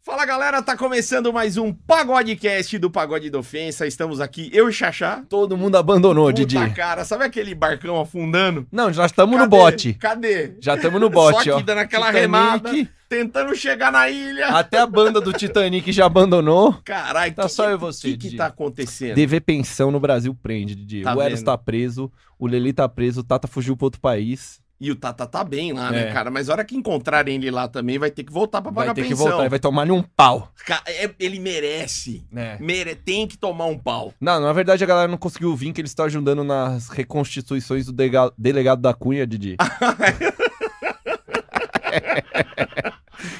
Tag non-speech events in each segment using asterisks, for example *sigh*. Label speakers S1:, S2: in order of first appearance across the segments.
S1: Fala galera, tá começando mais um Pagodecast do Pagode da Ofensa. Estamos aqui, eu e Xaxá.
S2: Todo mundo abandonou, Didi.
S1: Puta cara, sabe aquele barcão afundando?
S2: Não, nós estamos no
S1: Cadê?
S2: bote.
S1: Cadê?
S2: Já estamos no bote,
S1: *laughs* Só
S2: ó.
S1: que dando aquela
S2: Titanic.
S1: remada, tentando chegar na ilha.
S2: Até a banda do Titanic já
S1: *laughs*
S2: abandonou.
S1: Caralho,
S2: Tá
S1: que-
S2: só eu e
S1: O
S2: você,
S1: que, que
S2: Didi.
S1: tá acontecendo?
S2: Dever pensão no Brasil prende, Didi.
S1: Tá
S2: o Eros
S1: vendo?
S2: tá preso, o Leli tá preso, o Tata fugiu pro outro país.
S1: E o Tata tá bem lá, né,
S2: É.
S1: cara? Mas a hora que encontrarem ele lá também, vai ter que voltar pra
S2: Vai
S1: pagar
S2: ter que
S1: pensão.
S2: voltar, ele vai tomar-lhe um pau.
S1: Ca- é- Ele merece.
S2: né?
S1: Mere... Tem que tomar um pau.
S2: *laughs* Não, na verdade a galera não conseguiu vir que eles estão ajudando nas reconstituições do dega- delegado da Cunha,
S1: *laughs*
S2: Didi. *laughs*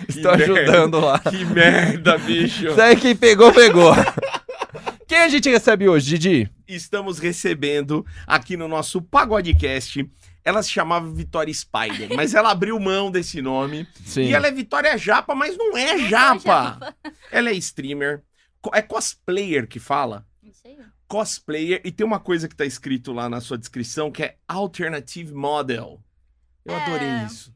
S2: Estão
S1: Que
S2: ajudando lá.
S1: Que merda, bicho.
S2: Isso aí quem pegou, pegou. *laughs* Quem a gente recebe hoje, Didi?
S1: estamos recebendo aqui no nosso Pagodecast. Ela se chamava Vitória Spider, mas ela abriu mão desse nome.
S2: Sim.
S1: E ela é Vitória Japa, mas não é japa. Ela é streamer, co- é cosplayer que fala.
S3: Isso aí.
S1: Cosplayer, e tem uma coisa que tá escrito lá na sua descrição que é Alternative Model. Eu
S3: É.
S1: adorei isso.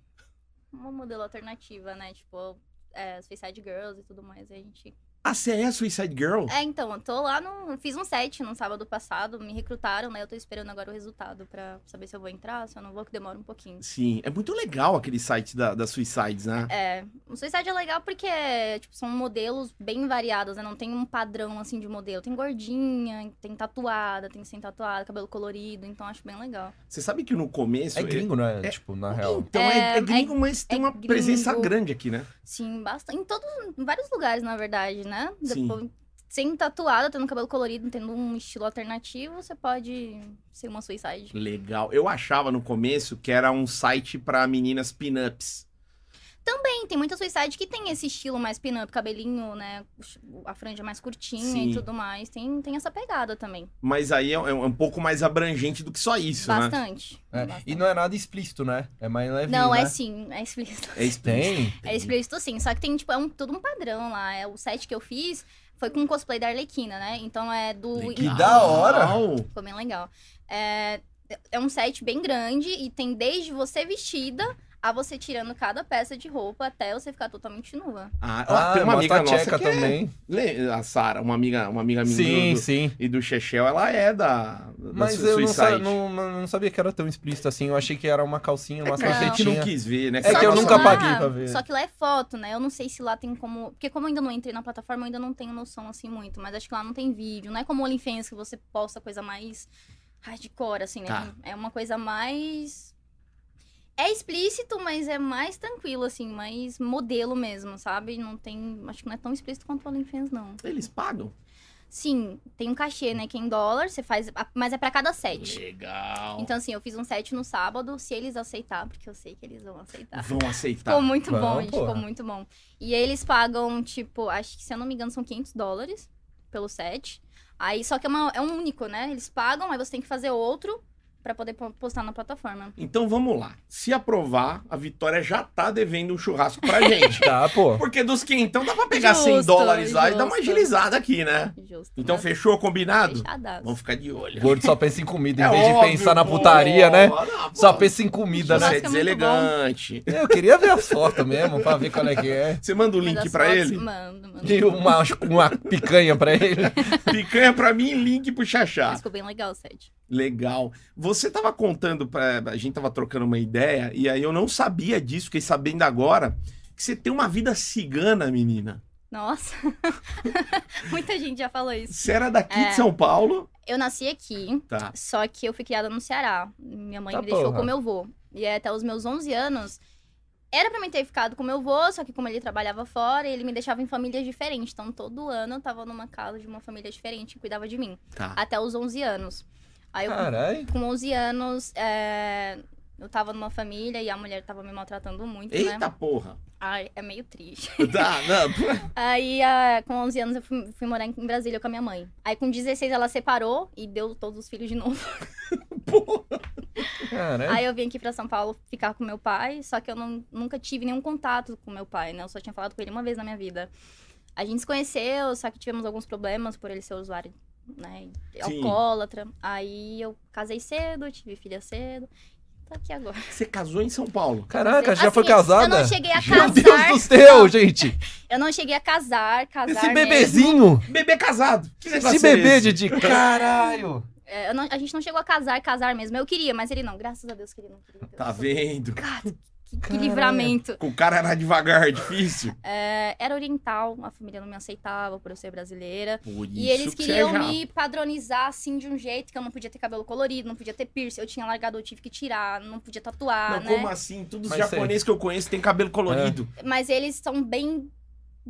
S3: Uma modelo alternativa, né? Tipo, é, Suicide Girls e tudo mais. A gente.
S1: Ah, você é Suicide Girl?
S3: É, então, eu tô lá no. Fiz um set no sábado passado, me recrutaram, né? Eu tô esperando agora o resultado pra saber se eu vou entrar, se eu não vou, que demora um pouquinho.
S1: Sim, é muito legal aquele site da, da Suicides, né?
S3: É, o Suicide é legal porque, tipo, são modelos bem variados, né? Não tem um padrão, assim, de modelo. Tem gordinha, tem tatuada, tem sem tatuada, cabelo colorido, então acho bem legal.
S1: Você sabe que no começo.
S2: É gringo, né?
S1: é-
S2: Tipo, na real.
S1: Então, é,
S3: É,
S1: é gringo, mas tem
S3: é
S1: uma presença
S3: gringo.
S1: grande aqui, né?
S3: Sim, bastante. Em todos, em vários lugares, na verdade, né?
S1: Sim.
S3: Depois, sem tatuada, tendo cabelo colorido, tendo um estilo alternativo, você pode ser uma suicide.
S1: Legal. Eu achava no começo que era um site pra meninas pin-ups.
S3: Tem, tem muita suicide que tem esse estilo mais pin-up, cabelinho, né? A franja mais curtinha
S1: Sim.
S3: e tudo mais. Tem, tem essa pegada também.
S1: Mas aí é é um pouco mais abrangente do que só isso, né?
S3: Bastante. Bastante.
S2: E não é nada explícito, né? É mais leve.
S3: Não,
S2: né?
S3: é sim, é explícito.
S1: É explícito.
S2: Tem?
S3: É explícito sim, só que tem, tipo, é um, todo um padrão lá. É, o set que eu fiz foi com cosplay da Arlequina, né? Então é do.
S1: Legal.
S2: Que da hora!
S3: Ficou bem legal. É, é um set bem grande e tem desde você vestida a você tirando cada peça de roupa até você ficar totalmente nua.
S1: Ah, ó, tem
S2: Mota
S1: uma amiga nossa
S2: Tcheca
S1: que é-
S2: também.
S1: Le- A Sara, uma amiga, uma amiga minha
S2: Sim,
S1: do-
S2: sim.
S1: e do Chechel, ela é da, da
S2: Mas
S1: Su-
S2: eu não, sa-
S1: Suicide.
S2: não- não- não sabia que era tão explícito assim. Eu achei que era uma calcinha, uma
S1: É que a gente não
S2: calcetinha.
S1: quis ver, né?
S2: É que eu
S3: Só
S1: Nossa,
S2: nunca
S3: lá-
S2: paguei pra ver.
S3: Só que lá é foto, né? Eu não sei se lá tem como. Porque como eu ainda não entrei na plataforma, eu ainda não tenho noção assim muito. Mas acho que lá não tem vídeo. Não é como o OnlyFans que você posta coisa mais hardcore, assim, né?
S1: Tá.
S3: É uma coisa mais. É explícito, mas é mais tranquilo, assim, mais modelo mesmo, sabe? Não tem. Acho que não é tão explícito quanto o OnlyFans, não.
S1: Eles pagam?
S3: Sim, tem um cachê, né? Que é em dólar, você faz. a- Mas é pra cada set.
S1: Legal.
S3: Então, assim, eu fiz um set no sábado, se eles aceitar, porque eu sei que eles vão aceitar. *laughs*
S1: Vão aceitar.
S3: Ficou muito
S2: Não,
S3: bom, gente,
S2: porra.
S3: ficou muito bom. E eles pagam, tipo, acho que se eu não me engano, são 500 dólares pelo set. Aí, só que é, uma- é um único, né? Eles pagam, aí você tem que fazer outro pra poder po- postar na plataforma.
S1: Então vamos lá. Se aprovar, a Vitória já tá devendo um churrasco pra gente.
S2: Tá, *laughs* pô.
S1: Porque dos quentão dá pra pegar 100
S3: Justo,
S1: dólares lá e dar uma
S3: justo.
S1: agilizada aqui, né?
S3: Justo.
S1: Então
S3: né?
S1: fechou, combinado?
S3: Fechadaço.
S1: Vamos ficar de olho.
S2: O gordo só pensa em comida, em
S1: É
S2: vez de
S1: óbvio,
S2: pensar na
S1: pô.
S2: putaria, né?
S1: Não, pô,
S2: Só pensa em comida,
S1: Você
S2: né?
S1: é
S3: Nossa, é muito
S1: deselegante.
S2: Eu queria ver as fotos mesmo, pra ver qual é que é.
S1: Você manda o
S3: Manda
S1: link
S3: as
S1: pra
S3: fotos,
S1: ele?
S3: *laughs*
S1: um
S3: Mando, mando.
S2: E uma, uma picanha pra ele.
S1: Picanha pra mim, link pro Xaxá.
S3: Mas ficou bem legal o set.
S1: Legal. Você tava contando, pra... a gente tava trocando uma ideia, e aí eu não sabia disso, fiquei sabendo agora, que você tem uma vida cigana, menina.
S3: Nossa. *laughs* Muita gente já falou isso.
S1: Você era daqui
S3: É.
S1: de São Paulo?
S3: Eu nasci aqui,
S1: Tá.
S3: Só que eu fui criada no Ceará. Minha mãe
S2: Tá
S3: me deixou
S2: porra.
S3: com meu avô. E aí, até os meus 11 anos, era pra mim ter ficado com meu avô, só que como ele trabalhava fora, ele me deixava em famílias diferentes. Então, todo ano eu tava numa casa de uma família diferente que cuidava de mim.
S1: Tá.
S3: Até os 11 anos. Aí eu,
S2: Caralho.
S3: com 11 anos, é, eu tava numa família e a mulher tava me maltratando muito, né?
S1: Eita porra.
S3: Ai, é meio triste.
S1: Tá, não. *laughs*
S3: Aí, ah, com 11 anos, eu fui, fui morar em Brasília com a minha mãe. Aí, com 16, ela separou e deu todos os filhos de novo.
S2: Caralho.
S3: Aí eu vim aqui pra São Paulo ficar com meu pai, só que eu não- nunca tive nenhum contato com meu pai, né? Eu só tinha falado com ele uma vez na minha vida. A gente se conheceu, só que tivemos alguns problemas por ele ser usuário, né?
S1: Sim.
S3: Alcoólatra. Aí eu casei cedo, tive filha cedo. Tô aqui agora.
S1: Você casou em São Paulo.
S2: Caraca,
S3: Assim,
S2: já foi casada?
S3: Eu não cheguei a casar.
S2: *laughs* Meu Deus do céu,
S3: Não,
S2: gente!
S3: Eu não cheguei a casar, casar
S2: Esse
S3: mesmo.
S2: bebezinho!
S1: Bebê casado. Que
S2: Esse
S1: negócio
S2: bebê,
S1: é esse?
S2: Didi! Caralho!
S3: É, eu não- a gente não chegou a casar, casar mesmo. Eu queria, mas ele não. Graças a Deus que ele não queria.
S1: Tá vendo?
S3: Cara, que, que
S2: Caralho.
S3: livramento.
S1: O cara era devagar, *laughs* difícil.
S3: É, era oriental, a família não me aceitava por eu ser brasileira.
S1: Por isso
S3: e eles
S1: que
S3: queriam
S1: você é
S3: me padronizar assim de um jeito que eu não podia ter cabelo colorido, não podia ter piercing. Eu tinha largado, eu tive que tirar, não podia
S1: já-
S3: tatuar,
S1: Não,
S3: né?
S1: como assim? Todos
S2: Mas
S1: os japoneses que eu conheço têm cabelo colorido.
S3: Mas eles são bem.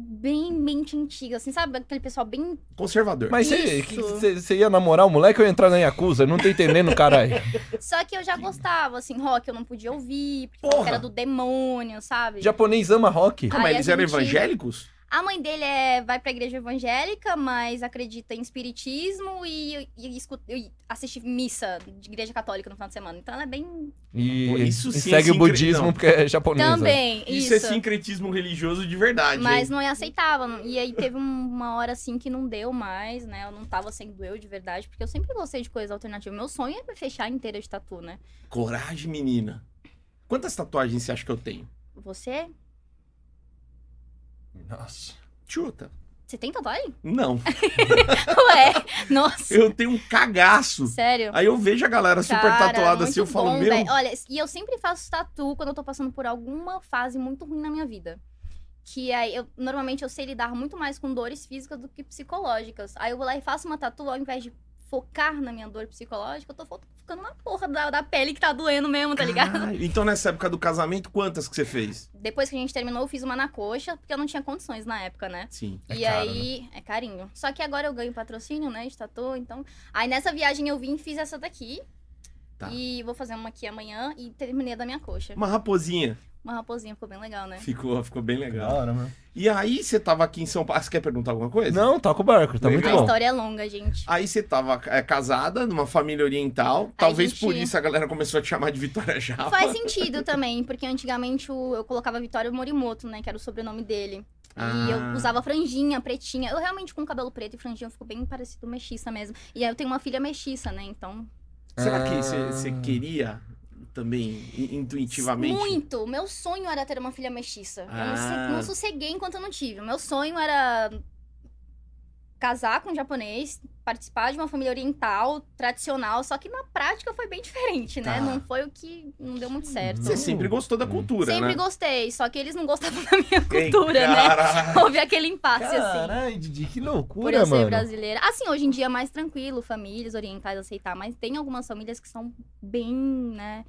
S3: Bem mente antiga, assim, sabe? Aquele pessoal bem.
S1: Conservador.
S2: É. Mas você-
S3: Isso.
S2: que- você você ia namorar o moleque ou ia entrar na Yakuza? Não tô entendendo, caralho.
S3: *laughs* Só que eu já gostava, assim, rock eu não podia ouvir, porque
S1: Porra!
S3: era do demônio, sabe?
S2: Japonês ama rock.
S1: Como,
S3: Aí
S1: eles
S3: a
S1: eram
S3: gente-
S1: evangélicos?
S3: A mãe dele é, vai pra igreja evangélica, mas acredita em espiritismo e, e, escu- e assiste missa de igreja católica no final de semana. Então ela é bem.
S2: E,
S1: Pô, isso
S2: e
S1: sim,
S2: segue
S1: esse
S2: o
S1: incri-
S2: budismo
S1: não.
S2: porque é japonesa.
S3: Também,
S1: Isso.
S3: isso.
S1: é sincretismo religioso de verdade.
S3: mas
S1: hein?
S3: não é aceitava. E aí teve um- uma hora assim que não deu mais, né? Eu não tava sendo eu de verdade, porque eu sempre gostei de coisas alternativas. Meu sonho é me fechar inteira de tatu, né?
S1: Coragem, menina. Quantas tatuagens você acha que eu tenho?
S3: Você? é?
S2: Nossa.
S1: Chuta.
S3: Você tem tatuagem? *laughs*
S1: Não.
S3: Ué! Nossa!
S1: Eu tenho um cagaço.
S3: Sério?
S1: Aí eu vejo a galera Tá super
S3: Cara,
S1: tatuada
S3: muito
S1: assim, eu falo,
S3: bom,
S1: meu.
S3: velho. Olha, e eu sempre faço tatu quando eu tô passando por alguma fase muito ruim na minha vida. Que aí, eu, normalmente eu sei lidar muito mais com dores físicas do que psicológicas. Aí eu vou lá e faço uma tatu, ao invés de focar na minha dor psicológica, eu tô fo- ficando na porra da, da pele que tá doendo mesmo, tá ligado?
S1: Caralho. Então nessa época do casamento, quantas que você fez?
S3: Depois que a gente terminou, eu fiz uma na coxa, porque eu não tinha condições na época, né?
S1: Sim.
S2: É
S3: e
S2: caro,
S3: aí, é carinho. Só que agora eu ganho patrocínio, né, de tatu, então... Aí nessa viagem eu vim e fiz essa daqui.
S1: Tá.
S3: E vou fazer uma aqui amanhã e terminei a da minha coxa.
S1: Uma raposinha.
S3: Uma raposinha ficou bem legal, né?
S1: Ficou, ficou bem
S2: Da
S1: legal.
S2: hora, mano.
S1: E aí você tava aqui em São Paulo. Você quer perguntar alguma coisa?
S2: Não, toca o barco, tá
S1: Legal.
S2: muito
S3: A
S2: bom.
S3: história é longa, gente.
S1: Aí você tava é, casada numa família oriental. Talvez
S3: gente-
S1: por isso a galera começou a te chamar de Vitória *laughs*
S2: Ah.
S1: Japa.
S3: Faz sentido também, porque antigamente o- eu colocava Vitório Morimoto, né? Que era o sobrenome dele. E
S1: Ah.
S3: eu usava franjinha, pretinha. Eu realmente com cabelo preto e franjinha eu fico bem parecido mexiça mesmo. E aí eu tenho uma filha mexiça, né? Então.
S1: Será que
S2: Ah.
S1: você você queria também i- intuitivamente?
S3: Muito! Meu sonho era ter uma filha mexiça. Eu não,
S1: Ah.
S3: su- não sosseguei enquanto eu não tive. Meu sonho era casar com um japonês, participar de uma família oriental, tradicional. Só que na prática foi bem diferente, né?
S1: Tá.
S3: Não foi o que. Não deu muito certo.
S1: Você sempre gostou da cultura,
S3: Sempre
S1: né?
S3: gostei, só que eles não gostavam *laughs* da minha
S1: Ei,
S3: cultura, né? *laughs*
S1: caralho.
S3: Houve aquele impasse, assim.
S2: Caralho, Didi, que
S3: Por
S2: loucura,
S3: eu ser
S2: mano.
S3: brasileira. Assim, hoje em dia é mais tranquilo, famílias orientais aceitar, mas tem algumas famílias que são bem, né,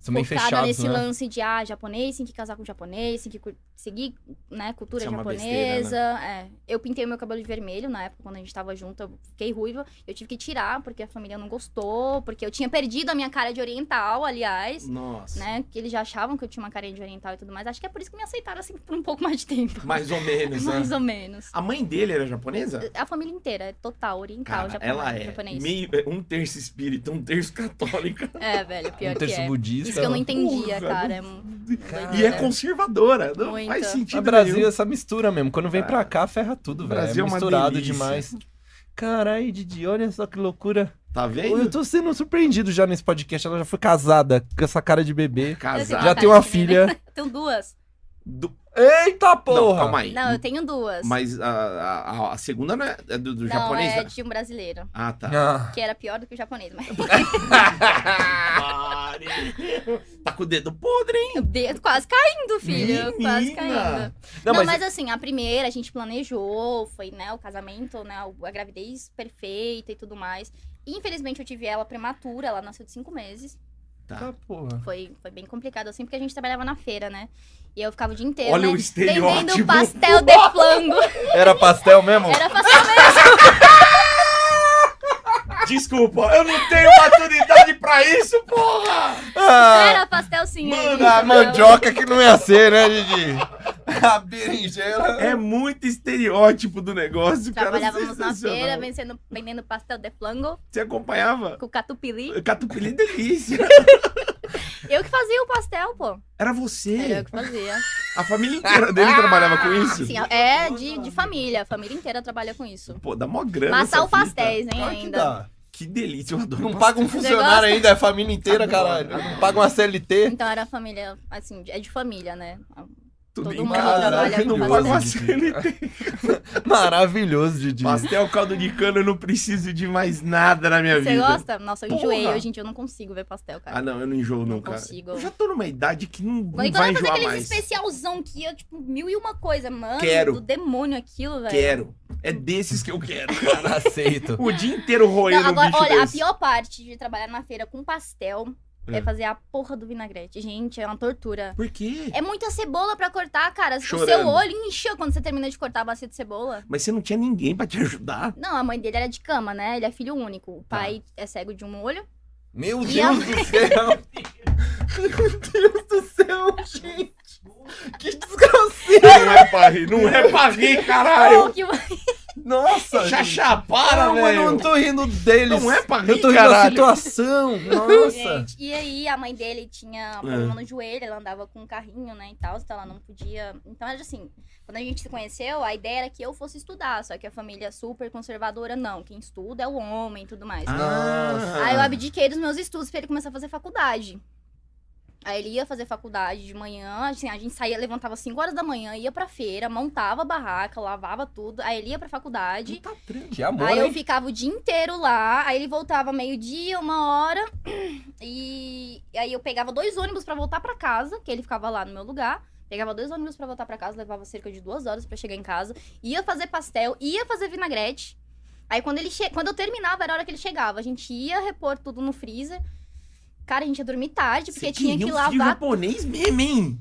S2: São bem
S3: focadas
S2: fechados,
S3: nesse
S2: né?
S3: lance de, ah, japonês, tem que casar com japonês, tem que cu- seguir, né, cultura
S1: Isso é uma né?
S3: japonesa. É. Eu pintei o meu cabelo de vermelho na época, quando a gente tava junto, eu fiquei ruiva. Eu tive que tirar, porque a família não gostou, porque eu tinha perdido a minha cara de oriental, aliás
S1: Nossa.
S3: né? Que eles já achavam que eu tinha uma carinha de oriental e tudo mais. Acho que é por isso que me aceitaram assim por um pouco mais
S1: *laughs*
S3: de tempo.
S1: Mais ou menos, né?
S3: mais ou menos.
S1: A mãe dele era japonesa?
S3: A família inteira é total oriental,
S1: Cara, ela é
S3: japonês.
S1: meio, um terço espírita, um terço católica
S3: *laughs* É, velho, pior
S2: Um
S3: que
S2: terço
S3: é.
S2: budista.
S3: Isso que eu não
S2: né?
S3: entendia,
S1: Porra,
S3: cara. É
S2: Cara.
S1: e é conservadora. Não
S3: Muita.
S1: faz sentido.
S2: A Brasil
S1: nenhum.
S2: é essa mistura mesmo. Quando vem pra cá, ferra tudo,
S1: O
S2: velho.
S1: Brasil
S2: É
S1: é uma
S2: misturado
S1: delícia.
S2: demais. Caralho, Didi, olha só que loucura.
S1: Tá
S2: Eu
S1: vendo?
S2: tô sendo surpreendido já nesse podcast. Ela já foi casada com essa cara de bebê.
S1: Casada.
S2: Já
S3: Tá,
S2: tem uma
S3: também, né?
S2: filha.
S3: Eu tenho duas.
S1: Do...
S2: Eita
S1: Não,
S2: porra!
S1: calma aí.
S3: Não, eu tenho duas.
S1: hum, Mas a, a, a segunda não é é do, do
S3: não,
S1: japonês?
S3: é
S1: né?
S3: de um brasileiro.
S2: *laughs*
S1: Ah, tá.
S2: Ah,
S3: Que era pior do que o japonês, mas
S1: Pare. tá com o dedo podre, hein?
S3: *laughs* eu dei- quase caindo, filho. Quase
S1: Menina!
S3: caindo.
S2: Não,
S3: Não,
S2: mas,
S3: mas... assim, a primeira a gente planejou, foi, né, o casamento, né, o- a gravidez perfeita e tudo mais. Infelizmente eu tive ela prematura, ela nasceu de cinco meses.
S2: Eita
S1: Tá.
S2: porra.
S3: Foi, foi bem complicado, assim, porque a gente trabalhava na feira, né? E eu ficava o dia inteiro,
S1: Olha
S3: né,
S1: o estereótipo.
S3: vendendo pastel de flango.
S2: Era pastel mesmo?
S3: Era pastel
S1: *laughs* Desculpa, eu não tenho maturidade pra isso, porra!
S2: Ah,
S3: era pastel sim.
S1: Mano,
S3: aí,
S2: a
S3: então,
S2: mandioca que não ia ser, né, Didi? A berinjela.
S1: É muito estereótipo do negócio, cara.
S3: Trabalhávamos na
S1: sensacional.
S3: feira, vencendo, vendendo pastel de flango
S1: Você acompanhava?
S3: com catupiry.
S1: Catupiry delícia.
S3: Eu que fazia o pastel, pô.
S1: Era
S3: Era eu
S1: você.
S3: que fazia.
S1: A família inteira dele trabalhava com *laughs* isso?
S3: Assim, é de, de família, a família inteira trabalha com isso.
S1: Pô, dá mó grana.
S3: Massar
S1: essa
S3: o
S1: fita.
S3: pastéis, hein,
S2: Claro que
S3: ainda.
S2: dá.
S1: Que, Que delícia, eu adoro.
S2: Não
S1: pasta.
S2: paga um funcionário
S3: gosta?
S2: ainda, é a família inteira,
S1: Tá
S2: caralho. Não paga uma
S1: *laughs*
S2: CLT.
S3: Então era família, assim, é de família, né?
S1: tudo
S3: todo
S1: em
S3: mundo
S1: casa.
S3: trabalha
S1: Eu
S3: com
S1: né? não pago a
S2: pastel.
S1: CLT.
S2: Maravilhoso, Didi.
S1: Pastel, caldo *laughs* de cana, eu não preciso de mais nada na minha
S3: Você
S1: É vida.
S3: gosta? Nossa, eu
S1: Porra!
S3: enjoei. Hoje em dia eu não consigo ver pastel, cara.
S1: Ah, não, eu não enjoo, não,
S3: Não
S1: cara.
S3: consigo.
S1: Eu já tô numa idade que não, não
S3: Mas quando
S1: vai
S3: eu fazer
S1: enjoar
S3: aqueles
S1: mais.
S3: especialzão que ia, tipo, mil e uma coisa, mano.
S1: Quero.
S3: Do demônio aquilo, velho.
S1: Quero. É desses que eu quero.
S2: Cara, aceito.
S1: O dia inteiro
S3: Não,
S1: roendo um
S3: agora,
S1: bicho
S3: olha,
S1: desse.
S3: a pior parte de trabalhar na feira com pastel é.
S1: É.
S3: fazer a porra do vinagrete. Gente, é uma tortura.
S1: Por quê?
S3: É muita cebola pra cortar, cara. O
S1: Chorando.
S3: seu olho encheu quando você termina de cortar a bacia de cebola.
S1: Mas você não tinha ninguém pra te ajudar?
S3: Não, a mãe dele era de cama, né? Ele é filho único. O pai é cego de um olho.
S2: Meu
S3: E a-
S2: Deus do
S3: *laughs*
S2: céu. Meu Deus do céu, gente. Que desgraceira.
S1: *laughs* Não é pra rir, não é pra rir, caralho!
S3: Oh, que-
S2: Nossa. gente.
S1: Chachá, para,
S2: Não, mas eu não
S1: velho!
S2: tô rindo deles.
S1: Não é pra
S2: Eu
S1: rir,
S2: tô rindo da
S1: caralho!
S2: situação. Nossa.
S3: Gente, e aí a mãe dele tinha problema no joelho, ela andava com um carrinho, né, e tal, então ela não podia... Então era assim, quando a gente se conheceu, a ideia era que eu fosse estudar, só que a família é super conservadora, não, quem estuda é o homem e tudo mais.
S1: Ah,
S2: Nossa.
S3: Aí eu abdiquei dos meus estudos pra ele começar a fazer faculdade. Aí ele ia fazer faculdade de manhã, assim, a gente saía, levantava 5 horas da manhã, ia pra feira, montava a barraca, lavava tudo, aí ele ia pra faculdade,
S1: Puta trampa.
S2: tá Que amor, né?
S3: aí eu
S2: hein?
S3: ficava o dia inteiro lá, aí ele voltava meio-dia, uma hora, *clears throat* e e aí eu pegava dois ônibus pra voltar pra casa, que ele ficava lá no meu lugar. Pegava dois ônibus pra voltar pra casa, levava cerca de duas horas pra chegar em casa. Ia fazer pastel, ia fazer vinagrete. Aí quando ele che... quando eu terminava, era a hora que ele chegava. A gente ia repor tudo no freezer. Cara, a gente ia dormir tarde, porque
S1: Você
S3: tinha
S1: queria
S3: que
S1: um filho
S3: lavar
S1: japonês mesmo, hein?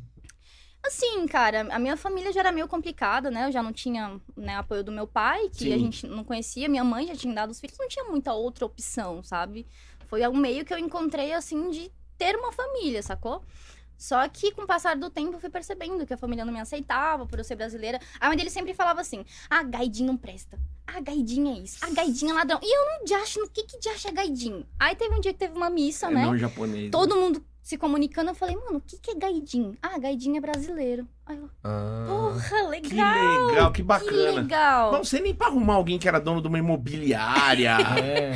S3: Assim, cara, a minha família já era meio complicada, né? Eu já não tinha né, apoio do meu pai, que
S1: Sim.
S3: a gente não conhecia. Minha mãe já tinha dado os filhos, não tinha muita outra opção, sabe? Foi um meio que eu encontrei, assim, de ter uma família, sacou? Só que com o passar do tempo eu fui percebendo que a família não me aceitava por eu ser brasileira. A mãe dele sempre falava assim: ah, gaidinho não presta. Ah, gaidinho é isso. Ah, gaidinho é ladrão. E eu não de acho, no que que de acha gaidinho? Aí teve um dia que teve uma missa,
S1: É
S3: né?
S1: não japonês.
S3: todo mundo se comunicando, eu falei, mano, o que, que é gaidinho? Ah, gaidinho é brasileiro. Aí eu,
S2: Ah.
S3: porra,
S1: Que
S3: legal,
S1: legal, que
S3: que
S1: bacana.
S3: legal.
S1: Não sei nem pra arrumar alguém que era dono de uma
S3: *laughs*
S1: imobiliária.
S2: É.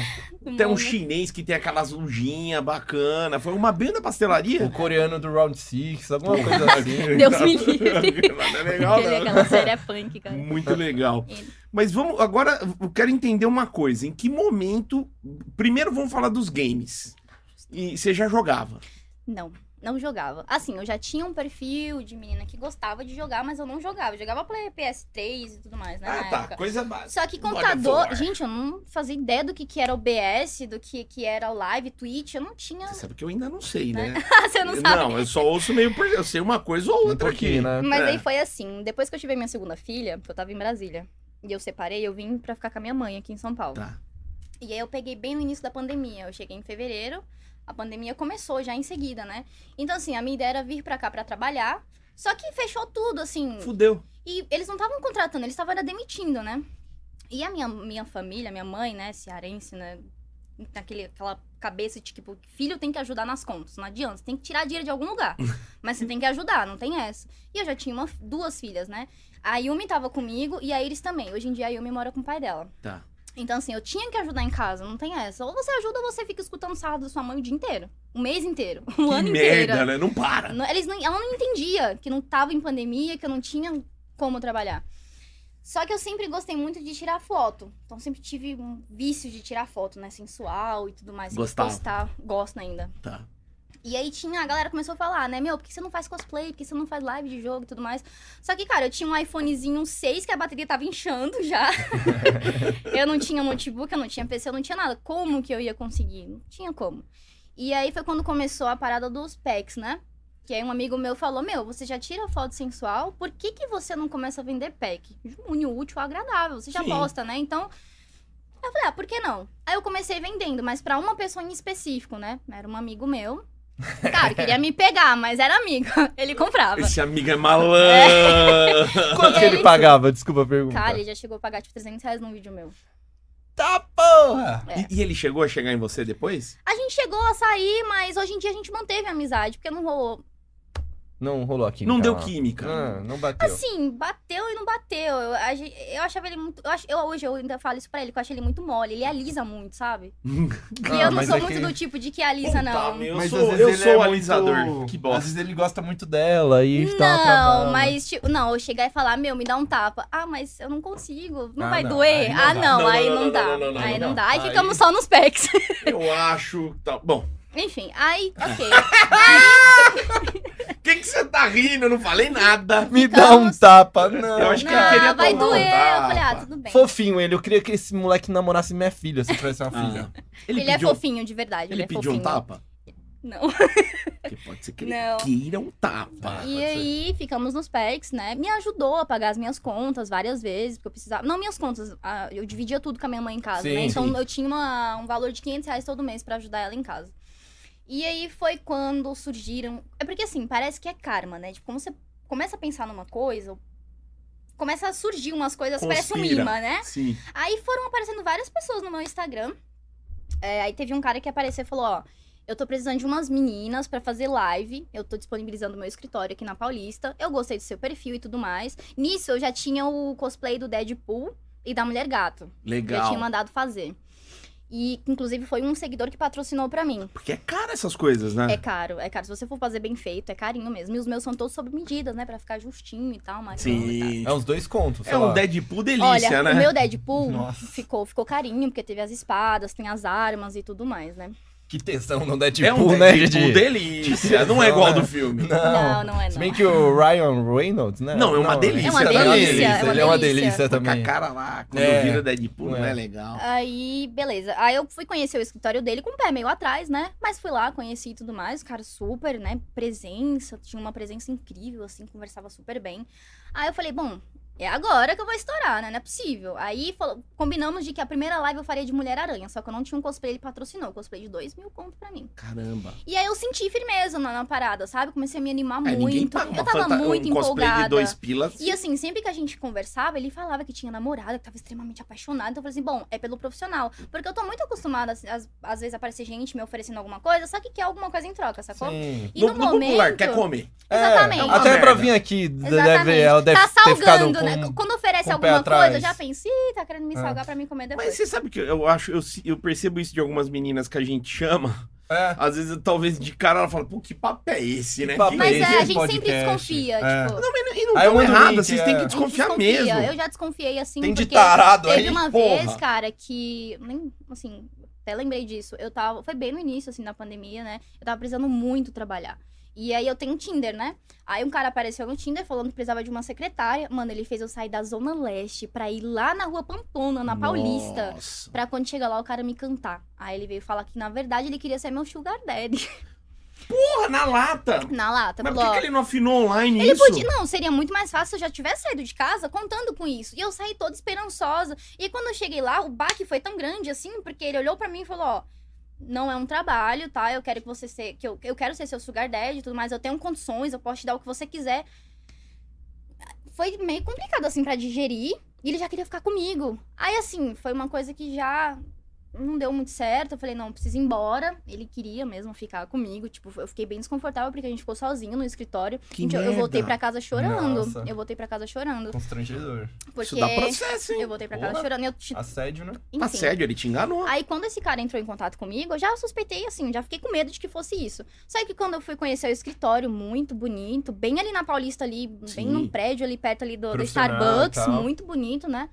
S1: Tem um
S3: Mano,
S1: chinês que tem aquelas luzinhas bacana. Foi uma bem da pastelaria? *laughs*
S2: O coreano do Round Six, alguma coisa assim.
S3: Deus
S1: *laughs*
S3: me livre.
S1: Não é legal, Hum.
S3: Aquele,
S1: não.
S3: aquela série é punk, cara.
S1: Muito legal.
S3: Ele.
S1: Mas vamos. Agora eu quero entender uma coisa. Em que momento. Primeiro vamos falar dos games. E você já jogava.
S3: Não, não jogava. Assim, eu já tinha um perfil de menina que gostava de jogar, mas eu não jogava. Eu jogava Play PS3 e tudo mais,
S1: Ah,
S3: né? na época.
S1: tá. Coisa básica.
S3: Só que
S1: God of
S3: computador,
S1: War.
S3: gente, eu não fazia ideia do que, que era OBS, do que, que era live, Twitch, eu não
S1: *laughs*
S3: tinha.
S1: Você sabe que eu ainda não sei, né?
S3: Ah, Você não sabe.
S1: eu só ouço meio por. Eu sei uma coisa ou
S2: Um
S1: outra aqui.
S2: pouquinho, né?
S3: Mas
S1: É.
S3: aí foi assim, depois que eu tive minha segunda filha, que eu tava em Brasília, e eu separei, eu vim pra ficar com a minha mãe aqui em São Paulo.
S1: Tá.
S3: E aí eu peguei bem no início da pandemia, eu cheguei em fevereiro, a pandemia começou já em seguida, né? Então assim, a minha ideia era vir pra cá pra trabalhar, só que fechou tudo, assim,
S1: *laughs* Fudeu.
S3: e eles não estavam contratando, eles estavam era demitindo, né? E a minha, minha família, minha mãe, né, cearense, né, naquele, aquela cabeça de tipo, filho tem que ajudar nas contas, não adianta, você tem que tirar dinheiro de algum lugar, mas você tem que ajudar, não tem essa. E eu já tinha uma, duas filhas, né? A Yumi tava comigo e a Iris também. Hoje em dia a Yumi mora com o pai dela.
S1: Tá.
S3: Então, assim, eu tinha que ajudar em casa, não tem essa. Ou você ajuda ou você fica escutando o sarro da sua mãe o dia inteiro, o mês inteiro, o
S1: Que
S3: Um ano inteiro.
S1: merda, né? Não para.
S3: Não- eles não- ela não entendia que não tava em pandemia, que eu não tinha como trabalhar. Só que eu sempre gostei muito de tirar foto. Então sempre tive um vício de tirar foto, né? Sensual e tudo mais. Sempre
S1: Gostava.
S3: postar. Gosto ainda.
S1: Tá.
S3: E aí tinha, a galera começou a falar, né? Meu, por que você não faz cosplay? Por que você não faz live de jogo e tudo mais? Só que, cara, eu tinha um iPhonezinho 6 que a bateria tava inchando já. *laughs* eu não tinha notebook, eu não tinha PC, eu não tinha nada. Como que eu ia conseguir? Não tinha como. E aí foi quando começou a parada dos packs, né? Que aí um amigo meu falou, meu, você já tira foto sensual, por que, que você não começa a vender pack? Une o útil ao agradável, você já
S1: Sim.
S3: posta, né? Então, eu falei, ah, por que não? Aí eu comecei vendendo, mas pra uma pessoa em específico, né? Era um amigo meu. Cara, queria me pegar, mas era amigo. *laughs* Ele comprava.
S1: Esse amigo
S3: *laughs*
S1: é malandro.
S2: Quanto que ele pagava? Desculpa a pergunta.
S3: Cara, ele já chegou a pagar tipo 300 reais num vídeo meu.
S2: Tá porra!
S3: É.
S1: E, e ele chegou a chegar em você depois?
S3: A gente chegou a sair, mas hoje em dia a gente manteve a amizade, porque não rolou.
S2: Não rolou aqui.
S1: Não deu
S2: lá. Ah.
S1: química.
S2: Não, não bateu.
S3: Assim, bateu e não bateu. Eu, a gen- eu achava ele muito. Eu, acho- eu- hoje eu ainda falo isso pra ele, que eu acho ele muito mole. Ele alisa muito, sabe? E
S2: *laughs* Ah,
S3: eu não
S2: mas
S3: sou
S2: é
S3: muito
S2: que-
S3: do tipo de que alisa,
S1: Puta,
S3: não.
S1: meu, Eu
S2: Mas
S1: sou-
S2: às vezes
S1: eu
S2: ele
S1: sou
S2: é
S1: o
S2: muito-
S1: alisador. Que bosta.
S2: Às vezes ele gosta muito dela e tá
S3: Não,
S2: travando.
S3: mas tipo, não, eu chegar e falar, meu, me dá um tapa. Ah, mas eu não consigo. Não
S2: Ah,
S3: vai
S2: não,
S3: doer?
S2: aí não dá.
S3: ah, não,
S1: Não,
S3: aí
S1: não,
S3: não
S1: não,
S3: dá.
S1: não, não, não,
S3: Aí
S2: não.
S3: não dá. Aí
S1: Aí-
S3: ficamos só nos pecs. *laughs*
S1: Eu acho. Tá... Bom,
S3: Enfim, aí, ok.
S1: o que que você tá rindo? Eu não
S2: *laughs*
S1: falei nada.
S2: Me dá um
S3: Ficamos-
S2: tapa, não.
S1: Eu acho que ele
S3: Ah,
S1: queria
S3: vai
S1: tomar um
S3: doer. Eu
S1: tapa.
S3: falei, ah, tudo bem.
S2: Fofinho ele, eu queria que esse moleque namorasse minha filha, se tivesse uma
S1: Ah,
S2: filha.
S3: Ele, é
S1: pediu-
S3: fofinho, de verdade. Ele,
S1: Ele
S3: é
S1: pediu
S3: fofinho.
S1: um tapa?
S3: Não.
S1: Porque pode ser que ele
S3: Não.
S1: queira um tapa.
S2: Ah, pode
S3: E
S2: ser.
S3: aí ficamos nos PECs, né? Me ajudou a pagar as minhas contas várias vezes, porque eu precisava. Não minhas contas, ah, eu dividia tudo com a minha mãe em casa,
S2: Sim,
S3: né? Então
S1: sim.
S3: eu tinha uma- um valor de 500 reais todo mês pra ajudar ela em casa. E aí foi quando surgiram. É porque assim, parece que é karma, né? Tipo, quando você começa a pensar numa coisa, começa a surgir umas coisas, parece um
S1: Conspira.
S3: imã, né?
S1: Sim.
S3: Aí foram aparecendo várias pessoas no meu Instagram. É, aí teve um cara que apareceu e falou, ó, eu tô precisando de umas meninas pra fazer live. Eu tô disponibilizando meu escritório aqui na Paulista. Eu gostei do seu perfil e tudo mais. Nisso eu já tinha o cosplay do Deadpool e da Mulher Gato. que Eu
S1: Legal.
S3: tinha mandado fazer. E inclusive foi um seguidor que patrocinou pra mim.
S1: Porque é cara essas coisas,
S3: É
S1: né?
S3: caro, é caro. Se você for fazer bem feito, é carinho mesmo. E os meus são todos sob medida, né, Pra ficar justinho e tal, mas
S1: Sim.
S2: É uns dois contos, sei
S1: É um
S2: lá.
S1: Deadpool
S3: Olha,
S1: delícia, né?
S3: o meu Deadpool
S2: Nossa.
S3: ficou, ficou carinho, porque teve as espadas, tem as armas e tudo mais, né?
S2: Que tensão não
S1: É
S2: Deadpool,
S1: um
S2: né,
S1: Deadpool
S2: Didi?
S1: delícia. Não é
S2: *laughs*
S1: igual ao do filme.
S2: Não.
S3: Não, não é
S2: Se
S3: não.
S2: bem que o Ryan Reynolds, né?
S1: Não, é uma delícia.
S2: delícia.
S1: É uma delícia, é uma
S2: Ele é uma
S3: delícia.
S2: delícia
S1: Porque a
S2: também.
S1: cara lá, quando
S2: É.
S1: vira Deadpool, não é,
S2: É.
S1: legal.
S3: Aí, beleza. Aí eu fui conhecer o escritório dele com o pé meio atrás, né? Mas fui lá, conheci e tudo mais. O cara super, né? Presença, tinha uma presença incrível, assim, conversava super bem. Aí eu falei, bom, é agora que eu vou estourar, né? Não é possível. Aí falou- combinamos de que a primeira live eu faria de Mulher-Aranha, só que eu não tinha um cosplay, ele patrocinou. Cosplay de dois mil conto pra mim.
S1: Caramba.
S3: E aí eu senti firmeza na, na parada, sabe? Comecei a me animar
S1: É, ninguém
S3: muito.
S1: paga uma
S3: Eu tava
S1: fanta-
S3: muito
S1: um cosplay
S3: empolgada.
S1: de dois pilas.
S3: E assim, sempre que a gente conversava, ele falava que tinha namorada, que tava extremamente apaixonado. Então eu falei assim, bom, é pelo profissional. Porque eu tô muito acostumada, assim, às, às vezes, aparecer gente me oferecendo alguma coisa, só que quer alguma coisa em troca, sacou?
S2: Sim.
S3: E
S1: no,
S3: no,
S1: no
S3: momento.
S1: popular, quer comer.
S3: Exatamente.
S2: É,
S1: uma
S2: até pra
S1: merda.
S2: vir aqui, de-
S3: Exatamente.
S2: deve, ela deve
S3: tá
S2: ter ficado
S3: salgando,
S2: com... um
S3: né? Quando oferece
S2: com o
S3: alguma
S2: pé
S3: coisa,
S2: atrás.
S3: eu já penso, ih, tá querendo me
S2: É.
S3: salgar pra mim comer depois.
S1: Mas você sabe que eu acho, eu, se- eu percebo isso de algumas meninas que a gente chama.
S2: É.
S1: Às vezes, talvez de cara, ela fala, pô, que papo é esse,
S2: Que
S1: né?
S2: papo
S1: Que-
S3: Mas
S2: Esse
S3: é, a gente
S2: podcast,
S3: sempre desconfia,
S2: é.
S3: tipo.
S1: E não- E não
S2: Aí eu
S1: estão
S2: mando o
S1: erradas,
S2: link,
S1: vocês
S2: é.
S1: têm que
S3: a gente
S1: desconfiar
S3: desconfia.
S1: mesmo.
S3: Eu já desconfiei assim,
S2: Tem de
S3: porque
S2: tarado
S3: Teve
S2: aí,
S3: uma
S2: porra.
S3: vez, cara, que. Nem, assim, até lembrei disso. Eu tava. Foi bem no início, assim, da pandemia, né? Eu tava precisando muito trabalhar. E aí eu tenho Tinder, né? Aí um cara apareceu no Tinder falando que precisava de uma secretária. Mano, ele fez eu sair da Zona Leste pra ir lá na rua Pamplona, na Paulista.
S1: Nossa.
S3: Pra quando chegar lá o cara me cantar. Aí ele veio falar que, na verdade, ele queria ser meu sugar daddy. *laughs*
S1: Porra, na lata.
S3: Na lata.
S1: Mas por
S3: falou,
S1: que,
S3: Tá ó,
S1: que ele não afinou online
S3: ele
S1: isso?
S3: podia. Não, seria muito mais fácil se eu já tivesse saído de casa contando com isso. E eu saí toda esperançosa. E quando eu cheguei lá, o baque foi tão grande assim, porque ele olhou pra mim e falou: ó. Não é um trabalho, tá? Eu quero que você se... que eu, eu quero ser seu sugar daddy e tudo mais. Eu tenho condições, eu posso te dar o que você quiser. Foi meio complicado assim pra digerir. E ele já queria ficar comigo. Aí assim, foi uma coisa que já não deu muito certo. Eu falei, não, preciso ir embora. Ele queria mesmo ficar comigo. Tipo, eu fiquei bem desconfortável porque a gente ficou sozinho no escritório.
S1: Que
S3: Gente, eu- eu
S1: merda.
S3: voltei pra casa chorando.
S2: Nossa.
S3: Eu voltei pra casa chorando.
S2: Constrangedor.
S3: Porque
S1: Isso dá processo, hein?
S3: eu voltei pra casa
S2: Porra.
S3: chorando. e Eu, te-
S2: Assédio, né?
S1: Tá
S3: enfim.
S1: sério, ele te enganou.
S3: Aí quando esse cara entrou em contato comigo, eu já suspeitei assim, já fiquei com medo de que fosse isso. Só que quando eu fui conhecer o escritório, muito bonito, bem ali na Paulista ali,
S1: Sim.
S3: bem num prédio ali perto ali do, do
S2: Profissional e
S3: Starbucks,
S2: tal.
S3: muito bonito, né?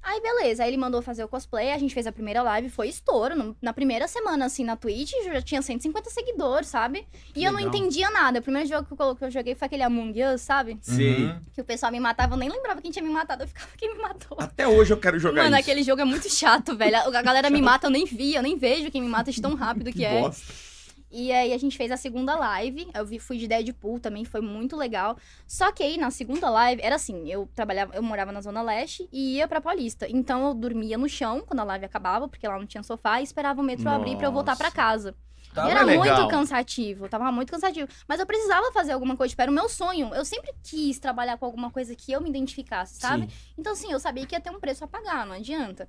S3: Aí beleza, aí ele mandou fazer o cosplay, a gente fez a primeira live, foi estouro. No- na primeira semana, assim, na Twitch, eu já tinha 150 seguidores, sabe? E eu não
S1: Legal.
S3: entendia nada. O primeiro jogo que eu, colo- que eu joguei foi aquele Among Us, sabe?
S1: Sei.
S2: Uhum.
S3: Que o pessoal me matava, eu nem lembrava quem tinha me matado, eu ficava quem me matou.
S1: Até hoje eu quero jogar
S3: Mano,
S1: isso.
S3: aquele jogo é muito chato, velho. A a galera me mata, eu nem vi, eu nem vejo quem me mata de tão rápido que,
S1: Que
S3: é.
S1: bosta.
S3: E aí a gente fez a segunda live. Eu vi, fui de Deadpool também, foi muito legal. Só que aí na segunda live, era assim, eu trabalhava, eu morava na Zona Leste e ia pra Paulista. Então eu dormia no chão quando a live acabava, porque lá não tinha sofá, e esperava o metrô abrir pra eu voltar pra
S1: Nossa.
S3: casa.
S2: Tá
S1: Tava
S3: E era
S1: legal.
S3: muito cansativo, tava muito cansativo. Mas eu precisava fazer alguma coisa, tipo, era o meu sonho. Eu sempre quis trabalhar com alguma coisa que eu me identificasse, sabe?
S1: Sim.
S3: Então, assim, eu sabia que ia ter um preço a pagar, não adianta.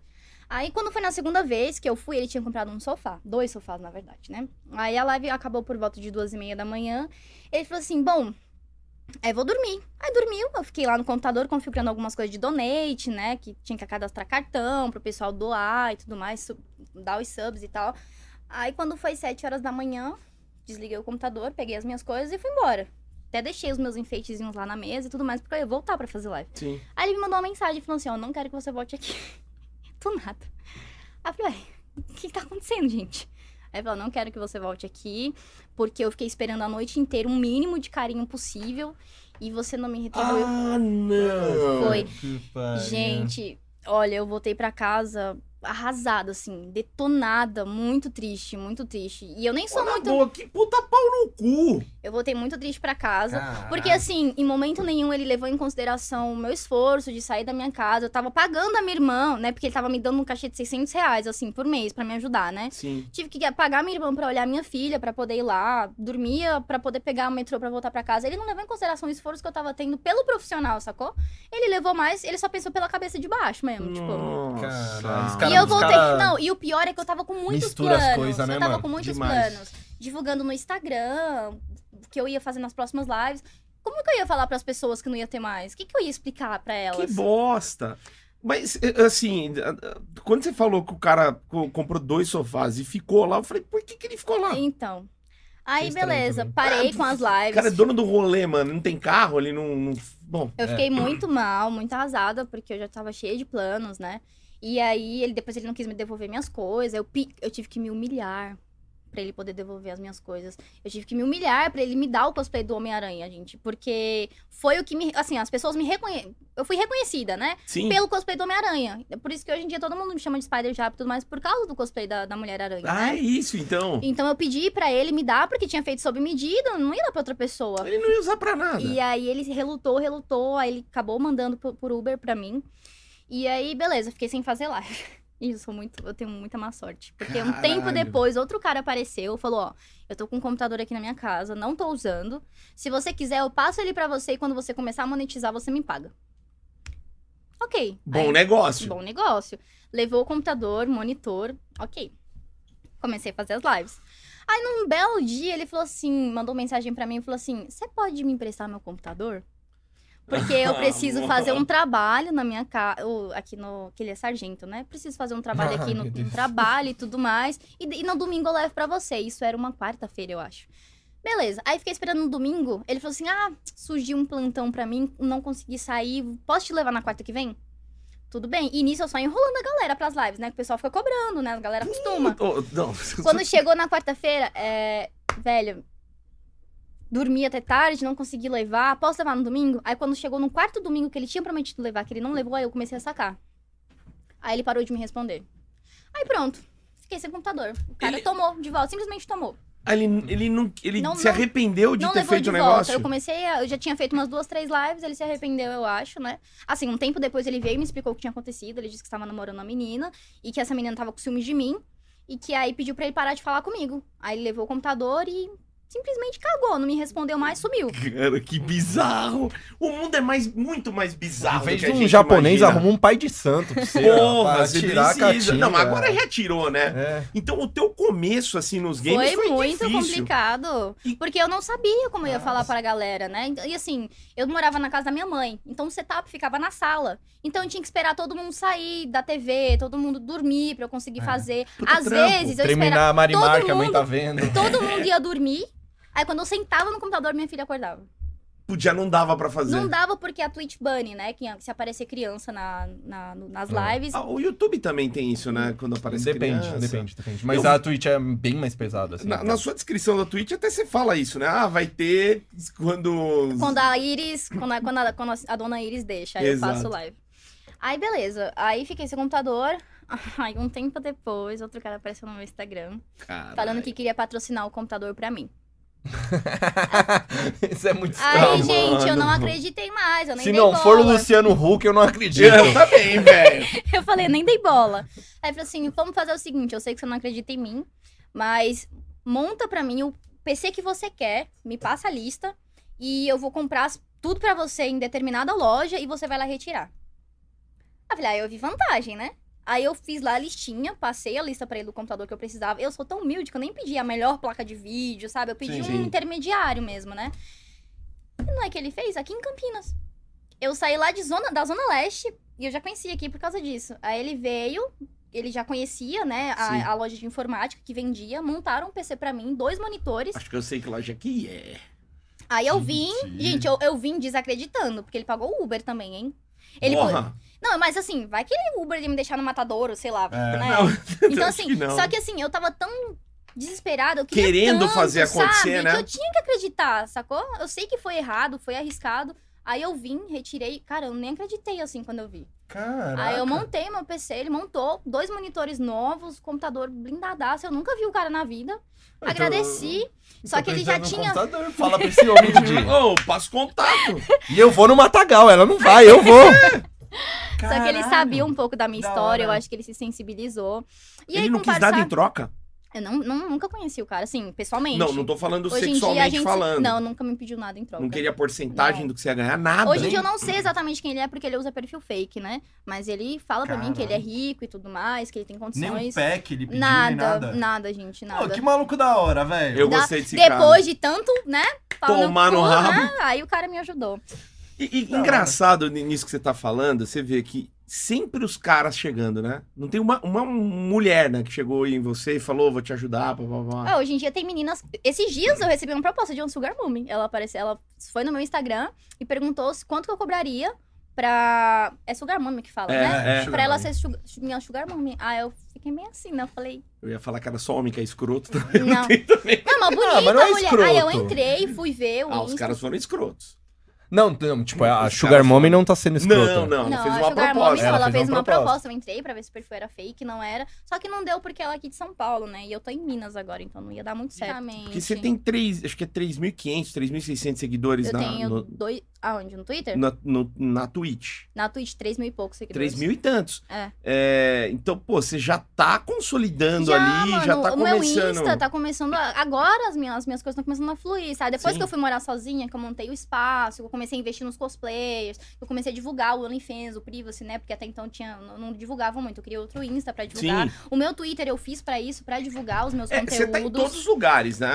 S3: Aí, quando foi na segunda vez que eu fui, ele tinha comprado um sofá. Dois sofás, na verdade, né? Aí a live acabou por volta de duas e meia da manhã. Ele falou assim: Bom, Aí vou dormir. Aí dormiu, eu fiquei lá no computador configurando algumas coisas de donate, né? Que tinha que cadastrar cartão pro pessoal doar e tudo mais, sub- dar os subs e tal. Aí quando foi 7 horas da manhã, desliguei o computador, peguei as minhas coisas e fui embora. Até deixei os meus enfeitezinhos lá na mesa e tudo mais, porque eu ia voltar pra fazer live.
S1: Sim.
S3: Aí ele me mandou uma mensagem falando assim, ó, não quero que você volte aqui. *laughs* Do nada. Aí eu falei, ué, o que que tá acontecendo, gente? Aí ele falou, não quero que você volte aqui, porque eu fiquei esperando a noite inteira o mínimo de carinho possível e você não me retribuiu.
S1: Ah, não.
S3: Foi.
S2: Que pariu.
S3: Gente, olha, eu voltei pra casa arrasada, assim, detonada, muito triste, muito triste. E eu nem sou
S1: Olha,
S3: muito...
S1: boa, que puta pau no cu.
S3: Eu voltei muito triste pra casa.
S2: Caraca.
S3: Porque, assim, em momento nenhum ele levou em consideração o meu esforço de sair da minha casa. Eu tava pagando a minha irmã, né? Porque ele tava me dando um cachê de 600 reais, assim, por mês, pra me ajudar, né?
S1: Sim.
S3: Tive que pagar minha irmã pra olhar minha filha, pra poder ir lá. Dormia pra poder pegar o metrô pra voltar pra casa. Ele não levou em consideração o esforço que eu tava tendo pelo profissional, sacou? Ele levou mais, ele só pensou pela cabeça de baixo mesmo, tipo...
S1: Nossa.
S2: Caralho, esse
S3: e
S2: cara-
S3: eu
S2: os
S3: voltei.
S2: cara
S3: Não, e o pior é que eu tava com muitos
S2: mistura as
S3: planos.
S2: coisas, né,
S3: eu tava
S2: mano?
S3: com muitos
S1: Demais.
S3: planos. Divulgando no Instagram, o que eu ia fazer nas próximas lives. Como que eu ia falar pras pessoas que não ia ter mais? O que, que eu ia explicar pra
S1: Que
S3: elas?
S1: bosta. Mas, eh, assim, eh, quando você falou que o cara co- comprou dois sofás e ficou lá, eu falei, por que, que ele ficou lá?
S3: Então. Aí,
S2: estranho
S3: beleza.
S2: também.
S3: Parei com as
S1: O
S3: lives.
S1: cara é dono do rolê, mano. Não tem carro, ele não. não- Bom.
S3: Eu fiquei muito mal, muito arrasada, porque eu já tava cheia de planos, né? E aí, ele depois ele não quis me devolver minhas coisas. Eu, pi- eu tive que me humilhar pra ele poder devolver as minhas coisas. Eu tive que me humilhar pra ele me dar o cosplay do Homem-Aranha, gente. Porque foi o que me. Assim, as pessoas me reconhecem. Eu fui reconhecida, né?
S1: Sim.
S3: Pelo cosplay do Homem-Aranha. É Por isso que hoje em dia todo mundo me chama de Spider-Jap e tudo mais, por causa do cosplay da, da Mulher-Aranha.
S1: Ah, é
S3: né?
S1: isso, então.
S3: Então eu pedi pra ele me dar, porque tinha feito sob medida, não ia dar pra outra pessoa.
S1: Ele não ia usar pra nada.
S3: E aí ele relutou, relutou, aí ele acabou mandando por, por Uber pra mim. E aí, beleza, fiquei sem fazer live. *laughs* E eu sou muito, eu tenho muita má sorte. Porque um tempo
S1: Caralho.
S3: depois, outro cara apareceu, falou, ó, eu tô com um computador aqui na minha casa, não tô usando. Se você quiser, eu passo ele pra você e quando você começar a monetizar, você me paga. Ok.
S1: Bom
S3: Aí-
S1: negócio.
S3: Bom negócio. Levou o computador, monitor, ok. Comecei a fazer as lives. Aí num belo dia ele falou assim, mandou mensagem pra mim e falou assim: "Você pode me emprestar meu computador? Porque
S2: *laughs* Ah,
S3: eu preciso fazer um trabalho na minha casa, aqui no, que ele é sargento, né? Preciso fazer
S2: *laughs*
S3: um trabalho aqui no,
S2: Meu Deus.
S3: no trabalho e tudo mais. E, e no domingo eu levo pra você. Isso era uma quarta-feira, eu acho. Beleza. Aí fiquei esperando no domingo. Ele falou assim: "Ah, surgiu um plantão pra mim, não consegui sair. Posso te levar na quarta que vem?" Tudo bem. E nisso eu só enrolando a galera pras lives, né? Que o pessoal fica cobrando, né? A
S1: *laughs*
S3: galera acostuma.
S1: Oh, não.
S3: Quando chegou na quarta-feira, é... velho, dormi até tarde, não consegui levar. Posso levar no domingo? Aí quando chegou no quarto domingo que ele tinha prometido levar, que ele não levou, aí eu comecei a sacar. Aí ele parou de me responder. Aí pronto, fiquei sem computador. O cara tomou de volta, simplesmente tomou.
S1: Ah, Ele, ele, não, ele
S3: Não,
S1: se
S3: não.
S1: arrependeu de
S3: não
S1: ter
S3: levou
S1: feito
S3: de
S1: o
S3: volta.
S1: negócio?
S3: Eu comecei a, eu já tinha feito umas duas, três lives, ele se arrependeu, eu acho, né? Assim, um tempo depois ele veio e me explicou o que tinha acontecido, ele disse que estava namorando uma menina e que essa menina tava com ciúmes de mim e que aí pediu pra ele parar de falar comigo. Aí ele levou o computador e simplesmente cagou, não me respondeu mais, sumiu.
S1: Cara, que bizarro. O mundo é mais, muito mais
S2: Em
S1: bizarro.
S2: vez
S1: do
S2: de
S1: que a
S2: um
S1: gente
S2: japonês,
S1: imagina.
S2: arruma um pai de santo pra você. ó,
S1: Porra,
S2: pra
S1: você
S2: tirar a
S1: precisa.
S2: caatinga.
S1: Não, mas agora já tirou, né?
S2: É.
S1: Então o teu começo, assim, nos games
S3: Foi,
S1: foi,
S3: muito
S1: difícil.
S3: complicado.
S1: E-
S3: Porque eu não sabia como eu ia
S2: Nossa.
S3: falar pra galera, né? E assim, eu morava na casa da minha mãe. Então o setup ficava na sala. Então eu tinha que esperar todo mundo sair da TV, todo mundo dormir pra eu conseguir
S2: É.
S3: fazer.
S1: Puta
S3: Às
S1: trampo.
S3: vezes eu esperava.
S2: Terminar a Marimar,
S3: todo
S2: que a mãe
S3: mundo-
S2: tá vendo.
S3: Todo mundo ia dormir. Aí quando eu sentava no computador, minha filha acordava.
S1: Podia, não dava pra fazer.
S3: Não dava porque a Twitch Bunny, né? Que se aparecer criança na, na- no- nas
S2: É.
S3: lives.
S1: Ah, o YouTube também tem isso, né? Quando aparece
S2: Depende,
S1: criança.
S2: depende, depende. Mas
S1: Eu-
S2: a Twitch é bem mais pesada, assim.
S1: Na, na sua descrição da Twitch até você fala isso, né? Ah, vai ter quando...
S3: Quando a Iris. Quando a, quando a, quando a dona Iris deixa, aí
S1: Exato.
S3: eu faço live. Aí beleza. Aí fiquei sem computador. *laughs* Aí um tempo depois, outro cara apareceu no meu Instagram
S1: Caralho.
S3: falando que quria patrocinar o computador pra mim.
S2: *laughs* Isso é muito
S3: Aí,
S4: Tá
S2: estranho.
S3: gente, eu não
S1: mano.
S3: acreditei mais. Eu nem
S2: Se
S3: dei
S2: não
S3: bola.
S2: for o Luciano Huck, eu não acredito.
S1: *laughs* Eu também, velho.
S3: *laughs* Eu falei, nem dei bola. Aí falou assim: vamos fazer o seguinte, eu sei que você não acredita em mim, mas monta pra mim o PC que você quer, me passa a lista e eu vou comprar as- tudo pra você em determinada loja e você vai lá retirar. Aí eu falei, ah, eu vi vantagem, né? Aí eu fiz lá a listinha, passei a lista pra ele do computador que eu precisava. Eu sou tão humilde que eu nem pedi a melhor placa de vídeo, sabe? Eu pedi
S1: Sim,
S3: um
S1: sim.
S3: intermediário mesmo, né? que não é que ele fez? Aqui em Campinas. Eu saí lá de zona, da Zona Leste e eu já conhecia aqui por causa disso. Aí ele veio, ele já conhecia, né,
S1: Sim.
S3: a, a loja de informática que vendia, montaram um PC pra mim, dois monitores.
S1: Acho que eu sei que loja que é.
S3: Aí eu vim,
S2: Gente.
S3: gente, eu, eu vim desacreditando, porque ele pagou o Uber também, hein? Ele pô-
S1: Porra!
S3: Não, mas assim, vai que ele Uber ia me deixar no matadouro, sei lá,
S2: É.
S3: né?
S1: Não, *laughs*
S3: Então,
S1: acho
S3: assim,
S1: que não.
S3: só que assim, eu tava tão desesperada, eu queria
S1: Querendo
S3: tanto,
S1: fazer
S3: sabe?
S1: acontecer, né?
S3: Que eu tinha que acreditar, sacou? Eu sei que foi errado, foi arriscado. Aí eu vim, retirei. Cara, eu nem acreditei assim quando eu vi.
S2: Caraca.
S3: Aí eu montei meu PC, ele montou dois monitores novos, computador blindadaço. Eu nunca vi o cara na vida.
S1: Ah,
S2: Eu tô-
S1: então
S3: Agradeci.
S2: Tô
S3: só que ele já
S2: precisando de um
S3: tinha.
S2: computador, Fala pra esse homem, Didi.
S1: Ô, passo contato.
S2: *laughs* E eu vou no Matagal, ela não vai, eu vou.
S3: Só que ele sabia um pouco da minha
S2: Da
S3: história, eu
S2: hora.
S3: acho que ele se sensibilizou. E
S1: ele
S3: aí,
S1: não
S3: com o
S1: quis nada
S3: passar-
S1: em troca?
S3: Eu não, não- nunca conheci o cara, assim, pessoalmente.
S1: Não, não tô falando
S3: Hoje em dia a
S1: sexualmente
S3: gente.
S1: falando.
S3: Não, nunca me pediu nada em troca.
S1: Não queria porcentagem do que você ia ganhar, nada.
S3: Hoje em dia eu não sei exatamente quem ele é, porque ele usa perfil fake, né? Mas ele fala pra mim que ele é rico e tudo mais, que ele tem
S2: Nem um
S3: condições.
S2: pack ele pediu,
S3: nada,
S2: nem
S3: nada,
S2: nada.
S3: gente,
S2: Pô,
S3: nada.
S2: que maluco da hora, velho.
S1: Eu
S3: Dá-
S1: gostei desse cara.
S3: Depois de tanto, né? pau
S1: Tomar no
S3: cu,
S1: rabo.
S3: né, Aí o cara me ajudou.
S1: E, e
S2: Da
S1: engraçado nisso que você tá falando, você vê que sempre os caras chegando, né? Não tem uma, uma mulher, né, que chegou em você e falou, vou te ajudar, blá, blá, blá.
S3: Ah, hoje em dia tem meninas. Esses dias eu recebi uma proposta de um Sugar Mummy. Ela apareceu, ela foi no meu Instagram e perguntou se- quanto que eu cobraria pra. É Sugar Mummy que fala,
S1: É,
S3: né?
S1: é.
S2: Sugar
S3: Pra ela
S2: Mummy.
S3: ser sugar, minha Sugar Mummy. Ah, eu fiquei meio assim, né?
S1: *laughs*
S3: Eu falei,
S1: Eu ia falar que era só homem que é escroto.
S3: não. Não, mas bonita,
S2: mas não é
S3: mulher. Aí eu
S2: escroto.
S3: entrei, fui ver
S1: *laughs*
S3: o
S1: Ah, os
S3: Insta,
S1: caras foram escrotos.
S2: Não, não, tipo, a
S1: Os
S2: Sugar
S1: caras
S2: Mommy não tá sendo escrota.
S1: Não, não, ela fez
S3: a
S1: uma
S3: Sugar Mommy,
S1: proposta.
S3: ela,
S2: Ela
S3: fez, uma, proposta.
S2: proposta.
S3: Eu entrei pra ver se o perfil era fake, não era. Só que não deu porque ela é aqui de São Paulo, né? E eu tô em Minas agora, então não ia dar muito certo.
S1: Porque você tem três, acho que é 3.500, 3.600 seguidores
S3: Eu
S1: na,
S3: tenho
S1: no-
S3: dois. Aonde? No Twitter?
S1: na, no- na Twitch.
S3: Na Twitch, três mil e poucos seguidores.
S1: 3 mil e tantos.
S3: É.
S1: É, então, pô, você já tá consolidando
S3: Já,
S1: ali,
S3: mano,
S1: já tá
S3: o meu
S1: começando.
S3: Insta tá começando. a- Agora as minhas, as minhas coisas estão começando a fluir, sabe? Depois
S1: Sim.
S3: que eu fui morar sozinha, que eu montei o espaço, que eu comecei a investir nos cosplayers, que eu comecei a divulgar o OnlyFans, o Privacy, né? Porque até então tinha, não, não divulgava muito. Eu queria outro Insta pra divulgar.
S1: Sim.
S3: O meu Twitter eu fiz pra isso, pra divulgar os meus
S1: É,
S3: conteúdos. É,
S1: você tá em todos os lugares,
S3: *laughs*
S1: né?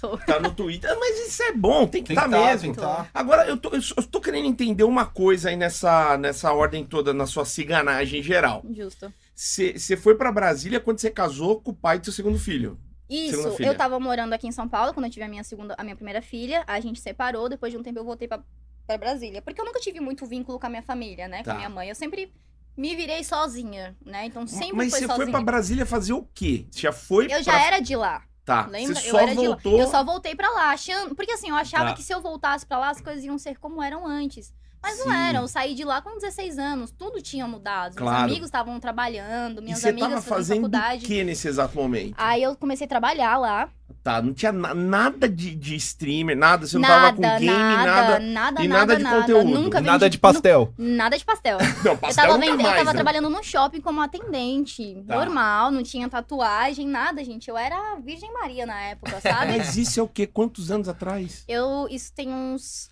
S3: tô.
S1: Tá no Twitter, mas isso é bom, tem que
S2: Tem
S1: tá
S2: que tá,
S1: mesmo.
S2: tem que
S4: então.
S2: tá.
S1: Agora, eu tô, eu só- eu tô querendo entender uma coisa aí nessa, nessa ordem toda, na sua ciganagem geral.
S3: Justo.
S1: Você você foi pra Brasília quando você casou com o pai do seu segundo filho. Segunda
S3: Isso,
S1: filha.
S3: eu tava morando aqui em São Paulo quando eu tive a minha segunda, a minha primeira filha. A gente separou, depois de um tempo eu voltei pra, pra Brasília. Porque eu nunca tive muito vínculo com a minha família, né? Com
S1: Tá.
S3: a minha mãe. Eu sempre me virei sozinha, né? Então sempre
S1: mas
S3: foi
S1: você
S3: sozinha.
S1: foi pra Brasília fazer o quê? Você já foi
S3: Eu já
S1: pra...
S3: era de lá,
S1: Tá,
S3: lembra?
S1: você
S3: Eu
S1: só
S3: era de
S1: voltou...
S3: lá. Eu só voltei pra lá, achando. Porque assim, eu achava
S1: Tá.
S3: que se eu voltasse pra lá, as coisas iam ser como eram antes. Mas não
S1: Sim.
S3: eram. Eu saí de lá com 16 anos. Tudo tinha mudado.
S1: Claro.
S3: Meus amigos estavam trabalhando,
S1: E
S3: minhas
S1: você tava
S3: amigas faziam
S1: fazendo o
S3: faculdade.
S1: quê nesse exato momento?
S3: Aí eu comecei a trabalhar lá.
S1: Tá, não tinha na- nada de, de streamer, nada, você não tava
S3: nada,
S1: com game, nada.
S3: nada, nada,
S1: e nada
S3: nada,
S1: de conteúdo.
S3: Nunca vendi-
S2: Nada de pastel.
S3: nu- Nada
S1: *laughs*
S3: de pastel.
S1: Não,
S3: Eu
S1: pastel
S3: tava,
S1: nunca
S3: vendo, eu
S1: mais,
S3: tava
S1: né?
S3: trabalhando num shopping como atendente.
S1: Tá.
S3: Normal, não tinha tatuagem, nada, gente. Eu era Virgem Maria na época,
S1: *laughs*
S3: sabe?
S1: Mas isso é o quê? Quantos anos atrás?
S3: eu, isso tem uns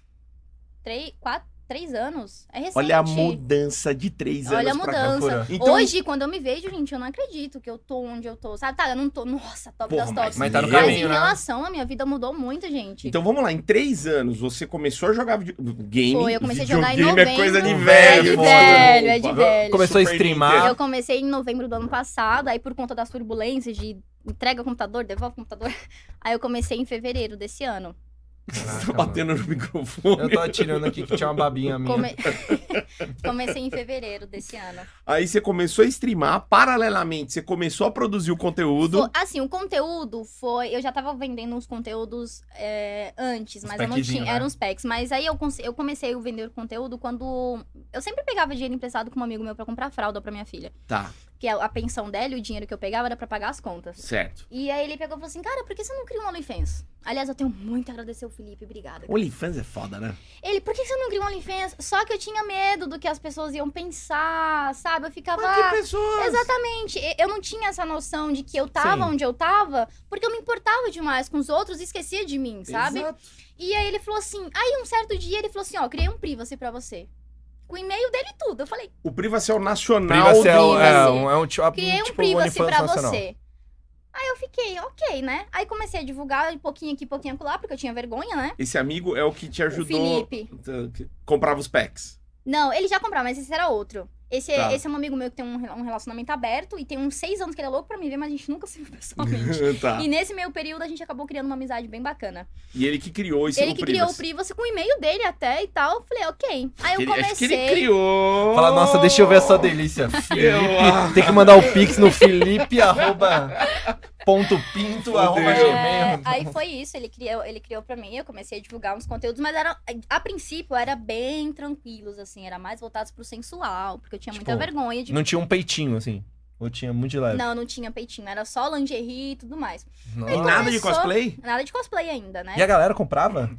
S3: três, quatro, três anos. É recente.
S1: Olha a mudança de três
S3: Olha a
S1: anos pra cá.
S3: mudança.
S2: Pura.
S1: Então-
S3: Hoje, quando eu me vejo, gente, eu não acredito que eu tô onde eu tô. Sabe, tá, eu não tô, nossa, top
S1: Porra,
S3: das
S1: mas-
S3: tops.
S1: mas
S2: tá no
S3: Mas em
S2: caminho, né?
S3: relação, a minha vida mudou muito, gente.
S1: Então vamos lá, em três anos você começou a jogar vide- game.
S3: Foi, eu comecei a jogar em
S1: videogame é
S3: novembro.
S1: coisa de
S2: É de
S1: velho, mano.
S3: velho, é de velho.
S2: Começou a
S1: Super
S2: streamar.
S1: Nintendo.
S3: Eu comecei em novembro do ano passado, aí por conta das turbulências de entrega o computador, devolve o computador. *laughs* Aí eu comecei em fevereiro desse ano.
S1: Você tá
S2: Caraca,
S1: batendo no microfone.
S2: Eu tô atirando aqui que tinha uma babinha minha. *laughs*
S3: Come- *laughs* comecei em fevereiro desse ano.
S1: Aí você começou a streamar, paralelamente você começou a produzir o conteúdo.
S3: Fo- assim, o conteúdo foi. Eu já tava vendendo uns conteúdos é, antes,
S2: Uns
S3: mas eu não
S2: packzinho,
S3: tinha.
S2: né?
S3: Eram uns packs. Mas aí eu, conse- eu comecei a vender conteúdo quando. Eu sempre pegava dinheiro emprestado com um amigo meu pra comprar fralda pra minha filha.
S1: Tá,
S3: Que a a pensão dela e o dinheiro que eu pegava era pra pagar as contas.
S1: certo.
S3: E aí ele pegou e falou assim, cara, por que você não cria um OnlyFans? Aliás, eu tenho muito a agradecer o Felipe, obrigada. cara.
S1: OnlyFans é foda, né?
S3: Ele, por que você não cria um OnlyFans? Só que eu tinha medo do que as pessoas iam pensar, sabe? Eu ficava...
S1: Mas que pessoa!
S3: Exatamente, E- eu não tinha essa noção de que eu tava
S1: Sim.
S3: onde eu tava, porque eu me importava demais com os outros e esquecia de mim, sabe?
S1: Exato.
S3: E aí ele falou assim, aí um certo dia ele falou assim, ó, criei um privacy pra você. Com o e-mail dele e tudo. Eu falei,
S1: O Privacy é o nacional
S2: Privacy é,
S1: do...
S2: o- é
S1: assim.
S3: Privacy.
S2: um, é um, tipo,
S3: Criei um
S2: tipo
S3: privacy
S2: OnlyFans
S3: pra
S2: nacional.
S3: você. Aí eu fiquei, ok, né? Aí comecei a divulgar um pouquinho aqui, pouquinho lá, porque eu tinha vergonha, né?
S1: Esse amigo é o que te
S3: O
S1: ajudou.
S3: Felipe.
S1: T- que Comprava os packs. *laughs*
S3: Não, ele já comprava, mas esse era outro. Esse, é-
S1: Tá.
S3: esse é um amigo meu que tem um, re- um relacionamento aberto e tem uns seis anos que ele é louco pra me ver, mas a gente nunca *laughs* se viu pessoalmente.
S1: *laughs* tá.
S3: E nesse meio período a gente acabou criando uma amizade bem bacana.
S1: E ele que criou esse
S3: ele que criou o Privacy com o e-mail dele até e tal. Eu falei, ok. Aí eu
S1: Ele, acho que
S3: comecei.
S1: ele criou.
S4: Fala, nossa, deixa eu ver essa delícia.
S1: ah.
S4: Felipe, tem que mandar o pix
S2: *laughs*
S4: no felipe, arroba, ponto pinto,
S1: Fudeu.
S4: arroba
S3: É,
S4: gmail.
S3: aí foi isso, ele criou, ele criou pra mim, eu comecei a divulgar uns conteúdos, mas era, a princípio era bem tranquilos, assim, era mais voltados pro sensual, porque eu tinha muita
S4: Tipo,
S3: vergonha de.
S4: Não tinha um peitinho, assim. Ou tinha muito de leve.
S3: Não, não tinha peitinho, era só lingerie e tudo mais.
S1: E
S4: Nossa.
S1: nada de
S3: começou.
S1: cosplay?
S3: Nada de cosplay ainda, né?
S4: E a galera comprava?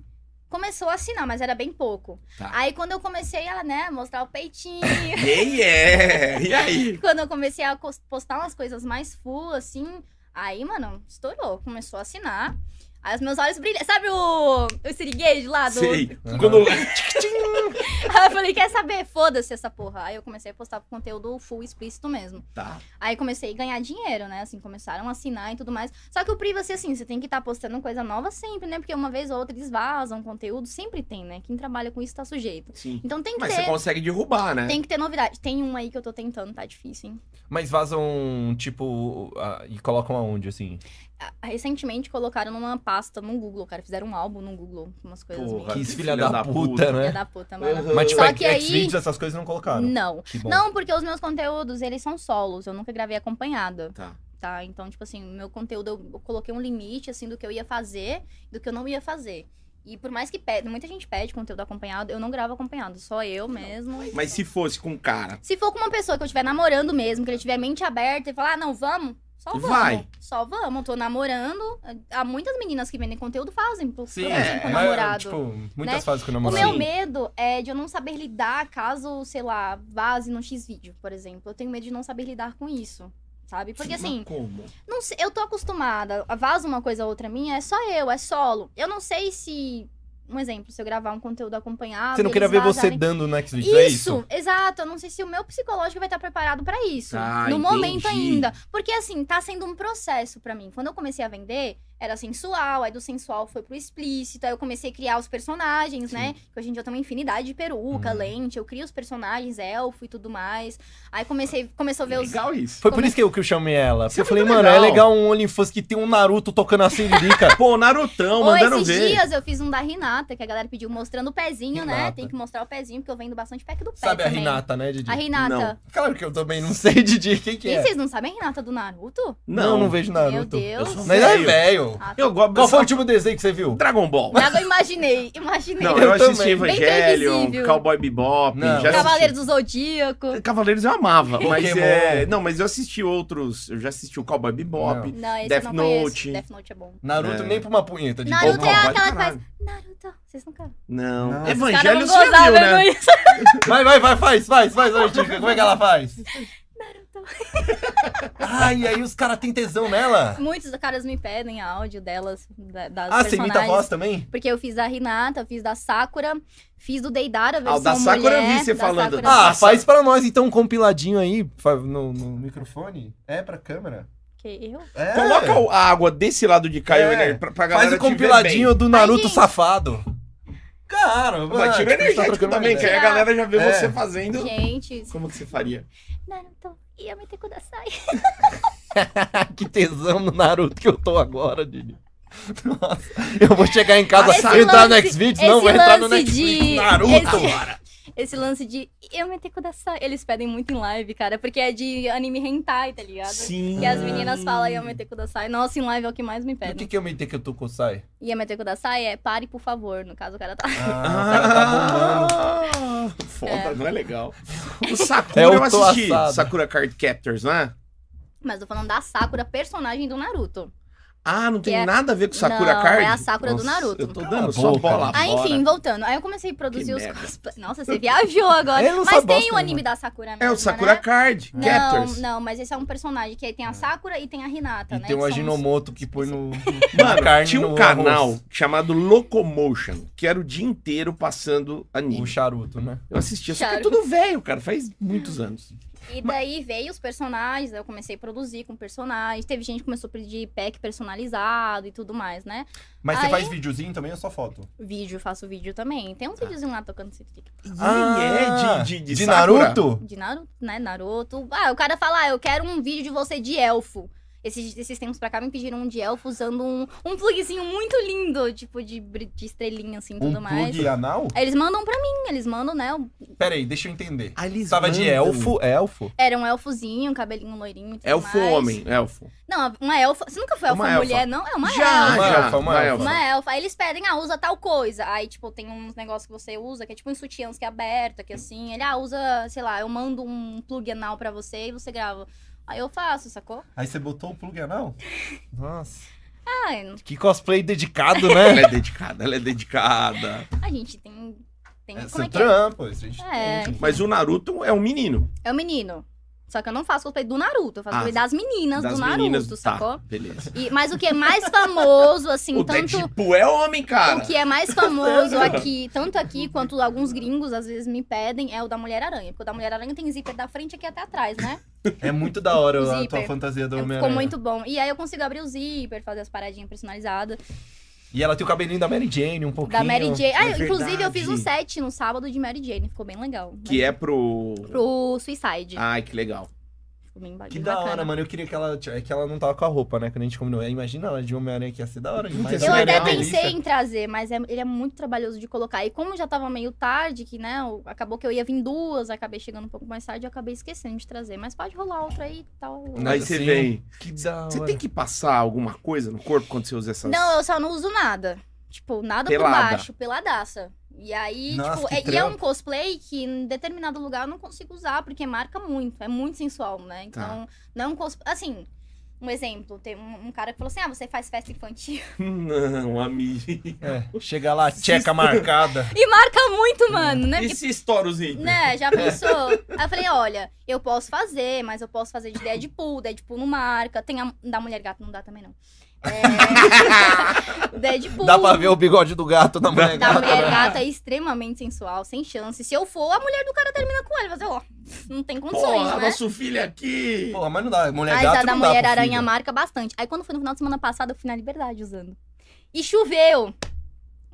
S3: Começou a assinar, mas era bem pouco.
S1: Tá.
S3: Aí quando eu comecei a, né, mostrar o peitinho, *laughs*
S1: Yeah,
S3: é.
S1: yeah. *laughs* E aí?
S3: quando eu comecei a cos- postar umas coisas mais full, assim, aí, mano, estourou. Começou a assinar. Aí os meus olhos brilham. Sabe o, o siriguejo lá do.
S1: Sei. Uhum.
S4: Aham.
S1: Quando...
S3: *laughs* Aí eu falei, quer saber? Foda-se essa porra. Aí eu comecei a postar conteúdo full explícito mesmo.
S1: Tá.
S3: Aí comecei a ganhar dinheiro, né? Assim, começaram a assinar e tudo mais. Só que o privacy, assim, você tem que estar postando coisa nova sempre, né? Porque uma vez ou outra eles vazam conteúdo, sempre tem, né? Quem trabalha com isso tá sujeito.
S1: Sim.
S3: Então tem que
S1: Mas
S3: ter.
S1: você consegue derrubar, né?
S3: Tem que ter novidade. Tem um aí que eu tô tentando, tá difícil, hein?
S4: Mas vazam, tipo, ah, e colocam aonde, assim?
S3: Ah, Recentemente colocaram numa pasta no Google, cara. Fizeram um álbum no Google, umas coisas
S1: Porra,
S3: meio
S4: Que
S1: que
S4: filha
S1: filha
S4: da,
S1: da
S4: puta,
S1: puta.
S3: filha
S4: né?
S3: da puta, mano.
S1: Uhum.
S4: Mas, tipo,
S3: Só
S4: X-
S3: que aí-
S4: Xvideos, essas coisas não colocaram.
S3: Não.
S4: Que bom.
S3: Não, porque os meus conteúdos, eles são solos. Eu nunca gravei acompanhada,
S1: Tá.
S3: tá? Então, tipo assim, meu conteúdo, eu- eu coloquei um limite, assim, do que eu ia fazer, do que eu não ia fazer. E por mais que pede, muita gente pede conteúdo acompanhado, eu não gravo acompanhado, só eu mesmo.
S1: Mas se fosse com um cara.
S3: Se for com uma pessoa que eu estiver namorando mesmo, que ele tiver mente aberta e falar, ah, não, vamos, só vamos.
S1: Vai.
S3: Só vamos, tô namorando. Há muitas meninas que vendem conteúdo fazem, por
S1: Sim,
S3: fazem
S1: é,
S3: com
S4: Mas,
S3: o namorado.
S4: tipo, assim. muitas
S3: né?
S4: fases com o
S3: O
S4: namorado.
S3: meu
S1: Sim.
S3: medo é de eu não saber lidar caso, sei lá, vaze num X-vídeo, por exemplo. Eu tenho medo de não saber lidar com isso. Sabe? Porque
S1: Mas
S3: assim,
S1: Como?
S3: não sei- eu tô acostumada, vaza uma coisa ou outra minha, é só eu, é solo. Eu não sei se, um exemplo, se eu gravar um conteúdo acompanhado.
S4: Você não queria
S3: eles
S4: ver você
S3: vazarem-
S4: dando no Xvideos,
S3: isso,
S4: é isso?
S3: exato. Eu não sei se o meu psicológico vai estar preparado pra isso.
S1: Tá,
S3: no momento
S1: entendi.
S3: ainda. Porque, assim, tá sendo um processo pra mim. Quando eu comecei a vender, era sensual, aí do sensual foi pro explícito, aí eu comecei a criar os personagens, né? Que hoje em dia eu tenho uma infinidade de peruca,
S4: Hum.
S3: lente, eu crio os personagens, elfo e tudo mais. Aí comecei, começou a ver os.
S1: Legal isso.
S4: Foi por isso que eu, que eu chamei ela. Porque
S1: Isso é
S4: eu falei,
S1: muito
S4: mano, é
S1: legal.
S4: legal um OnlyFans que tem um Naruto tocando a
S3: *laughs*
S4: siririca.
S1: Pô, Narutão,
S3: Ou
S1: mandando
S3: esses
S1: ver.
S3: dias eu fiz um da Renata, que a galera pediu mostrando o pezinho, né?
S4: Renata.
S3: Tem que mostrar o pezinho, porque eu vendo bastante pack do pé.
S4: Sabe a
S3: também.
S4: Renata, né, Didi?
S3: A Renata.
S1: Não.
S4: Claro que eu também não sei, Didi, quem que
S3: E
S4: é?
S3: vocês não sabem a Renata do Naruto?
S4: Não,
S1: Não,
S4: não vejo Naruto.
S3: Meu Deus.
S1: Eu sou
S4: Mas é
S1: Velho.
S4: velho.
S3: Ah,
S1: Eu gosto.
S4: Qual foi o último desenho que você viu?
S1: Dragon
S3: *laughs*
S1: Ball.
S3: Nada, eu imaginei, imaginei.
S1: Não,
S4: Eu
S1: eu, assisti
S4: também.
S3: Bem
S1: Evangelion,
S3: previsível.
S1: Cowboy Bebop,
S4: Não.
S1: já assisti.
S3: Cavaleiro do Zodíaco.
S1: Cavaleiros eu
S4: *laughs*
S1: amava, mas
S4: Pokémon.
S1: é, não, mas eu assisti outros, eu já assisti o Cowboy Bebop.
S3: Não, esse
S1: Death
S3: eu não conheço.
S1: Note.
S3: Death Note é bom.
S4: Naruto
S1: É.
S4: nem pra uma punheta, Didi.
S3: Naruto
S1: Bom,
S3: é
S1: vai
S3: aquela
S1: do
S3: que
S1: caralho.
S3: faz. Naruto, vocês nunca. Os
S1: Não,
S4: Não.
S3: caras
S1: Evangelho
S3: vão
S1: você
S3: gozar
S1: viu,
S3: vendo
S1: né?
S3: isso.
S4: Vai, vai, vai, faz, faz, faz, vai, Didi. Como é que ela faz? Ai, aí os caras têm tesão nela.
S3: Muitos caras me pedem áudio delas, da- das
S4: Ah, você
S3: personagens.
S4: imita a voz também?
S3: Porque eu fiz da Hinata, fiz da Sakura, fiz do Deidara, versão
S1: Ah, o da Sakura eu
S3: mulher,
S1: vi você
S3: da
S1: falando.
S3: Sakura-
S4: Ah,
S1: Ah,
S4: faz pra nós então um compiladinho aí fa- no, no microfone. É, pra câmera.
S3: Que eu?
S4: É.
S1: Coloca o- a água desse lado de Caio
S4: É.
S1: Ener- pra, pra galera
S4: Faz o
S1: te ver
S4: compiladinho
S1: bem.
S4: do Naruto
S3: gente.
S4: safado. Cara,
S1: Mas tira o
S4: tá
S1: energético também, que aí a
S3: ideia.
S1: galera já vê
S4: É.
S1: você fazendo.
S3: Gente,
S1: Como que você faria?
S3: Naruto, ia me ter kudasai.
S4: *laughs* que tesão no Naruto que eu tô agora, Didi. Nossa, eu vou chegar em casa,
S1: Esse
S4: vou entrar no
S3: lance-
S4: Xvideos, não,
S3: esse
S4: vou entrar no
S3: lance
S4: Netflix,
S3: de-
S4: Naruto.
S3: esse-
S4: cara.
S3: Esse lance de eu me ter kudasai. Eles pedem muito em live, cara, porque é de anime hentai, tá ligado?
S1: Sim.
S3: E as meninas falam eu me ter kudasai. Nossa, em live é o que mais me
S4: E O
S3: pedem.
S4: que que eu me que eu tô com o Sai?
S3: E a Meteco da Sai é pare, por favor. No caso, o cara tá. *laughs*
S4: Ah, o cara tá bombando.
S1: Ah, Foda,
S3: É.
S1: não é
S4: *laughs*
S1: legal. O Sakura
S4: É, eu
S1: eu
S4: tô
S1: assisti.
S4: assado.
S1: Sakura Card Captors, né?
S3: Mas tô falando da Sakura, personagem do Naruto.
S1: Ah, não tem
S3: Que é-
S1: nada a ver com Sakura
S3: Não,
S1: Card?
S3: é a Sakura do Naruto.
S1: Eu tô
S4: Cala a
S1: dando só
S4: boca.
S1: bola
S3: Aí,
S1: Tá fora.
S3: enfim, voltando. Aí eu comecei a produzir os
S1: merda.
S3: cosplay. Nossa, você viajou
S1: *laughs*
S3: agora.
S4: Ele não
S3: Mas
S4: sabe
S3: tem
S4: bosta
S3: o anime
S4: nenhuma.
S3: da Sakura mesmo,
S1: É o Sakura
S3: né?
S1: Card
S3: Não,
S1: Captors. Ah.
S3: não, mas esse é um personagem que aí tem a Sakura e tem a Hinata,
S4: E tem
S3: né? que
S4: um
S3: são os-
S4: Aginomoto que põe no.
S1: Mano,
S4: na carne
S1: tinha
S4: no
S1: um canal
S4: arroz.
S1: chamado Locomotion, que era o dia inteiro passando
S4: O
S1: anime.
S4: charuto, né?
S1: Eu assistia, só que é
S3: Charu.
S1: tudo velho, cara, faz muitos anos.
S3: E daí veio os personagens, eu comecei a produzir com personagens. Teve gente que começou a pedir pack personalizado e tudo mais, né?
S4: Mas você
S3: Aí-
S4: faz videozinho também ou é só foto?
S3: Vídeo, faço vídeo também. Tem uns
S1: Tá.
S3: videozinhos lá tocando City
S1: Ah, é de- de- de Sakura?
S4: Naruto?
S3: de Naruto, né? Naruto. Ah, o cara fala, ah, eu quero um vídeo de você de elfo. Esses, esses tempos pra cá me pediram um de elfo usando um, um plugzinho muito lindo, tipo de, bri- de estrelinha, assim, tudo
S4: Um
S3: mais.
S4: plug anal?
S3: Aí eles mandam pra mim, eles mandam, né? um-
S4: Pera aí, deixa eu entender.
S1: Aí Ah, eles
S4: Tava de
S1: mandam.
S4: elfo, elfo.
S3: Era um elfozinho, um cabelinho loirinho e tudo
S1: Elfo ou
S3: mais.
S1: homem, elfo.
S3: Não, uma elfa. Você nunca foi elfa
S1: Uma elfa.
S3: mulher, não? É uma
S1: já,
S3: elfa.
S4: Uma
S1: já,
S4: elfa, uma
S1: uma
S4: elfa.
S1: elfa.
S3: Uma elfa. Aí eles pedem, ah, usa tal coisa. Aí, tipo, tem uns negócios que você usa, que é tipo uns sutiãs que é aberto, que é assim. Ele, ah, usa, sei lá, eu mando um plug anal pra você e você grava. Aí eu faço, sacou?
S4: Aí você botou o plug anal? Nossa.
S3: Ah, eu não-
S2: Que cosplay dedicado,
S1: Ela
S2: né?
S1: é dedicada, ela é dedicada.
S3: a gente tem.
S4: É
S3: tem *laughs* como
S4: seu
S3: é que é?
S4: trampo, a gente
S3: É.
S4: tem.
S1: Mas o Naruto é um menino.
S3: É o menino. Só que eu não faço cosplay do Naruto, eu faço
S1: Ah,
S3: cosplay das meninas
S1: das
S3: do Naruto,
S1: meninas.
S3: sacou?
S1: Tá, beleza.
S3: E, mas o que é mais famoso, assim,
S1: *laughs* o
S3: tanto.
S1: Deadpool é homem, cara.
S3: O que é mais famoso aqui, tanto aqui quanto alguns gringos às vezes me pedem, é o da Mulher-Aranha. Porque o da Mulher-Aranha tem zíper da frente aqui até atrás, né?
S4: É muito da hora a
S3: Zíper.
S4: tua fantasia do
S3: É,
S4: homem
S3: ficou muito bom. E aí eu consigo abrir o zíper, fazer as paradinhas personalizadas.
S4: E ela tem o cabelinho da Mary Jane, um pouquinho.
S3: Da Mary Jane. Ah,
S1: é
S3: inclusive eu fiz um
S1: verdade.
S3: set no sábado de Mary Jane, ficou bem legal.
S1: Que é Ah. pro...
S3: Pro Suicide.
S1: Ai, que legal.
S3: ficou bem,
S4: Que
S3: É bem
S4: da
S3: bacana.
S4: hora, mano. Eu queria que ela. É que ela não tava com a roupa, né? Quando a gente combinou. Imagina ela de Homem-Aranha que ia ser da hora
S1: Puta,
S4: demais.
S1: esse
S3: Eu
S1: Esse
S3: até
S1: material é uma
S3: pensei em trazer, mas é- ele é muito trabalhoso de colocar. E como já tava meio tarde, que né, o- acabou que eu ia vir duas, acabei chegando um pouco mais tarde, eu acabei esquecendo de trazer. Mas pode rolar outra aí e tal.
S4: Nada
S1: Aí você
S4: assim. é.
S1: vem...
S4: Que da hora.
S1: Você tem que passar alguma coisa no corpo quando você usa essas...
S3: Não, eu só não uso nada. Tipo, nada
S1: Pelada.
S3: por baixo, peladaça. E aí,
S4: Nossa,
S3: tipo,
S4: que
S3: é, e é um
S4: trampo.
S3: cosplay que em determinado lugar eu não consigo usar, porque marca muito, é muito sensual, né?
S1: Tá.
S3: Então, não é um cosplay. Assim, um exemplo, tem um, um cara que falou assim: ah, você faz festa infantil. *laughs*
S1: Não, amigo.
S4: É, chega lá,
S3: *laughs*
S4: checa marcada.
S3: E marca muito, mano, né?
S1: E
S3: Porque,
S1: se estoura o zíper?
S3: né, já pensou? Aí eu falei, olha, eu posso fazer, mas eu posso fazer de Deadpool, Deadpool não marca. Tem a da mulher gato, não dá também, não. É... *laughs* Deadpool.
S4: Dá pra ver o bigode do gato da mulher
S3: Da
S4: gata.
S3: mulher
S4: né?
S3: gata é extremamente sensual, sem chance. Se eu for, a mulher do cara termina com ele. Mas eu, ó, não tem condições,
S1: Porra,
S3: né?
S1: nosso filho é aqui.
S4: Porra, mas não dá. Mulher
S3: Mas
S4: gata
S3: a tá da
S4: não dá
S3: mulher
S4: pro
S3: aranha
S4: filho.
S3: marca bastante. Aí quando foi no final de semana passada, eu fui na liberdade usando. E choveu.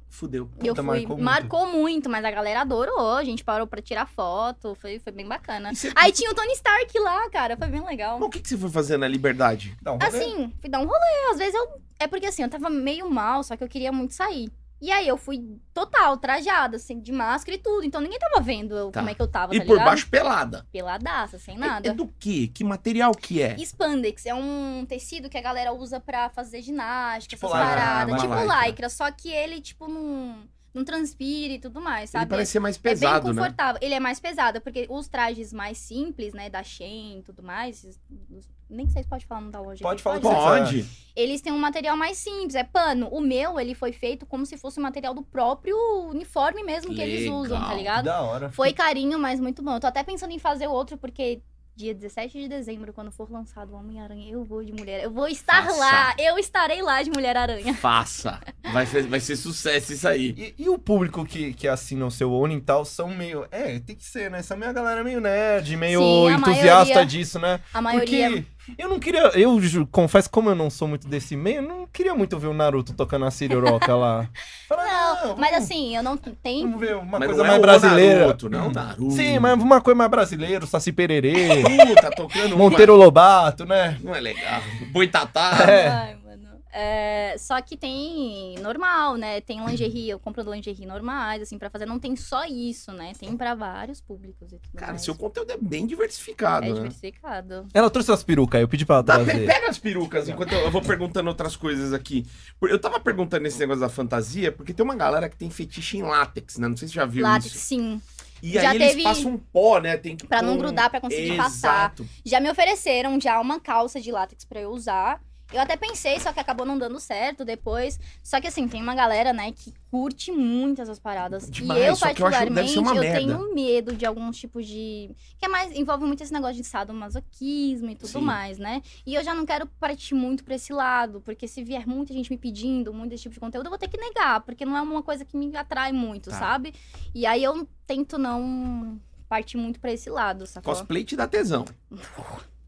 S1: Fudeu.
S3: E eu
S4: Puta,
S3: fui.
S4: marcou
S3: Marcou,
S4: muito.
S3: muito. mas a galera adorou. A gente parou pra tirar foto. Foi, foi bem bacana.
S1: E você-
S3: Aí tinha o Tony Stark lá, cara. Foi bem legal.
S1: Mas o que, que você foi fazer na Liberdade?
S4: Dá um rolê.
S3: Assim, fui dar um rolê. Às vezes eu. É porque assim, eu tava meio mal, só que eu queria muito sair. E aí eu fui total, trajada, assim, de máscara e tudo. Então ninguém tava vendo eu-
S1: Tá.
S3: como é que eu tava,
S1: e
S3: tá
S1: por
S3: ligado?
S1: baixo, pelada.
S3: Peladaça, sem
S1: É, é
S3: nada.
S1: do que? Que material que é?
S3: Spandex é um tecido que a galera usa pra fazer ginástica,
S4: Tipo
S3: essas
S4: lycra,
S3: paradas.
S1: uma
S3: tipo
S1: lycra.
S3: lycra, só que ele, tipo, não, não transpira e tudo mais, sabe?
S1: Ele parece ser mais
S3: é bem
S1: pesado, né?
S3: confortável. Ele é mais pesado, porque os trajes mais simples, né, da Shein e tudo mais, esses- os- nem sei se pode falar não da loja.
S4: Pode
S3: aqui,
S4: falar o que você
S1: Pode.
S3: eles têm um material mais simples, é pano. O meu, ele foi feito como se fosse o material do próprio uniforme mesmo que eles
S1: Legal.
S3: usam, tá
S4: Que
S3: ligado?
S4: Da hora.
S3: Foi carinho, mas muito bom. Eu tô até pensando em fazer outro, porque dia 17 de dezembro, quando for lançado o Homem-Aranha, eu vou de Mulher. Eu vou estar
S1: Faça.
S3: lá, eu estarei lá de *laughs* Mulher-Aranha.
S1: Faça. Vai, ser- vai ser sucesso isso aí.
S4: E, e o público que, que assina o seu Oni e tal são meio. É, tem que ser, né? São meio a galera meio nerd, meio
S3: Sim, a
S4: entusiasta
S3: maioria-
S4: disso, né?
S3: A maioria.
S4: Porque eu não queria. Eu ju- confesso, como eu não sou muito desse meio, eu não queria muito ver o Naruto tocando a Siroroca
S3: *laughs*
S4: lá. Fala,
S3: Não, mas
S4: vamos-
S3: assim, eu não tenho.
S4: Vamos ver uma
S1: Mas
S4: coisa
S1: não é
S4: mais
S1: o
S4: brasileira.
S1: Naruto, não, Naruto.
S4: Sim, mas uma coisa mais brasileira, o Saci
S3: *laughs*
S4: Pererê,
S1: Puta, tocando uma-
S4: Monteiro Lobato, né?
S1: Não é legal. Boitatá.
S4: É.
S3: Ai, mano. É, só que tem normal, né? Tem lingerie, eu compro lingerie normais, assim, pra fazer. Não tem só isso, né? Tem pra vários públicos e tudo
S1: Cara,
S3: mais.
S1: seu conteúdo é bem diversificado,
S3: É
S1: né?
S3: diversificado.
S4: Ela trouxe as perucas, eu pedi pra ela
S1: Tá, pe-
S4: trazer.
S1: pega as perucas enquanto eu eu vou perguntando outras coisas aqui. Por- Eu tava perguntando esse negócio da fantasia, porque tem uma galera que tem fetiche em látex, né? Não sei se você já viu
S3: Látex,
S1: isso.
S3: sim.
S1: E
S3: Já
S1: aí
S3: teve-
S1: eles passam um pó, né? Tem que
S3: Pra
S1: pôr
S3: não
S1: um-
S3: grudar, pra conseguir passar. Tá
S1: Exato.
S3: Já me ofereceram já uma calça de látex pra eu usar. Eu até pensei, só que acabou não dando certo depois. Só que assim, tem uma galera, né, que curte muito essas paradas.
S1: Demais,
S3: e eu,
S1: só que eu acho que deve
S3: particularmente,
S1: ser
S3: eu,
S1: uma merda.
S3: tenho medo de alguns tipos de. Que é mais. Envolve muito esse negócio de sadomasoquismo e tudo
S1: Sim.
S3: mais, né? E eu já não quero partir muito pra esse lado, porque se vier muita gente me pedindo muito esse tipo de conteúdo, eu vou ter que negar, porque não é uma coisa que me atrai muito,
S1: Tá.
S3: sabe? E aí eu tento não partir muito pra esse lado, sacou?
S1: Cosplay te dá tesão.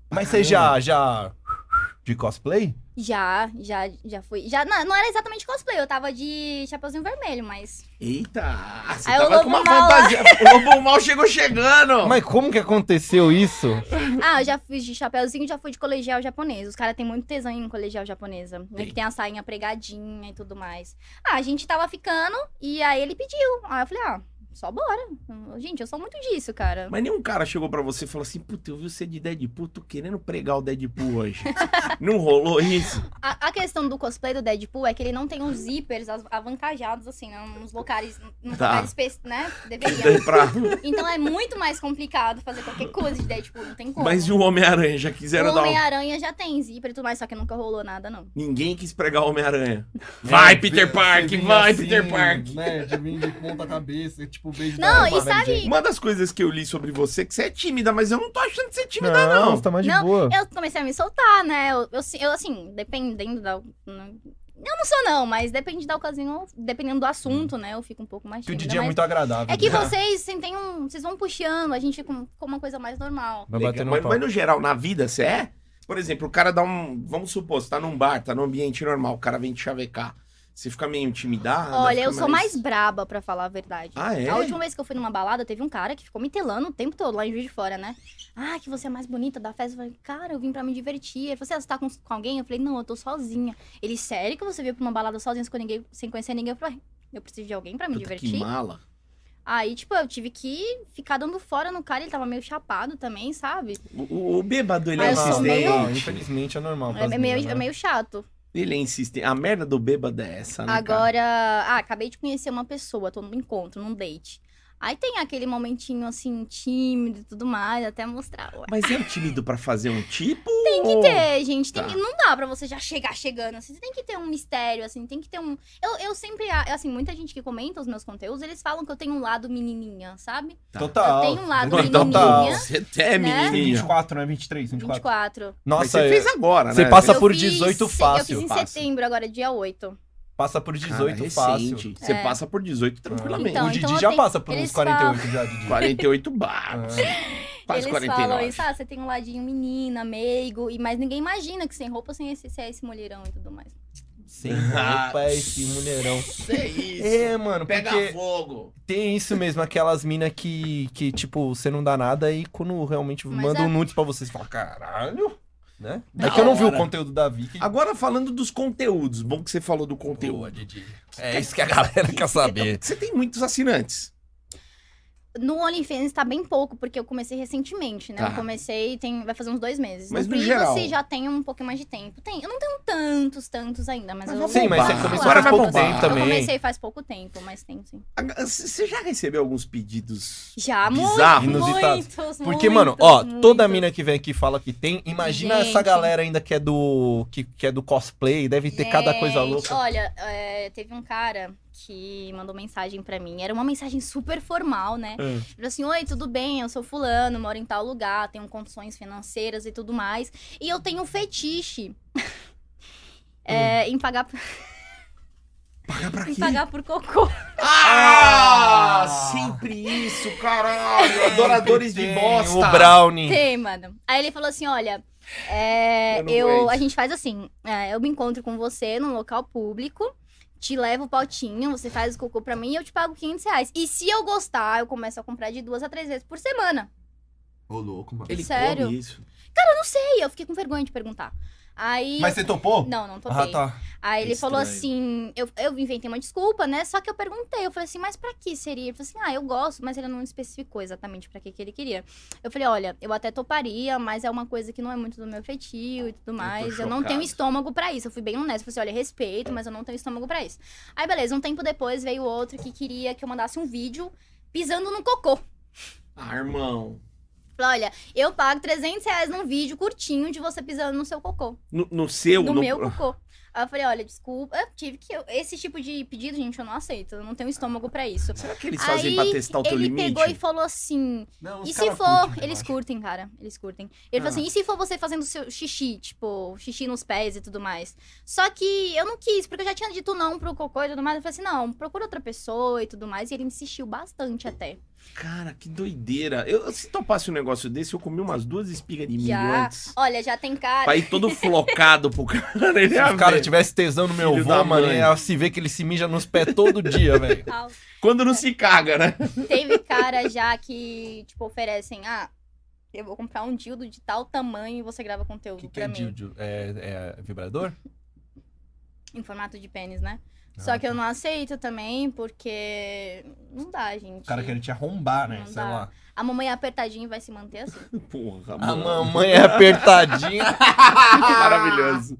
S4: Mas você já, já. De cosplay?
S3: Já, já, já fui. Já, não, não era exatamente cosplay, eu tava de Chapeuzinho Vermelho,
S1: *laughs*
S3: mas.
S1: Eita! Você
S3: Aí o
S1: tava
S3: Lobo
S1: com uma
S3: Mal lá.
S1: fantasia. O lobo mal chegou chegando!
S4: Mas como que aconteceu isso?
S3: Ah, eu já fui de Chapeuzinho já fui de colegial japonês. Os caras têm muito tesão em colegial japonesa. Né, que tem a sainha pregadinha e tudo mais. Ah, a gente tava ficando e aí ele pediu. Aí eu falei, ah, só bora. Gente, eu sou muito disso, cara.
S1: Mas nenhum cara chegou pra você e falou assim: Puta, eu vi você de Deadpool, tô querendo pregar o Deadpool
S3: *laughs*
S1: hoje. não rolou isso?
S3: A, a questão do cosplay do Deadpool é que ele não tem uns zíperes as- avantajados, assim, né? Uns locais, uns
S1: Tá.
S3: locais, espe- né?
S1: *laughs*
S3: Deveria.
S1: Daí pra-
S3: Então é muito mais complicado fazer qualquer coisa de Deadpool, não tem como.
S1: Mas e o Homem-Aranha? Já quiseram
S3: o
S1: dar um.
S3: Homem-Aranha já tem zíper e tudo mais, só que nunca rolou nada, não.
S1: Ninguém quis pregar o Homem-Aranha.
S4: É,
S1: Vai, Peter Park, vai,
S4: assim,
S1: Peter Park.
S2: Né, de vir de ponta cabeça, tipo, beijo
S3: Não,
S2: da
S3: e sabe-
S1: Uma das coisas que eu li sobre você é que você é tímida, mas eu não tô achando que você é tímida, não.
S4: você tá mais de
S3: Não,
S4: boa.
S3: Eu comecei a me soltar, né? Eu, eu, eu, assim, dependendo da. né? Eu não sou, não, mas depende da ocasião, dependendo do assunto, né? Eu fico um pouco mais
S4: Que o
S3: tímida.
S4: Didi é
S3: mas-
S4: muito agradável. *laughs*
S3: É que
S4: né?
S3: vocês assim, tem um. Vocês vão puxando, a gente fica com com uma coisa mais normal.
S4: Vai
S1: Legal.
S4: bater no
S1: mas,
S4: pau.
S1: mas no geral, na vida, você é? Por exemplo, o cara dá um. Vamos supor, você tá num bar, tá num ambiente normal, o cara vem te chavecar. Você fica meio intimidado.
S3: Olha,
S1: fica
S3: eu sou mais braba, pra falar a verdade.
S1: Ah, é?
S3: A última vez que eu fui numa balada, teve um cara que ficou me telando o tempo todo lá em Juiz de Fora, né? Ah, que você é mais bonita da festa. Eu falei, cara, eu vim pra me divertir. Ele falou, "Ah, você tá com, com alguém? Eu falei, não, eu tô sozinha. Ele, sério que você veio pra uma balada sozinha sem, ninguém- sem conhecer ninguém? Eu falei, "Ué, eu preciso de alguém pra me
S1: Puta, que
S3: divertir.
S1: mala.
S3: Aí, tipo, eu tive que ficar dando fora no cara. Ele tava meio chapado também, sabe?
S1: O, o, o bêbado, ele
S3: Ah,
S1: é
S3: eu sou
S1: insistente.
S3: meio-
S4: normal, Infelizmente é
S1: Tá
S4: normal.
S3: É,
S4: pras
S3: meio,
S4: meninas,
S3: é
S4: né?
S3: meio chato.
S1: Ele é insistente. A merda do bêbado é essa, né? cara?
S3: Agora, ah, acabei de conhecer uma pessoa, tô num encontro, num date. Aí tem aquele momentinho assim, tímido e tudo mais, até mostrar. Ué.
S1: Mas é tímido pra fazer um tipo?
S3: Tem que ter, gente. Tem
S1: Tá.
S3: que- não dá pra você já chegar chegando. Assim. Você tem que ter um mistério, assim, tem que ter um. Eu, eu sempre, a- assim, muita gente que comenta os meus conteúdos, eles falam que eu tenho um lado menininha, sabe?
S1: Tá.
S4: Total.
S3: Eu tenho um lado
S4: Total.
S3: menininha.
S1: Você até,
S3: Né?
S1: menininha.
S4: 24, não é 23, 24.
S3: 24.
S4: Nossa, é,
S1: Mas você fez agora,
S4: você
S1: né?
S4: passa-
S3: Eu
S4: por
S3: fiz
S4: 18
S3: se- Eu
S4: fácil.
S3: fiz em
S1: Fácil.
S3: setembro, agora é dia 8.
S4: passa por 18
S1: Cara,
S4: fácil.
S1: recente. Você
S3: É.
S1: passa por 18 tranquilamente.
S3: Então,
S4: o Didi
S3: então eu
S4: já
S3: tenho-
S4: passa por uns
S3: eles
S4: 48 já, *laughs* Didi.
S1: 48 bar.
S4: Ah,
S1: Quase
S3: é. Eles
S1: 49.
S3: falam isso, ah, você tem um ladinho menina, meigo, e mas ninguém imagina que sem roupa sem esse, você é esse mulherão e tudo mais.
S4: Sem roupa, esse mulherão.
S1: É isso.
S4: É, mano,
S1: Pega
S4: porque
S1: fogo.
S4: tem isso mesmo, aquelas minas que, que, tipo, você não dá nada e quando realmente
S3: Mas
S4: mandam
S3: é-
S4: um nudes pra você, você fala, caralho, né?
S1: Da
S4: é que eu não vi o
S1: hora.
S4: conteúdo da Vicky.
S1: Agora falando dos conteúdos, bom que você falou do conteúdo.
S4: Didi. É isso que a galera quer saber.
S1: Você tem muitos assinantes.
S3: No OnlyFans tá bem pouco, porque eu comecei recentemente, né?
S1: Tá.
S3: Eu comecei, tem, vai fazer uns dois meses.
S1: Mas
S3: no
S1: no
S3: Free
S1: geral-
S3: você já tem um pouquinho mais de tempo. Tem, eu não tenho tantos, tantos ainda, mas,
S1: Mas
S3: eu...
S1: vai
S4: Sim, mas você
S1: Bombar.
S4: começou
S1: Agora
S4: há
S1: vai
S4: pouco
S1: bombar.
S4: tempo
S3: Eu
S4: também.
S3: comecei faz pouco tempo, mas tem sim.
S1: Ah, c- Você já recebeu alguns pedidos?
S3: Já,
S1: Bizarro.
S3: muito,
S4: Inusitado.
S3: muitos,
S4: Porque,
S3: muitos,
S4: mano, ó, toda
S3: muitos.
S4: mina que vem aqui fala que tem. Imagina essa
S3: Gente.
S4: galera ainda que é do. que, que é do cosplay, deve ter cada coisa
S3: Gente,
S4: louca.
S3: Olha, é, teve um cara que mandou mensagem pra mim. Era uma mensagem super formal, né?
S1: É.
S4: Ah.
S3: Ele falou assim: Oi, tudo bem? Eu sou fulano, moro em tal lugar, tenho condições financeiras e tudo mais. E eu tenho um fetiche. *laughs* é,
S4: Hum.
S3: em pagar,
S1: Pagar pra
S3: em
S1: quê?
S3: pagar por cocô.
S1: Ah,
S4: Ah!
S1: Sempre isso, caralho! Adoradores de
S4: Tem
S1: bosta!
S4: O Brownie.
S3: Tem, mano. Aí ele falou assim: olha, é,
S1: Eu não
S3: eu,
S1: aguento.
S3: a gente faz assim: é, eu me encontro com você num local público, te levo o potinho, você faz o cocô pra mim e eu te pago 500 reais. E se eu gostar, eu começo a comprar de duas a três vezes por semana.
S2: Ô, louco, mano.
S1: Ele
S3: Sério?
S1: come isso.
S3: Aí eu fiquei com vergonha de perguntar. Aí.
S4: Mas você topou?
S3: Não, não tô
S4: Ah,
S3: bem.
S4: tá.
S3: Aí ele
S1: Que
S3: falou
S1: estranho.
S3: assim: eu, eu inventei uma desculpa, né? Só que eu perguntei, eu falei assim, mas pra que seria? Ele falou assim: ah, eu gosto, mas ele não especificou exatamente pra que, que ele queria. Eu falei: olha, eu até toparia, mas é uma coisa que não é muito do meu feitio e tudo mais. Eu, não
S1: chocado.
S3: tenho estômago pra isso. Eu fui bem honesta, eu falei assim: olha, respeito, mas eu não tenho estômago pra isso. Aí beleza, um tempo depois veio outro que queria que eu mandasse um vídeo pisando no cocô.
S1: Ah, irmão.
S3: Falei, olha, eu pago 300 reais num vídeo curtinho de você pisando no seu cocô
S1: No, no seu,
S3: do
S1: no...
S3: meu cocô. Aí eu falei, olha, desculpa, eu tive que. eu- esse tipo de pedido, gente, eu não aceito. Eu não tenho estômago pra isso.
S1: Será que eles
S3: é Aí,
S1: fazem pra testar o teu
S3: ele
S1: limite?
S3: pegou e falou assim.
S2: Não, os
S3: E se
S2: cara
S3: for.
S2: curte, eu
S3: eles
S2: acho.
S3: curtem, cara. Eles curtem. Ele
S1: Ah.
S3: falou assim: e se for você fazendo seu xixi, tipo, xixi nos pés e tudo mais? Só que eu não quis, porque eu já tinha dito não pro cocô e tudo mais. Eu falei assim: não, procura outra pessoa e tudo mais. E ele insistiu bastante até.
S1: Cara, que doideira. Eu, se topasse um negócio desse, eu comi umas duas espigas de milho
S3: Já.
S1: antes.
S3: Olha, já tem cara.
S1: Pra ir todo flocado pro *laughs* cara. tipo, Ele
S4: Se
S1: ia
S4: o cara
S1: ver.
S4: tivesse tesão no meu
S1: Filho
S4: avô,
S1: da
S4: mano,
S1: mãe.
S4: ia se ver que ele se mija nos pés todo dia,
S3: *laughs*
S4: velho.
S3: Tal.
S1: Quando não se caga, né?
S3: Teve cara já que, tipo, oferecem, ah, eu vou comprar um dildo de tal tamanho e você grava
S4: O
S3: conteúdo
S4: que, que
S3: pra
S4: é
S3: mim.
S4: dildo? É, é vibrador?
S3: Em formato de pênis, né?
S4: Ah,
S3: Só
S4: tá.
S3: que eu não aceito também, porque não dá, gente.
S4: O cara quer te arrombar, né?
S3: Não
S4: Sei
S3: dá.
S4: lá.
S3: A mamãe apertadinha vai se manter assim.
S1: Porra,
S4: A
S1: mano.
S4: mamãe é apertadinha.
S3: *laughs*
S1: Maravilhoso.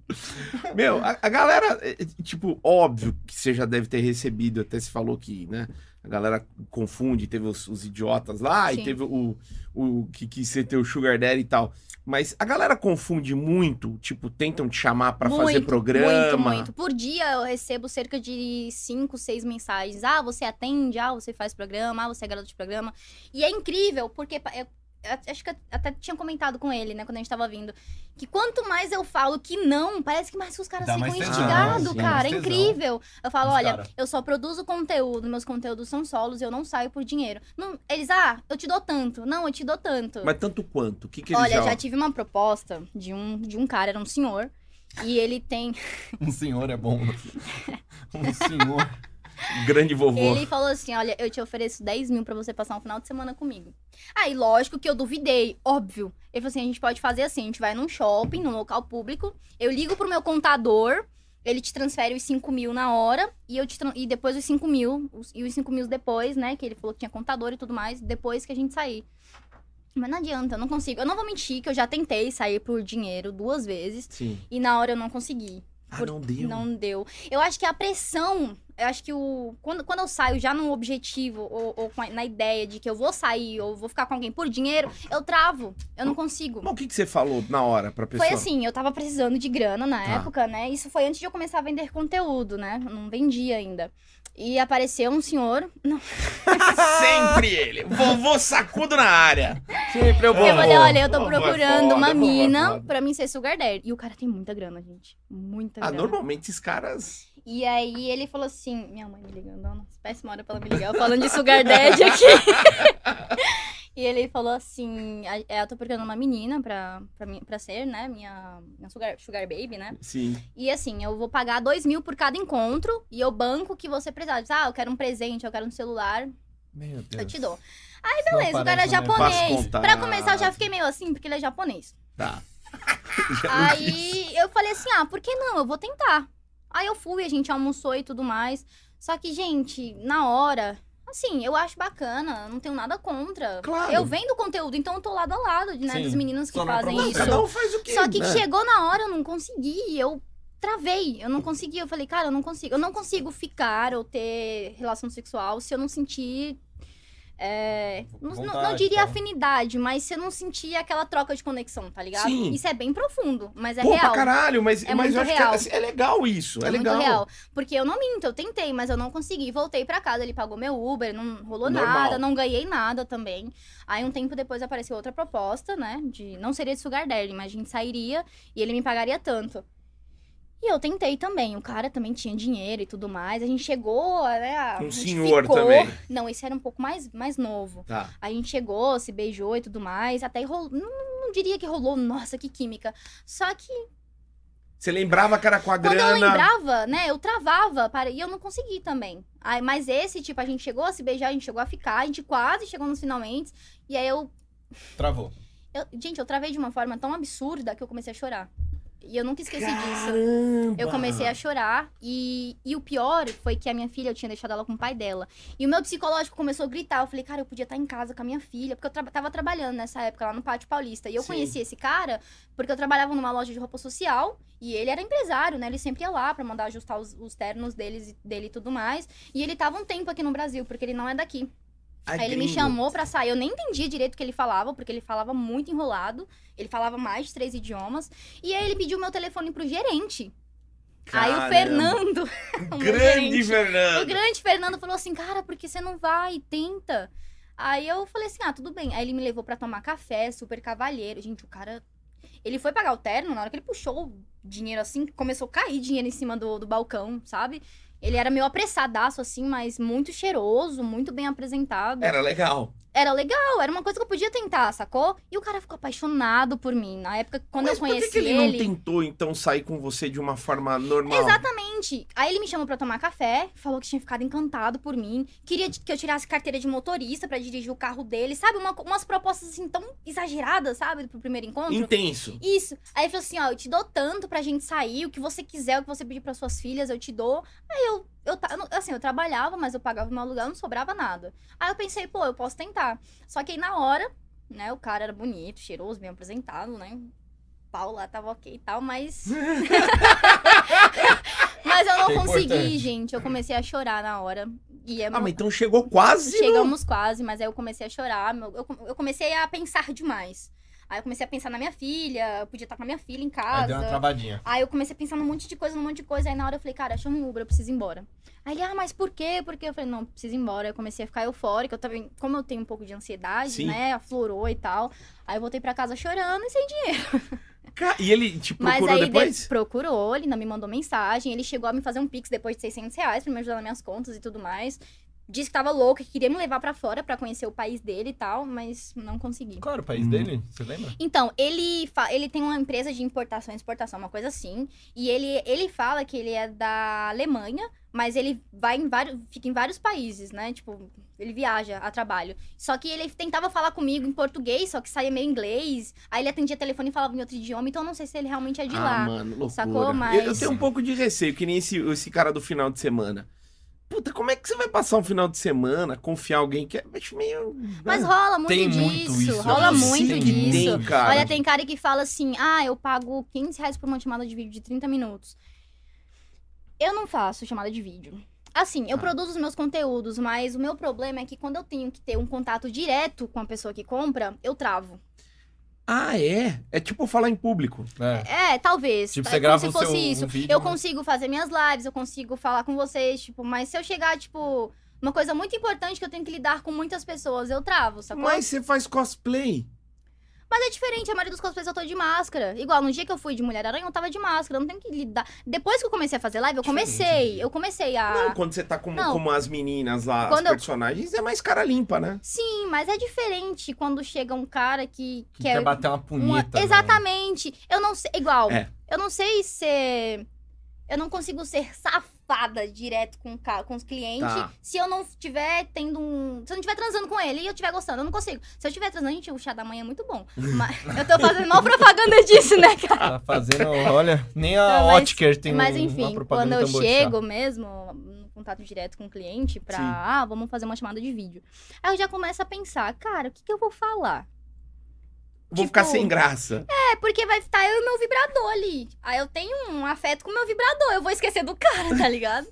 S1: Meu, a, a galera, é, é, tipo, óbvio que você já deve ter recebido, até se falou que, né? A galera confunde, teve os, os idiotas lá
S3: Sim.
S1: e teve o, o que quis ser teu sugar daddy e tal. Mas a galera confunde muito, tipo, tentam te chamar pra fazer programa.
S3: Muito, muito. Por dia eu recebo cerca de 5, 6 mensagens. Ah, você atende, ah, você faz programa, ah, você é garota de programa. E é incrível, porque pa- eu, eu acho que eu até tinha comentado com ele, né, quando a gente tava vindo, que quanto mais eu falo que não, parece que mais que os caras
S4: Dá
S3: ficam
S4: mais tesão,
S3: instigados,
S1: sim,
S3: cara.
S4: mais
S3: É
S4: tesão.
S3: incrível. Eu falo,
S4: Os
S3: olha,
S4: cara.
S3: eu só produzo conteúdo, meus conteúdos são solos, eu não saio por dinheiro. Não- eles, ah, eu te dou tanto. Não, eu te dou tanto.
S1: Mas tanto quanto? O que, que eles
S3: Olha,
S1: já...
S3: já tive uma proposta de um, de um cara, era um senhor, e ele tem.
S4: *laughs* Um senhor é bom. Um
S1: assim,
S4: senhor.
S1: *laughs* Grande vovô.
S3: Ele falou assim: olha, eu te ofereço 10 mil pra você passar um final de semana comigo. Aí, lógico que eu duvidei, óbvio. Ele falou assim: a gente pode fazer assim: a gente vai num shopping, num local público, eu ligo pro meu contador, ele te transfere os 5 mil na hora, e, eu te tran- e depois os 5 mil, os- e os 5 mil depois, né? Que ele falou que tinha contador e tudo mais, depois que a gente sair. Mas não adianta, eu não consigo. Eu não vou mentir que eu já tentei sair por dinheiro duas vezes,
S1: Sim.
S3: e na hora eu não consegui.
S1: Ah,
S3: Por-
S1: não deu.
S3: Não deu. Eu acho que a pressão. Eu acho que o. Quando, quando eu saio já no objetivo, ou, ou com a- na ideia de que eu vou sair, ou vou ficar com alguém por dinheiro, eu travo. Eu não consigo.
S1: Mas o que, que você falou na hora pra pessoa?
S3: Foi assim, eu tava precisando de grana na
S1: Tá.
S3: época, né? Isso foi antes de eu começar a vender conteúdo, né? Eu não vendia ainda. E apareceu um senhor. Não,
S1: *laughs* Sempre ele. Vovô sacudo na área.
S4: Sempre eu vou.
S3: eu falei, olha, eu tô
S1: Vovô é
S3: procurando
S1: foda, vovô
S3: uma
S1: é
S3: mina
S1: foda.
S3: pra mim ser sugar daddy. E o cara tem muita grana, gente. Muita
S1: Ah,
S3: grana.
S1: normalmente esses caras...
S3: E aí ele falou assim, minha mãe me ligando, ó, nossa, péssima hora pra ela me ligar, eu falando de sugar daddy aqui. *laughs* e ele falou assim, "A- é, eu tô procurando uma menina pra, pra, mim- pra ser, né, minha, minha sugar, sugar baby, né?
S1: Sim.
S3: E assim, eu vou pagar dois mil por cada encontro e eu banco o que você precisar. Diz, Ah, eu quero um presente, eu quero um celular,
S4: Meu Deus.
S3: eu te dou. Aí beleza, o cara é
S1: um
S4: aparece, né?
S1: Faz
S3: japonês.
S1: conta.
S3: Pra começar, eu já fiquei meio assim, porque ele é japonês.
S1: Tá.
S3: *laughs* Aí eu falei assim: ah, por que não? Eu vou tentar. Aí eu fui, a gente almoçou e tudo mais. Só que, gente, na hora, assim, eu acho bacana, eu não tenho nada contra.
S1: Claro.
S3: Eu vendo conteúdo, então eu tô lado a lado né,
S4: Sim.
S3: dos meninos que
S4: Só não é pra
S3: fazem
S1: Não,
S4: você.
S3: isso.
S1: cada um faz o que
S3: Só que
S1: né?
S3: chegou na hora, eu não consegui. Eu travei. Eu não consegui. Eu falei, cara, eu não consigo. Eu não consigo ficar ou ter relação sexual se eu não sentir. é, não, não- não
S4: Vontade,
S3: diria
S4: tá?
S3: afinidade, mas se eu não sentir aquela troca de conexão, tá ligado?
S1: Sim.
S3: Isso é bem profundo, mas é
S1: Pô, pra
S3: real.
S1: caralho, mas,
S3: É
S1: mas
S3: muito
S1: eu acho
S3: real.
S1: que é- assim, é, legal isso. É,
S3: é
S1: legal.
S3: muito real. Porque eu não minto, eu tentei, mas eu não consegui. Voltei pra casa, ele pagou meu Uber, não rolou
S1: Normal.
S3: nada, não ganhei nada também. Aí um tempo depois apareceu outra proposta, né? De não seria de sugar daddy, mas a gente sairia e ele me pagaria tanto. E eu tentei também. O cara também tinha dinheiro e tudo mais. A gente chegou, né? a- a
S1: Um
S3: gente
S1: senhor
S3: ficou.
S1: também.
S3: Não, esse era um pouco mais, mais novo.
S1: Tá.
S3: A gente chegou, se beijou e tudo mais. Até rolou. Não, não diria que rolou, nossa, que química. Só que
S1: Você lembrava que era com a
S3: quando
S1: grana.
S3: eu lembrava, né, eu travava para... e eu não consegui também. Aí, mas esse, tipo, a gente chegou a se beijar, a gente chegou a ficar, a gente quase chegou nos finalmente. E aí eu,
S4: Travou.
S3: eu- Gente, eu travei de uma forma tão absurda que eu comecei a chorar. E eu nunca esqueci disso.
S1: Caramba.
S3: Eu comecei a chorar e, e o pior foi que a minha filha, eu tinha deixado ela com o pai dela. E o meu psicológico começou a gritar. Eu falei, cara, eu podia estar em casa com a minha filha, porque eu tra- tava trabalhando nessa época lá no Pátio Paulista. E eu
S1: Sim.
S3: conheci esse cara porque eu trabalhava numa loja de roupa social e ele era empresário, né? Ele sempre ia lá pra mandar ajustar os, os ternos deles, e- dele e tudo mais. E ele tava um tempo aqui no Brasil, porque ele não é daqui.
S1: Ai,
S3: Aí ele me
S1: gringo.
S3: chamou pra sair. Eu nem entendia direito o que ele falava, porque ele falava muito enrolado. Ele falava mais de três idiomas. E aí ele pediu meu telefone pro gerente. Aí o
S1: Caramba.
S3: Fernando. *laughs* o meu
S1: Grande
S3: gerente, O
S1: Fernando.
S3: grande Fernando falou assim: cara, por que você não vai? Tenta. Aí eu falei assim: ah, tudo bem. Aí ele me levou pra tomar café, super cavalheiro. Gente, o cara. Ele foi pagar o terno, na hora que ele puxou o dinheiro assim, começou a cair dinheiro em cima do, do balcão, sabe? Ele era meio apressadaço, assim, mas muito cheiroso, muito bem apresentado.
S1: Era legal.
S3: Era legal, era uma coisa que eu podia tentar, sacou? E o cara ficou apaixonado por mim. Na época, quando
S1: Mas
S3: eu
S1: por que
S3: conheci
S1: que, ele, não tentou, então, sair com você de uma forma normal?
S3: Exatamente. Aí ele me chamou pra tomar café, falou que tinha ficado encantado por mim, queria que eu tirasse carteira de motorista pra dirigir o carro dele, sabe? Uma- umas propostas assim tão exageradas, sabe? Pro primeiro encontro.
S1: Intenso.
S3: Isso. Aí ele falou assim: ó, eu te dou tanto pra gente sair, o que você quiser, o que você pedir pras suas filhas, eu te dou. Aí eu, eu, ta- eu não- assim, eu trabalhava, mas eu pagava o meu aluguel, não sobrava nada. Aí eu pensei, pô, eu posso tentar. Só que aí na hora, né, o cara era bonito, cheiroso, bem apresentado, né? O pau lá tava ok e
S2: *laughs*
S3: tal, mas. *laughs* mas eu não
S2: Que é
S3: consegui,
S2: importante.
S3: gente. Eu comecei a chorar na hora. E é
S1: Ah,
S3: uma-
S1: mas então chegou quase.
S3: Chegamos quase, mas aí eu comecei a chorar. meu- Eu, eu comecei a pensar demais. Aí eu comecei a pensar na minha filha, eu podia estar com a minha filha em
S4: Aí deu uma
S3: casa.
S4: travadinha.
S3: Aí eu comecei a pensar num monte de coisa, num monte de coisa. Aí na hora eu falei, cara, chama um Uber, eu preciso ir embora. Aí ele, ah, mas por quê? Por quê? Eu falei, não, preciso ir embora. Aí eu comecei a ficar eufórica. Eu também, como eu tenho um pouco de ansiedade,
S1: Sim.
S3: né? Aflorou e tal. Aí eu voltei pra casa chorando e sem dinheiro.
S1: Ca- E ele
S4: tipo,
S1: te
S3: Mas
S1: procurou
S3: aí de-
S1: depois?
S3: procurou, ele ainda me mandou mensagem. Ele chegou a me fazer um pix depois de 600 reais pra me ajudar nas minhas contas e tudo mais. Disse que tava louco, que queria me levar pra fora pra conhecer o país dele e tal, mas não consegui.
S4: Qual era o país
S1: Hum.
S4: dele? Você lembra?
S3: Então, ele, fa- ele tem uma empresa de importação e exportação, uma coisa assim. E ele, ele fala que ele é da Alemanha, mas ele vai em vários. fica em vários países, né? Tipo, ele viaja a trabalho. Só que ele tentava falar comigo em português, só que saía meio inglês. Aí ele atendia telefone e falava em outro idioma, então eu não sei se ele realmente é de lá.
S1: Ah, mano, loucura.
S3: sacou?
S1: Eu- Eu,
S3: Mas-
S1: tenho um pouco de receio, que nem esse, esse cara do final de semana. Puta, como é que você vai passar um final de semana, confiar em alguém que é acho meio... né?
S3: Mas rola muito
S4: Tem
S3: disso.
S4: muito isso, é um
S3: rola
S4: eu não
S3: muito
S4: sei.
S3: disso.
S1: Tem, cara.
S3: Olha, tem cara que fala assim: ah, eu pago 15 reais por uma chamada de vídeo de 30 minutos. Eu não faço chamada de vídeo. Assim, eu
S1: Ah.
S3: produzo os meus conteúdos, mas o meu problema é que quando eu tenho que ter um contato direto com a pessoa que compra, eu travo.
S1: Ah, é? É tipo falar em público.
S4: É.
S3: É, talvez.
S4: Tipo,
S3: É
S4: você
S3: como
S4: grava
S3: se
S4: o
S3: fosse
S4: seu
S3: isso.
S4: um vídeo.
S3: Eu consigo fazer minhas lives, eu consigo falar com vocês, tipo, mas se eu chegar, tipo, uma coisa muito importante que eu tenho que lidar com muitas pessoas, eu travo, sacou?
S1: Mas você faz cosplay.
S3: Mas é diferente, a maioria dos cosplays eu tô de máscara. Igual, no dia que eu fui de Mulher-Aranha, eu tava de máscara, eu não tenho que lidar. Depois que eu comecei a fazer live, eu
S4: Diferente,
S3: comecei. Eu comecei a.
S1: Não, quando você tá com,
S3: Ah. Não.
S1: com as meninas lá,
S3: Quando
S1: as
S3: eu-
S1: personagens, é mais cara limpa, né?
S3: Sim, mas é diferente quando chega um cara que,
S4: Que quer bater uma
S3: uma-
S4: punheta. né?
S3: Exatamente. Eu não sei. Igual,
S1: É.
S3: eu não sei ser. Eu não consigo ser safada direto com, o ca- com os clientes
S1: Tá.
S3: se eu não estiver tendo um. Se eu não estiver transando com ele e eu estiver gostando, eu não consigo. Se eu estiver transando, gente, o chá da manhã é muito
S1: *laughs*
S3: bom. Mas eu tô fazendo mal propaganda disso, né,
S4: Tá
S3: cara?
S4: fazendo, olha, nem a
S3: Não, mas-
S4: Otker tem
S3: Mas
S4: um- uma
S3: enfim, quando
S4: propaganda
S3: eu
S4: tambor de chá.
S3: chego mesmo, no contato direto com o cliente, pra,
S1: Sim.
S3: ah, vamos fazer uma chamada de vídeo. Aí eu já começo a pensar, cara, o que, que eu vou falar?
S1: Vou
S3: Tipo-
S1: ficar sem graça.
S3: É, porque vai estar eu e meu vibrador ali. Aí eu tenho um afeto com o meu vibrador, eu vou esquecer do cara, tá
S4: *laughs*
S3: ligado?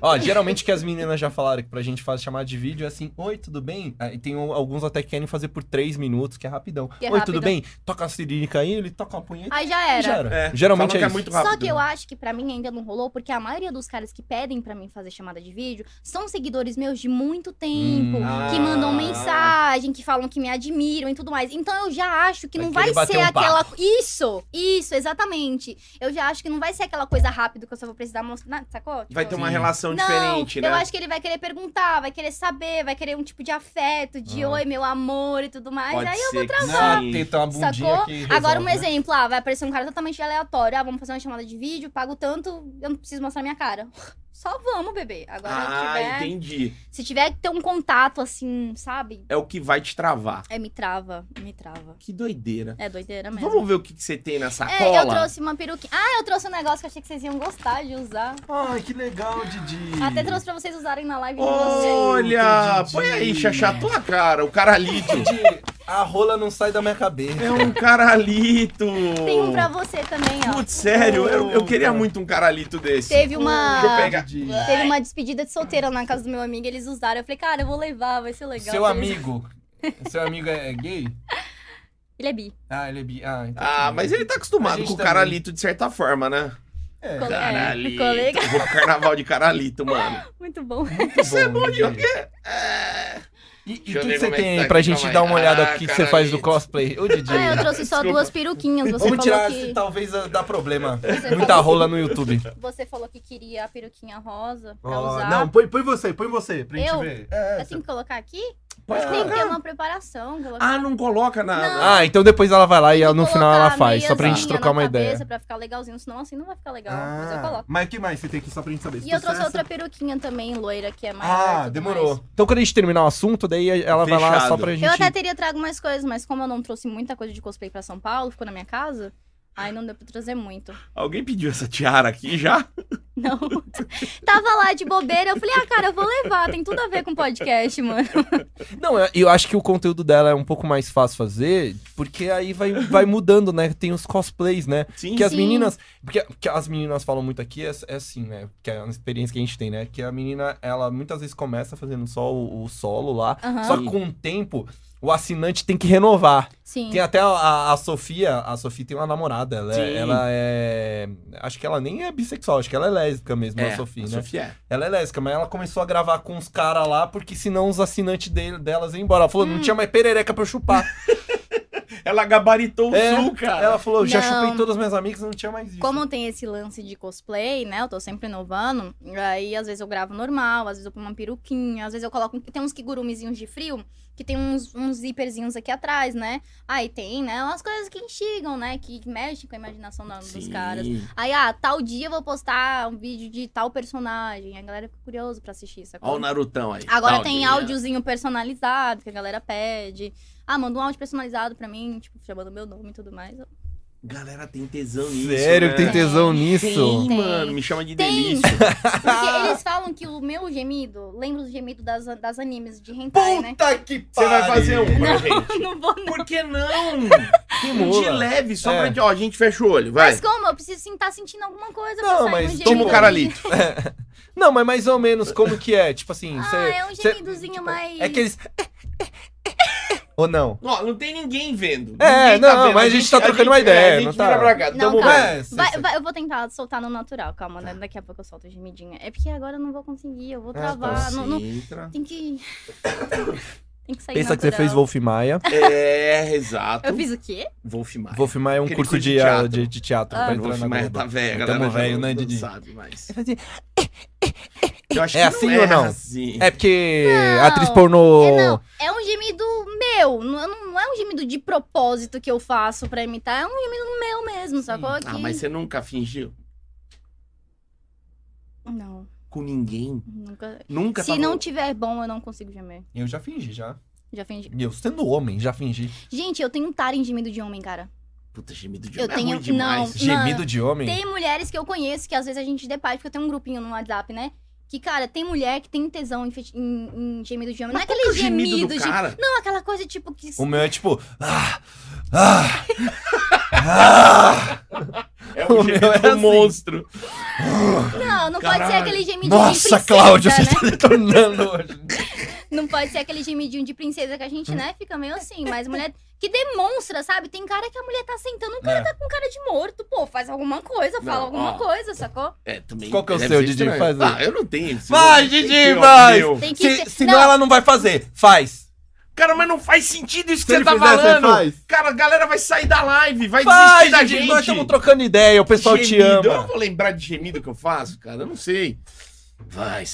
S4: Ó, geralmente que as meninas já falaram que pra gente fazer chamada de vídeo é assim, oi, tudo bem? Aí tem um- alguns até que querem fazer por três minutos, que é rapidão.
S3: Que é
S4: oi,
S3: rápido.
S4: tudo bem? Toca a cirílica aí, ele toca uma punheta
S3: Aí já
S4: e
S3: era.
S4: já era.
S1: É,
S4: Geralmente
S1: falam
S4: é
S1: que é
S4: isso.
S1: muito rápido.
S3: Só que eu acho que pra mim ainda não rolou, porque a maioria dos caras que pedem pra mim fazer chamada de vídeo são seguidores meus de muito tempo,
S1: Hum.
S3: que mandam
S1: Ah.
S3: mensagem, que falam que me admiram e tudo mais. Então eu já acho que não
S4: Aquele
S3: vai
S4: bater
S3: ser
S4: um
S3: aquela isso, isso exatamente. Eu já acho que não vai ser aquela coisa rápida que eu só vou precisar mostrar, sacou? Tipo assim,
S1: Vai ter uma
S4: Sim.
S1: relação
S3: não,
S1: diferente, né?
S3: eu acho que ele vai querer perguntar, vai querer saber, vai querer um tipo de afeto, de
S4: Ah.
S3: oi, meu amor e tudo mais.
S1: Pode
S3: Aí eu
S1: ser que
S4: Ah,
S1: sim.
S4: tenta uma bundinha
S3: Sacou?
S4: que
S3: Agora
S4: resolve,
S3: um
S4: né?
S3: exemplo, ah, vai aparecer um cara totalmente aleatório. Ah, vamos fazer uma chamada de vídeo, pago tanto, eu não preciso mostrar minha cara. *laughs* Só vamos, bebê. Agora
S1: Ah,
S3: tiver-
S1: entendi.
S3: se tiver que ter um contato assim, sabe?
S1: É o que vai te travar.
S3: É, me trava, me trava.
S1: Que doideira.
S3: É doideira mesmo.
S1: Vamos ver o que, que você tem na sacola.
S3: é, eu trouxe uma peruquinha. Ah, eu trouxe um negócio que eu achei que vocês iam gostar de usar.
S4: Ai, que legal,
S1: Hum.
S4: Didi.
S3: Até trouxe pra vocês usarem na live de vocês.
S1: Olha,
S4: Didi.
S1: põe aí, Xaxá, tua cara, o caralito.
S4: Didi, a rola não sai da minha cabeça.
S1: É um caralito.
S3: Tem um pra você também, ó.
S1: Oh. Putz, sério, eu, eu queria muito um caralito desse.
S3: Teve uma.
S1: Deixa eu pegar.
S4: Didi.
S3: Teve uma despedida de solteira na casa do meu amigo, eles usaram. Eu falei, cara, eu vou levar, vai ser legal.
S4: Seu
S3: Eles-
S4: amigo. Seu amigo é gay?
S3: Ele é bi.
S4: Ah, ele é bi. Ah, então
S1: Ah,
S4: tudo bem.
S1: mas ele tá
S4: A
S1: acostumado
S4: gente
S1: com o
S4: também.
S1: caralito de certa forma, né?
S4: É,
S3: Colega.
S1: Caralito.
S3: colega.
S1: Vou pro carnaval de caralito, mano.
S3: Muito bom.
S4: muito bom,
S1: Isso é bom de
S4: Didi.
S1: É,
S4: E, e o
S1: Deixa
S4: que,
S1: eu
S4: que
S1: ver
S4: você
S1: como é que
S4: tem
S1: tá
S4: aí pra
S1: aqui,
S4: gente
S1: calma
S4: dar
S1: aí.
S4: uma olhada
S1: Ah,
S4: aqui que você
S1: caralho.
S4: faz do cosplay? Ô, Didi.
S3: Ah, eu trouxe só
S1: Desculpa.
S3: duas peruquinhas. Você
S4: Vamos
S3: falou
S4: tirar,
S3: que.
S4: talvez, a- dá problema.
S3: Você
S4: Muita
S3: falou-
S4: rola no YouTube.
S3: Você falou que queria a peruquinha rosa pra
S4: tá. Ó,
S3: usar.
S4: não, põe, põe você, põe você, pra gente
S3: Eu?
S4: ver. É,
S3: Eu tenho que colocar aqui?
S1: Pode
S3: Tem que
S1: colocar.
S3: ter uma preparação. colocar-
S1: Ah, não coloca na.
S3: Não.
S1: Ah,
S4: Ah, então depois ela vai lá e ela- no
S3: Colocar
S4: final ela
S3: a
S4: faz, só pra gente
S3: meiazinha
S4: trocar
S3: na
S4: uma ideia.
S3: cabeça Pra ficar legalzinho, senão assim não vai ficar legal. Mas eu coloco.
S4: Ah, mas o que mais você tem aqui só pra gente saber?
S3: E eu trouxe outra peruquinha também, loira, que é mais.
S4: Ah, demorou. Então quando a gente terminar o assunto, daí ela vai lá
S1: Fechado.
S4: só pra gente.
S3: Eu até teria trago mais coisas, mas como eu não trouxe muita coisa de cosplay pra São Paulo, ficou na minha casa, aí não deu pra trazer muito. *laughs*
S1: Alguém pediu essa tiara aqui já?
S3: Não. Tava lá de bobeira, eu falei, ah, cara, eu vou levar, tem tudo a ver com podcast, mano.
S4: Não, eu- eu acho que o conteúdo dela é um pouco mais fácil fazer, porque aí vai, vai mudando, né? Tem os cosplays, né?
S1: Sim.
S4: Que as
S3: Sim.
S4: meninas. Porque que as meninas falam muito aqui é, é assim, né? Que é uma experiência que a gente tem, né? Que a menina, ela muitas vezes começa fazendo só o, o solo lá.
S3: Aham.
S4: Só que com o tempo, o assinante tem que renovar.
S3: Sim.
S4: Tem até a, a- a Sofia, a Sofia tem uma namorada, ela, é-
S1: Sim.
S4: ela é... Acho que ela nem é bissexual, acho que ela é lésbica mesmo,
S1: É,
S4: a Sofia, né?
S1: Sofia.
S4: Ela é lésbica, mas ela começou a gravar com os caras lá, porque senão os assinantes dele- delas iam embora. Ela
S3: Hum.
S4: falou, não tinha mais perereca pra
S1: *laughs*
S4: eu chupar.
S1: Ela gabaritou o
S4: É,
S1: sul, cara.
S4: ela falou, já
S3: Não.
S4: chupei todas as minhas amigas, não tinha mais isso.
S3: Como tem esse lance de cosplay, né? Eu tô sempre inovando. Aí, às vezes, eu gravo normal, às vezes eu ponho uma peruquinha, às vezes eu coloco. um, Tem uns kigurumizinhos de frio que tem uns, uns zíperzinhos aqui atrás, né? Aí tem, né? Umas coisas que instigam, né? Que mexem com a imaginação da- dos
S1: Sim.
S3: caras. Aí, ah, tal dia eu vou postar um vídeo de tal personagem. A galera fica curiosa pra assistir,
S1: Ó o
S3: sacou?
S1: Narutão aí.
S3: Agora
S1: Tá,
S3: tem
S1: ok.
S3: áudiozinho personalizado que a galera pede. Ah, manda um áudio personalizado pra mim, tipo, chamando meu nome e tudo mais.
S1: Galera, tem tesão nisso.
S4: Sério,
S1: né?
S4: que tem tesão nisso?
S1: Tem,
S3: Tem.
S1: mano. Me chama de
S3: Tem.
S1: delícia.
S4: Ah.
S3: Porque eles falam que o meu gemido lembra o gemido das, das animes de hentai, né?
S4: Puta que pariu!
S1: Você vai fazer um pra
S3: Não.
S1: gente.
S3: Não vou não.
S1: *laughs* Por que não?
S4: Que
S1: De
S4: mula.
S1: leve, só
S4: É.
S1: pra gente. Ó, a gente fecha o olho, vai.
S3: Mas como? Eu preciso estar sentindo alguma coisa pra
S4: Não,
S3: sair
S4: mas
S3: um gemido.
S4: tipo,
S1: Toma o cara ali.
S4: Não, mas mais ou menos como que é? Tipo assim,
S3: Ah,
S4: você...
S3: é um gemidozinho
S4: tipo,
S3: mais...
S4: É aqueles... *laughs* Ou não?
S1: Ó, não tem ninguém vendo.
S4: É,
S1: Ninguém tá
S4: não,
S1: vendo.
S4: mas a gente tá trocando uma ideia,
S1: A gente
S4: não tá?
S1: vira pra cá.
S3: Não,
S1: Tamo
S3: calma.
S1: vendo.
S4: É, sim,
S3: Ah, Vai-
S4: sim.
S3: vai- eu vou tentar soltar no natural, calma, né? Daqui a pouco eu solto o gemidinho. É porque agora eu não vou conseguir, eu vou
S4: Tá. Ah, tá.
S3: travar. não, não-
S1: Concentra.
S3: Tem que... *coughs* Tem que sair
S4: Pensa que você
S3: natural.
S4: fez Wolf
S3: *laughs*
S4: Maia.
S1: É, exato.
S3: Eu fiz o quê?
S1: Wolf Maia.
S4: Wolf Maia é um
S1: Aquele
S4: curso
S1: curso
S4: de,
S1: de teatro.
S4: de, de teatro
S3: Ah.
S4: pra entrar
S1: Wolf
S4: na
S1: Maia
S4: Globo.
S1: tá velha,
S4: Tamo
S1: galera. já
S4: velho,
S1: não- não
S4: né, Didi?
S1: sabe mais.
S4: *laughs* É
S1: Eu acho que
S4: assim
S1: não
S4: ou não?
S1: É assim.
S4: É porque
S3: Não.
S4: atriz pornô.
S3: É, não, é um gemido meu. Não, não é um gemido de propósito que eu faço pra imitar. É um gemido meu mesmo, sacou?
S1: Ah,
S3: Que-
S1: mas você nunca fingiu
S3: Não,
S1: com ninguém?
S3: nunca...
S1: Nunca tá
S3: Se
S1: tava-
S3: não tiver bom, eu não consigo gemer.
S4: Eu já fingi, já.
S3: Já fingi.
S4: Eu sendo homem, já fingi.
S3: Gente, eu tenho um tara em gemido de homem, cara.
S1: Puta, gemido de
S3: Eu
S1: homem é
S3: tenho-
S1: ruim demais.
S3: não.
S4: Gemido de homem.
S3: Tem mulheres que eu conheço que às vezes a gente depara, porque eu tenho um grupinho no WhatsApp, né? Que, cara, tem mulher que tem tesão em, fe- em- em gemido de homem. não é
S1: Que
S3: aquele
S1: o gemido,
S3: gemido,
S1: do
S3: de.
S1: cara.
S3: Não, aquela coisa tipo que.
S4: O meu é tipo. Ah!
S3: *laughs*
S4: Ah! ah,
S1: É
S4: O
S1: o
S4: meu
S1: gemido
S4: é
S1: do
S4: assim.
S1: monstro.
S3: Não, não pode ser
S1: Caralho.
S3: aquele gemidinho de
S4: Nossa,
S3: princesa,
S4: Cláudio,
S3: né?
S4: você tá me tornando hoje.
S3: *laughs* Não pode ser aquele gemidinho de princesa que a gente, né, fica meio assim. Mas mulher que demonstra, sabe? Tem cara que a mulher tá sentando, o cara
S4: É.
S3: tá com cara de morto. Pô, faz alguma coisa,
S1: Não,
S3: fala alguma
S1: ó.
S3: coisa, sacou?
S1: É, também.
S4: Qual que é o
S1: deve
S4: seu,
S1: ser
S4: Didi?
S1: estranho.
S4: Faz aí.
S1: Ah, eu não tenho. senão-
S4: Vai,
S1: tem que
S4: Didi,
S1: ter o
S4: vai.
S1: meu.
S3: Tem que
S4: Se,
S3: ser.
S4: senão ela não é vai fazer. Faz!
S1: Cara, mas não faz sentido isso que você
S4: Se ele
S1: tá
S4: fizer, você
S1: falando.
S4: faz.
S1: Cara, a galera vai sair da live, vai
S4: Faz,
S1: desistir da
S4: gente,
S1: gente.
S4: Nós estamos trocando ideia, o pessoal te
S1: Gemido. Eu não
S4: ama.
S1: vou lembrar de gemido que eu faço, cara. Eu não sei. Vai.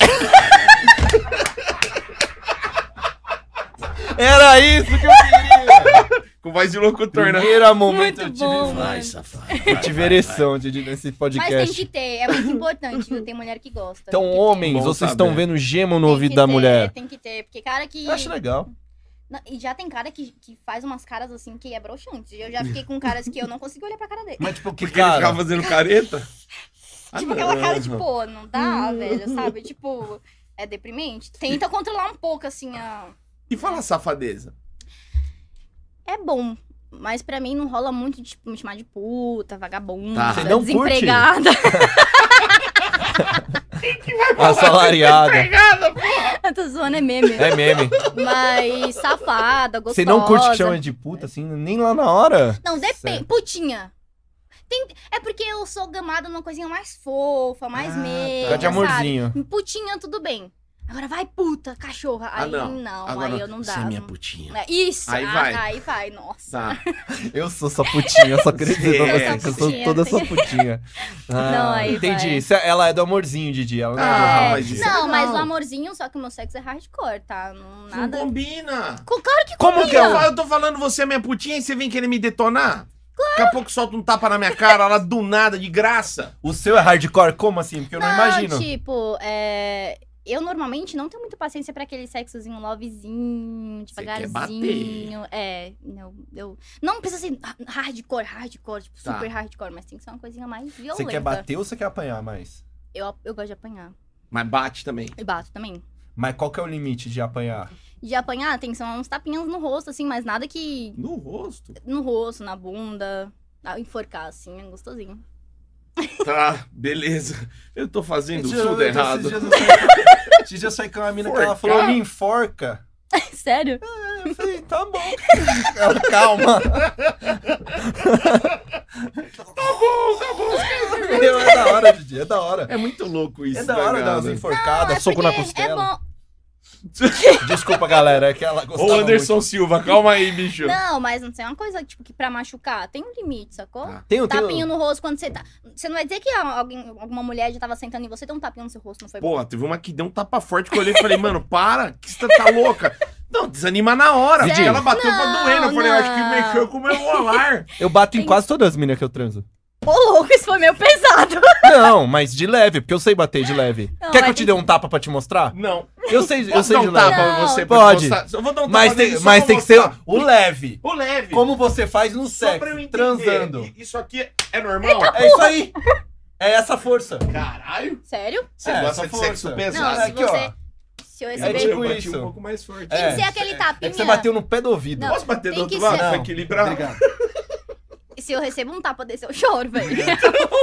S4: Era isso
S1: *laughs*
S4: que eu
S1: *laughs* Com voz de locutor,
S4: queria.
S1: né?
S4: Primeiro momento eu
S3: Muito
S4: tive.
S3: bom.
S1: Vai, safado.
S4: Eu tive ereção de, de- nesse podcast.
S3: Mas tem que ter, é muito importante, viu? Tem mulher que gosta.
S4: Então,
S3: Tem que ter.
S4: homens,
S1: Bom
S4: vocês
S1: saber.
S4: estão vendo gemo no
S3: Tem
S4: ouvido
S3: que
S4: da
S3: ter,
S4: mulher.
S3: Tem que ter, porque cara que.
S4: Eu acho legal.
S3: Não, E já tem cara que, que faz umas caras assim que é broxante. Eu já fiquei com caras que eu não consigo olhar pra cara dele.
S4: Mas, tipo, que
S1: Porque ele ficava fazendo careta? Ah,
S3: tipo, aquela cara de
S1: não.
S3: pô, não dá,
S4: Hum.
S3: velho, sabe? Tipo, é deprimente. Tenta controlar um pouco, assim, a.
S1: E fala safadeza.
S3: É bom. Mas pra mim não rola muito de tipo, me chamar de puta,
S1: Tá.
S3: vagabunda,
S1: Você
S4: não curte?
S3: desempregada.
S4: *laughs*
S3: *laughs*
S4: Assalariada.
S3: Eu Tô zoando, é meme.
S4: É meme.
S3: Mas safada, gostosa.
S4: Você não curte que chama de puta, assim, nem lá na hora?
S3: Não, depende.
S4: Certo.
S3: Putinha. Tem- É porque eu sou gamada numa coisinha mais fofa, mais
S1: Ah,
S3: meia.
S1: tá.
S4: Fica de
S3: sabe?
S4: amorzinho.
S3: Putinha, tudo bem. Agora vai, puta, cachorra.
S1: Ah,
S3: Aí
S1: não.
S3: não,
S1: Agora,
S3: aí eu não dá.
S1: Você é minha
S3: não-
S1: putinha.
S3: É, Isso!
S1: Aí
S3: ah,
S1: vai.
S3: Aí vai, nossa.
S1: Tá.
S4: Eu sou sua putinha, eu só queria dizer
S3: *laughs*
S4: pra
S1: É,
S4: você que eu sou
S3: putinha,
S4: toda
S3: sim.
S4: sua putinha. Ah,
S3: *laughs* Não, aí
S4: entendi.
S3: vai.
S4: Cê- Ela é do amorzinho, Didi. Ela não é do
S1: Ah,
S4: hard.
S1: mas isso é
S3: não, mas o
S1: legal.
S3: amorzinho, só que o meu sexo é hardcore, tá? Não,
S1: Não
S3: nada.
S1: combina.
S3: Co- Claro que
S4: Como
S1: Porque
S4: que é
S1: eu,
S4: o...
S1: falo- eu tô falando você é minha putinha e você vem querer me detonar? Daqui a pouco solta um tapa na minha cara, ela do nada, de graça.
S4: O seu é hardcore? Como assim? Porque eu não, imagino.
S3: Tipo, é, eu normalmente não tenho muita paciência pra aquele sexozinho lovezinho,
S1: Você quer
S3: devagarzinho. É, não, eu. Não precisa ser ha- hardcore, hardcore, tipo,
S1: Tá.
S3: super hardcore, mas tem que ser uma coisinha mais violenta.
S4: Você quer bater ou você quer apanhar mais?
S3: Eu, eu gosto de apanhar.
S1: Mas bate também.
S3: E bato também.
S4: Mas qual que é o limite de apanhar?
S3: De apanhar, tem que ser uns tapinhas no rosto, assim, mas nada que.
S1: No rosto.
S3: No rosto, na bunda. ah, Enforcar, assim, é gostosinho. *laughs*
S1: Tá, beleza. Eu tô fazendo
S4: Esses
S1: tudo
S4: dias-
S1: errado.
S4: Esses dias *laughs* eu saí- esses dias eu saí com uma mina que ela falou,
S1: Forcar?
S4: me enforca.
S3: Sério?
S4: Eu falei, tá bom. Ela, *laughs* calma.
S1: Tá bom, tá bom.
S4: Meu, é da hora, Didi, é da hora.
S1: É muito louco isso.
S4: É da hora
S1: né,
S4: dar umas
S1: cara?
S4: enforcadas, soco na
S3: Porque É
S4: costela.
S3: bom.
S4: Desculpa, galera, é que ela gostava
S1: Ô, Anderson Silva, calma aí, bicho.
S3: Não, mas não sei, é uma coisa, tipo, que pra machucar tem um limite, sacou?
S1: Tá.
S4: muito. Tem o tem
S3: Tapinha no rosto quando você tá. Você não vai dizer que alguém, alguma mulher já tava sentando em você, tem um tapinha no seu rosto, não foi?
S1: Porra, teve uma que deu um tapa forte que eu olhei e falei, mano, para, que você tá louca. Não, desanima na hora.
S3: Sério?
S1: porque Ela bateu pra
S3: Não,
S1: doendo. Eu falei,
S3: não.
S1: acho que mexeu com o meu molar.
S4: Eu bato em
S3: Tem-
S4: quase todas as minas que eu
S3: *laughs*
S4: transo.
S3: Ô, louco, isso foi meio pesado. *laughs*
S4: Não, mas de leve, porque eu sei bater de leve.
S3: Não,
S4: Quer que
S3: mas
S4: eu te
S3: tem
S4: dê um tapa pra te mostrar?
S1: Não.
S4: Eu sei, eu
S1: Posso
S4: sei
S1: dar
S4: de
S1: um
S4: leve.
S1: tapa pra
S3: Não.
S1: você? pra
S4: Pode.
S1: mostrar? Eu vou dar um tapa
S4: Mas tem,
S1: nele só
S4: mas
S1: pra
S4: tem que ser
S1: mostrar.
S4: o leve.
S1: O leve.
S4: Como você faz no
S1: Só pra eu
S4: sexo,
S1: entender. *laughs*
S4: transando.
S1: I- Isso aqui é normal?
S4: É isso aí. É essa força.
S1: Caralho.
S3: Sério?
S1: Você
S4: É,
S1: gosta
S4: essa
S1: de sexo
S4: força.
S1: pesado.
S3: Não, se
S4: aqui, ó.
S3: você- Se eu
S1: Aí
S4: é
S3: receber.
S4: tipo
S1: eu bati
S4: isso.
S1: um pouco mais forte.
S3: Tem
S4: É.
S3: que ser aquele
S4: É
S3: tapinha.
S4: que você bateu no pé do ouvido.
S3: Não,
S1: Posso bater do
S3: tem que
S1: outro lado
S4: ser-
S1: pra
S4: Não.
S1: equilibrar?
S4: Obrigado.
S3: Se eu recebo um tapa desse, eu choro, velho.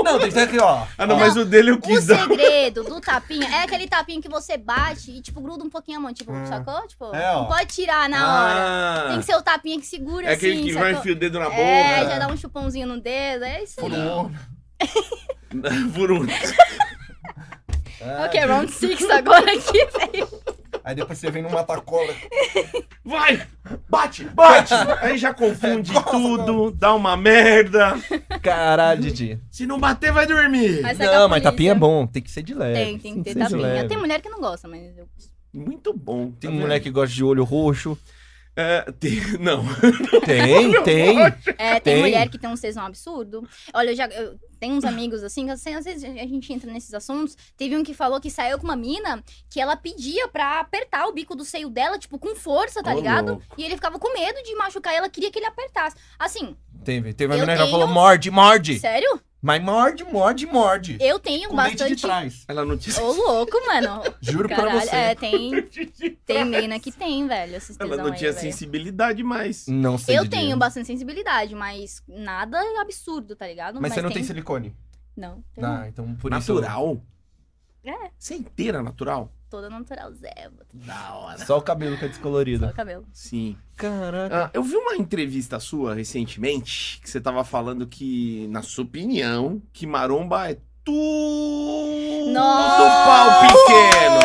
S4: Não, tem que ser aqui, ó.
S1: *laughs* Ah, não,
S3: Não.
S1: mas o dele eu
S3: O
S1: quis dar.
S3: segredo do tapinha é aquele tapinha que você bate e, tipo, gruda um pouquinho a mão, tipo,
S4: Ah.
S3: sacou? Tipo,
S4: É, ó.
S3: não pode tirar na hora. é, Tem
S1: Ah,
S3: que ser o tapinha que segura
S1: é
S3: assim,
S1: aquele que vai
S3: sacou?
S1: enfiar o dedo na boca.
S3: É,
S4: boca.
S3: já dá um chupãozinho no dedo, é isso aí.
S1: *laughs* Por um...
S4: É,
S3: Ok, round six agora aqui, *laughs* velho.
S4: Aí depois você vem numa tacola.
S1: Vai! Bate, bate! Aí já
S4: *laughs*
S1: confunde tudo, dá uma merda.
S4: Caralho, Didi.
S1: Se não bater, vai dormir.
S3: Mas- Essa é
S4: Não,
S3: da
S4: mas tapinha é
S3: polícia.
S4: bom. Tem que ser de leve.
S3: Tem, tem que ter
S4: ser de
S3: tapinha.
S4: leve.
S3: Tem mulher que não gosta, mas eu.
S1: Muito bom.
S4: Tem
S1: tá
S4: um
S1: vendo?
S4: moleque que gosta de
S1: *laughs*
S4: olho roxo.
S1: É, tem- *laughs* Não.
S4: Tem, tem.
S3: É,
S4: Tem.
S3: tem mulher que tem um sesão absurdo. Olha, eu já. Eu, tem uns amigos assim, que assim, às vezes a gente entra nesses assuntos. Teve um que falou que saiu com uma mina que ela pedia pra apertar o bico do seio dela, tipo, com força, tá
S1: Ô,
S3: ligado?
S1: louco.
S3: E ele ficava com medo de machucar e ela queria que ele apertasse. Assim,
S4: Teve, teve uma
S3: Eu
S4: menina que ela
S3: tenho-
S4: falou, morde, morde.
S3: sério?
S4: Mas morde, morde, morde.
S3: Eu tenho
S4: Com dente de
S3: bastante.
S4: trás.
S1: Ela não tinha.
S3: Ô, louco, mano.
S4: Juro pra
S3: Caralho,
S4: você.
S3: é, tem, tem mina que tem, velho.
S1: *laughs*
S3: Esses
S1: Ela
S3: tesão
S1: não
S3: aí,
S1: tinha
S3: velho.
S1: sensibilidade mais.
S4: Não sei
S3: Eu
S4: Didi.
S3: tenho bastante sensibilidade, mas nada absurdo, tá ligado?
S4: Mas, você não tem, silicone?
S3: Não, tem não.
S4: Ah, então por isso...
S1: Natural?
S3: É.
S1: Você é inteira natural?
S3: Toda natural, Zé. vou ter
S1: Da hora.
S4: Só o cabelo que é
S3: Só
S4: descolorido.
S3: o cabelo.
S1: Sim.
S4: Caraca.
S1: Ah, eu vi uma entrevista sua recentemente que você tava falando que, na sua opinião, que maromba é tudo
S3: Nossa!
S1: pau pequeno.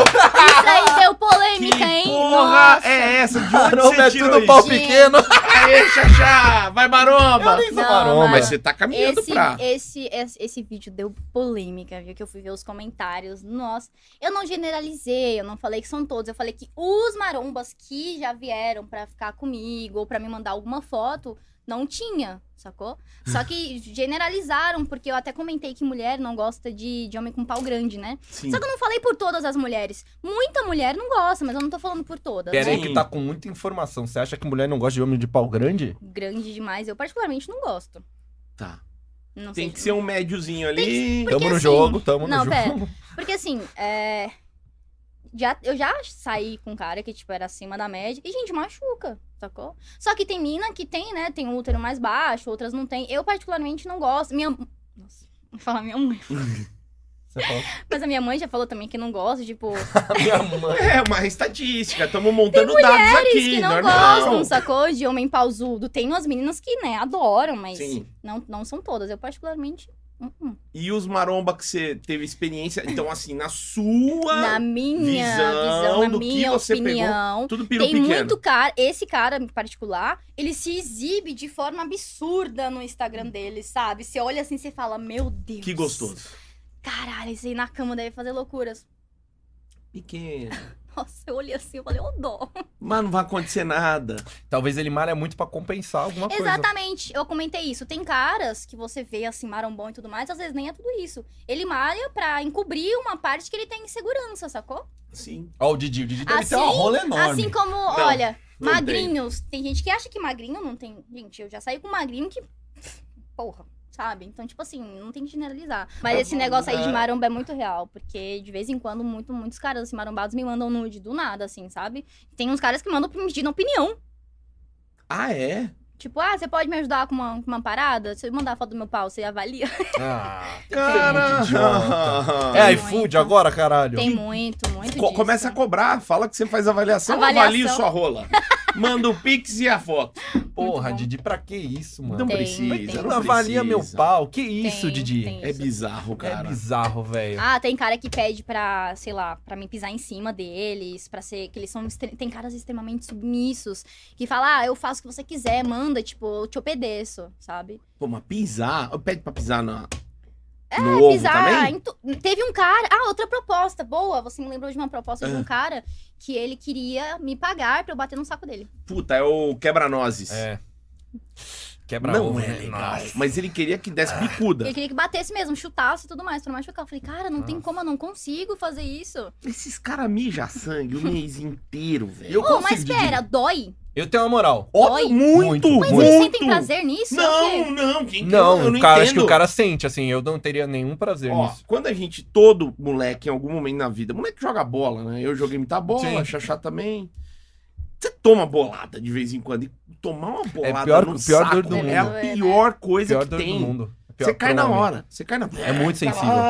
S3: Isso aí deu polêmica,
S1: Que
S3: hein?
S1: porra
S3: Nossa.
S1: é essa? De onde
S4: Caramba,
S1: você
S4: é
S1: tirou
S4: tudo pau
S1: isso?
S3: Gente.
S4: pequeno.
S1: Aê, Xaxá! Vai maromba!
S4: nem sou
S3: Não,
S4: maromba.
S1: Mas você tá caminhando
S3: Esse, é-
S1: pra...
S3: esse, esse, esse vídeo deu polêmica, viu? Que eu fui ver os comentários. Nossa, eu não generalizei, eu não falei que são todos. Eu falei que os marombas que já vieram pra ficar comigo ou pra me mandar alguma foto, não tinha, sacou?
S1: *laughs*
S3: Só que generalizaram, porque eu até comentei que mulher não gosta de, de homem com pau grande, né?
S1: Sim.
S3: Só que eu não falei por todas as mulheres. Muita mulher não gosta, mas eu não tô falando por todas.
S4: Pera
S3: né?
S4: aí que tá com muita informação. Você acha que mulher não gosta de homem de pau grande?
S3: Grande demais, eu particularmente não gosto.
S1: Tá.
S3: Não
S1: Tem
S3: sei
S1: que
S3: se-
S1: ser um médiozinho ali.
S4: tamo no
S3: assim-
S4: jogo, tamo
S3: Não,
S4: no
S3: pera.
S4: jogo.
S3: Porque assim, é. Já, eu já saí com um cara que, tipo, era acima da média. E, gente, machuca, sacou? Só que tem mina que tem, né? Tem útero mais baixo, outras não tem. Eu, particularmente, não gosto. Minha. Nossa, vou falar minha mãe.
S4: *laughs* Você fala,
S3: Mas a minha mãe já falou também que não gosta,
S1: *laughs*
S3: tipo.
S4: "Ah, minha mãe.
S1: É, uma estatística. Estamos montando dados
S3: Mulheres
S1: aqui.
S3: que não
S1: normal.
S3: gostam, sacou? De homem pausudo. Tem umas meninas que, né, adoram, mas
S1: Sim.
S3: não, não são todas. Eu, particularmente, Uhum.
S1: E os maromba que você teve experiência, então assim, na sua,
S3: Na minha
S1: Ah, visão
S3: visão, na
S1: do que
S3: minha
S1: você pegou,
S3: opinião.
S1: tudo peru
S3: Tem
S1: pequeno.
S3: muito cara, esse cara em particular, ele se exibe de forma absurda no Instagram dele, sabe? Você olha assim e fala, meu Deus.
S1: Que gostoso.
S3: Caralho, esse aí na cama deve fazer loucuras. *laughs*
S1: Pequeno.
S3: Nossa, eu olhei assim, eu falei, ô dó.
S1: Mas não vai acontecer nada.
S4: Talvez ele malha muito pra compensar alguma coisa.
S3: Exatamente, eu comentei isso. Tem caras que você vê assim, marombom e tudo mais, às vezes nem é tudo isso. Ele malha pra encobrir uma parte que ele tem insegurança, sacou?
S1: Sim.
S4: Ó, o Didi, o Didi deve ter
S3: Assim-
S4: uma rola enorme.
S3: Assim como, olha,
S1: não
S3: magrinhos. Tem. gente que acha que magrinho não tem. Gente, eu já saí com um magrinho que. Porra, sabe? Então, tipo assim, não tem que generalizar. Mas esse negócio aí de maromba é muito real. Porque de vez em quando, muito, muitos caras assim, marombados me mandam nude do nada, assim, sabe? Tem uns caras que mandam pedindo opinião.
S1: Ah, é?
S3: Tipo, ah, você pode me ajudar com uma, com uma parada? Se eu mandar foto do meu pau, você avalia?
S4: Ah,
S1: Cara.
S4: idiota.
S1: É,
S4: é
S3: Tem
S4: iFood
S3: muito.
S4: agora, caralho?
S3: Tem muito, muito
S1: co-
S3: disso.
S1: começa a cobrar, fala que você faz avaliação,
S3: Avaliação.
S1: avalia sua rola. Manda o pix e a foto.
S4: Porra,
S3: bom.
S4: Didi, pra que isso, mano?
S1: Não
S3: Tem,
S1: precisa,
S3: tem.
S1: não
S4: Não avalia meu
S1: precisa.
S4: pau. Que
S3: Tem,
S4: isso, Didi?
S3: tem
S1: É
S3: isso.
S1: bizarro,
S4: É
S1: cara.
S4: bizarro,
S1: É.
S4: velho.
S3: Ah, tem cara que pede pra, sei lá, pra mim pisar em cima deles, pra ser. que eles são. extre- Tem caras extremamente submissos que fala, ah, eu faço o que você quiser, manda, tipo, eu te obedeço, sabe?
S1: Pô, mas pisar, pede pra pisar na...
S3: É,
S1: No ovo
S3: pisar.
S1: também?
S3: em tu- Teve um cara. Ah, outra proposta, boa. Você me lembrou de uma proposta de
S1: Ah.
S3: um cara que ele queria me pagar pra eu bater no saco dele.
S1: Puta, é o quebra-nozes.
S4: É. Quebra
S1: não
S4: ovo,
S1: é
S4: né?
S1: legal.
S4: Nossa. Ah.
S1: Mas ele queria que desse bicuda.
S3: Ele queria que batesse mesmo, chutasse e tudo mais, pra não machucar. Eu falei, cara, não tem
S4: Nossa.
S3: como, eu não consigo fazer isso.
S1: Esses caras mijam sangue *laughs* o mês inteiro, velho.
S4: Eu
S3: Ô,
S4: consigo,
S3: mas
S4: Didi.
S3: pera, dói.
S4: Eu tenho uma moral.
S1: Óbvio,
S3: Dói.
S1: muito,
S4: Muito,
S1: muito.
S3: Mas eles sentem prazer nisso? É o
S1: Não,
S3: quê?
S1: não, quem
S4: Não,
S1: eu não
S4: o cara, acho que
S1: entendo.
S4: o cara sente, assim, eu não teria nenhum prazer
S1: Ó,
S4: nisso.
S1: quando a gente, todo moleque, em algum momento na vida, moleque joga bola, né? Eu joguei muita bola,
S4: Sim.
S1: Xaxá também. Você toma bolada de vez em quando. E tomar uma bolada
S4: É pior-
S1: no
S4: pior
S1: saco
S4: dor do
S1: é a
S3: mundo.
S1: pior coisa
S4: Pior
S1: que
S4: dor do
S1: tem.
S4: mundo. Pior
S1: Você cai
S4: pra um
S1: na
S4: homem.
S1: hora. Você cai na
S4: É muito sensível. Muito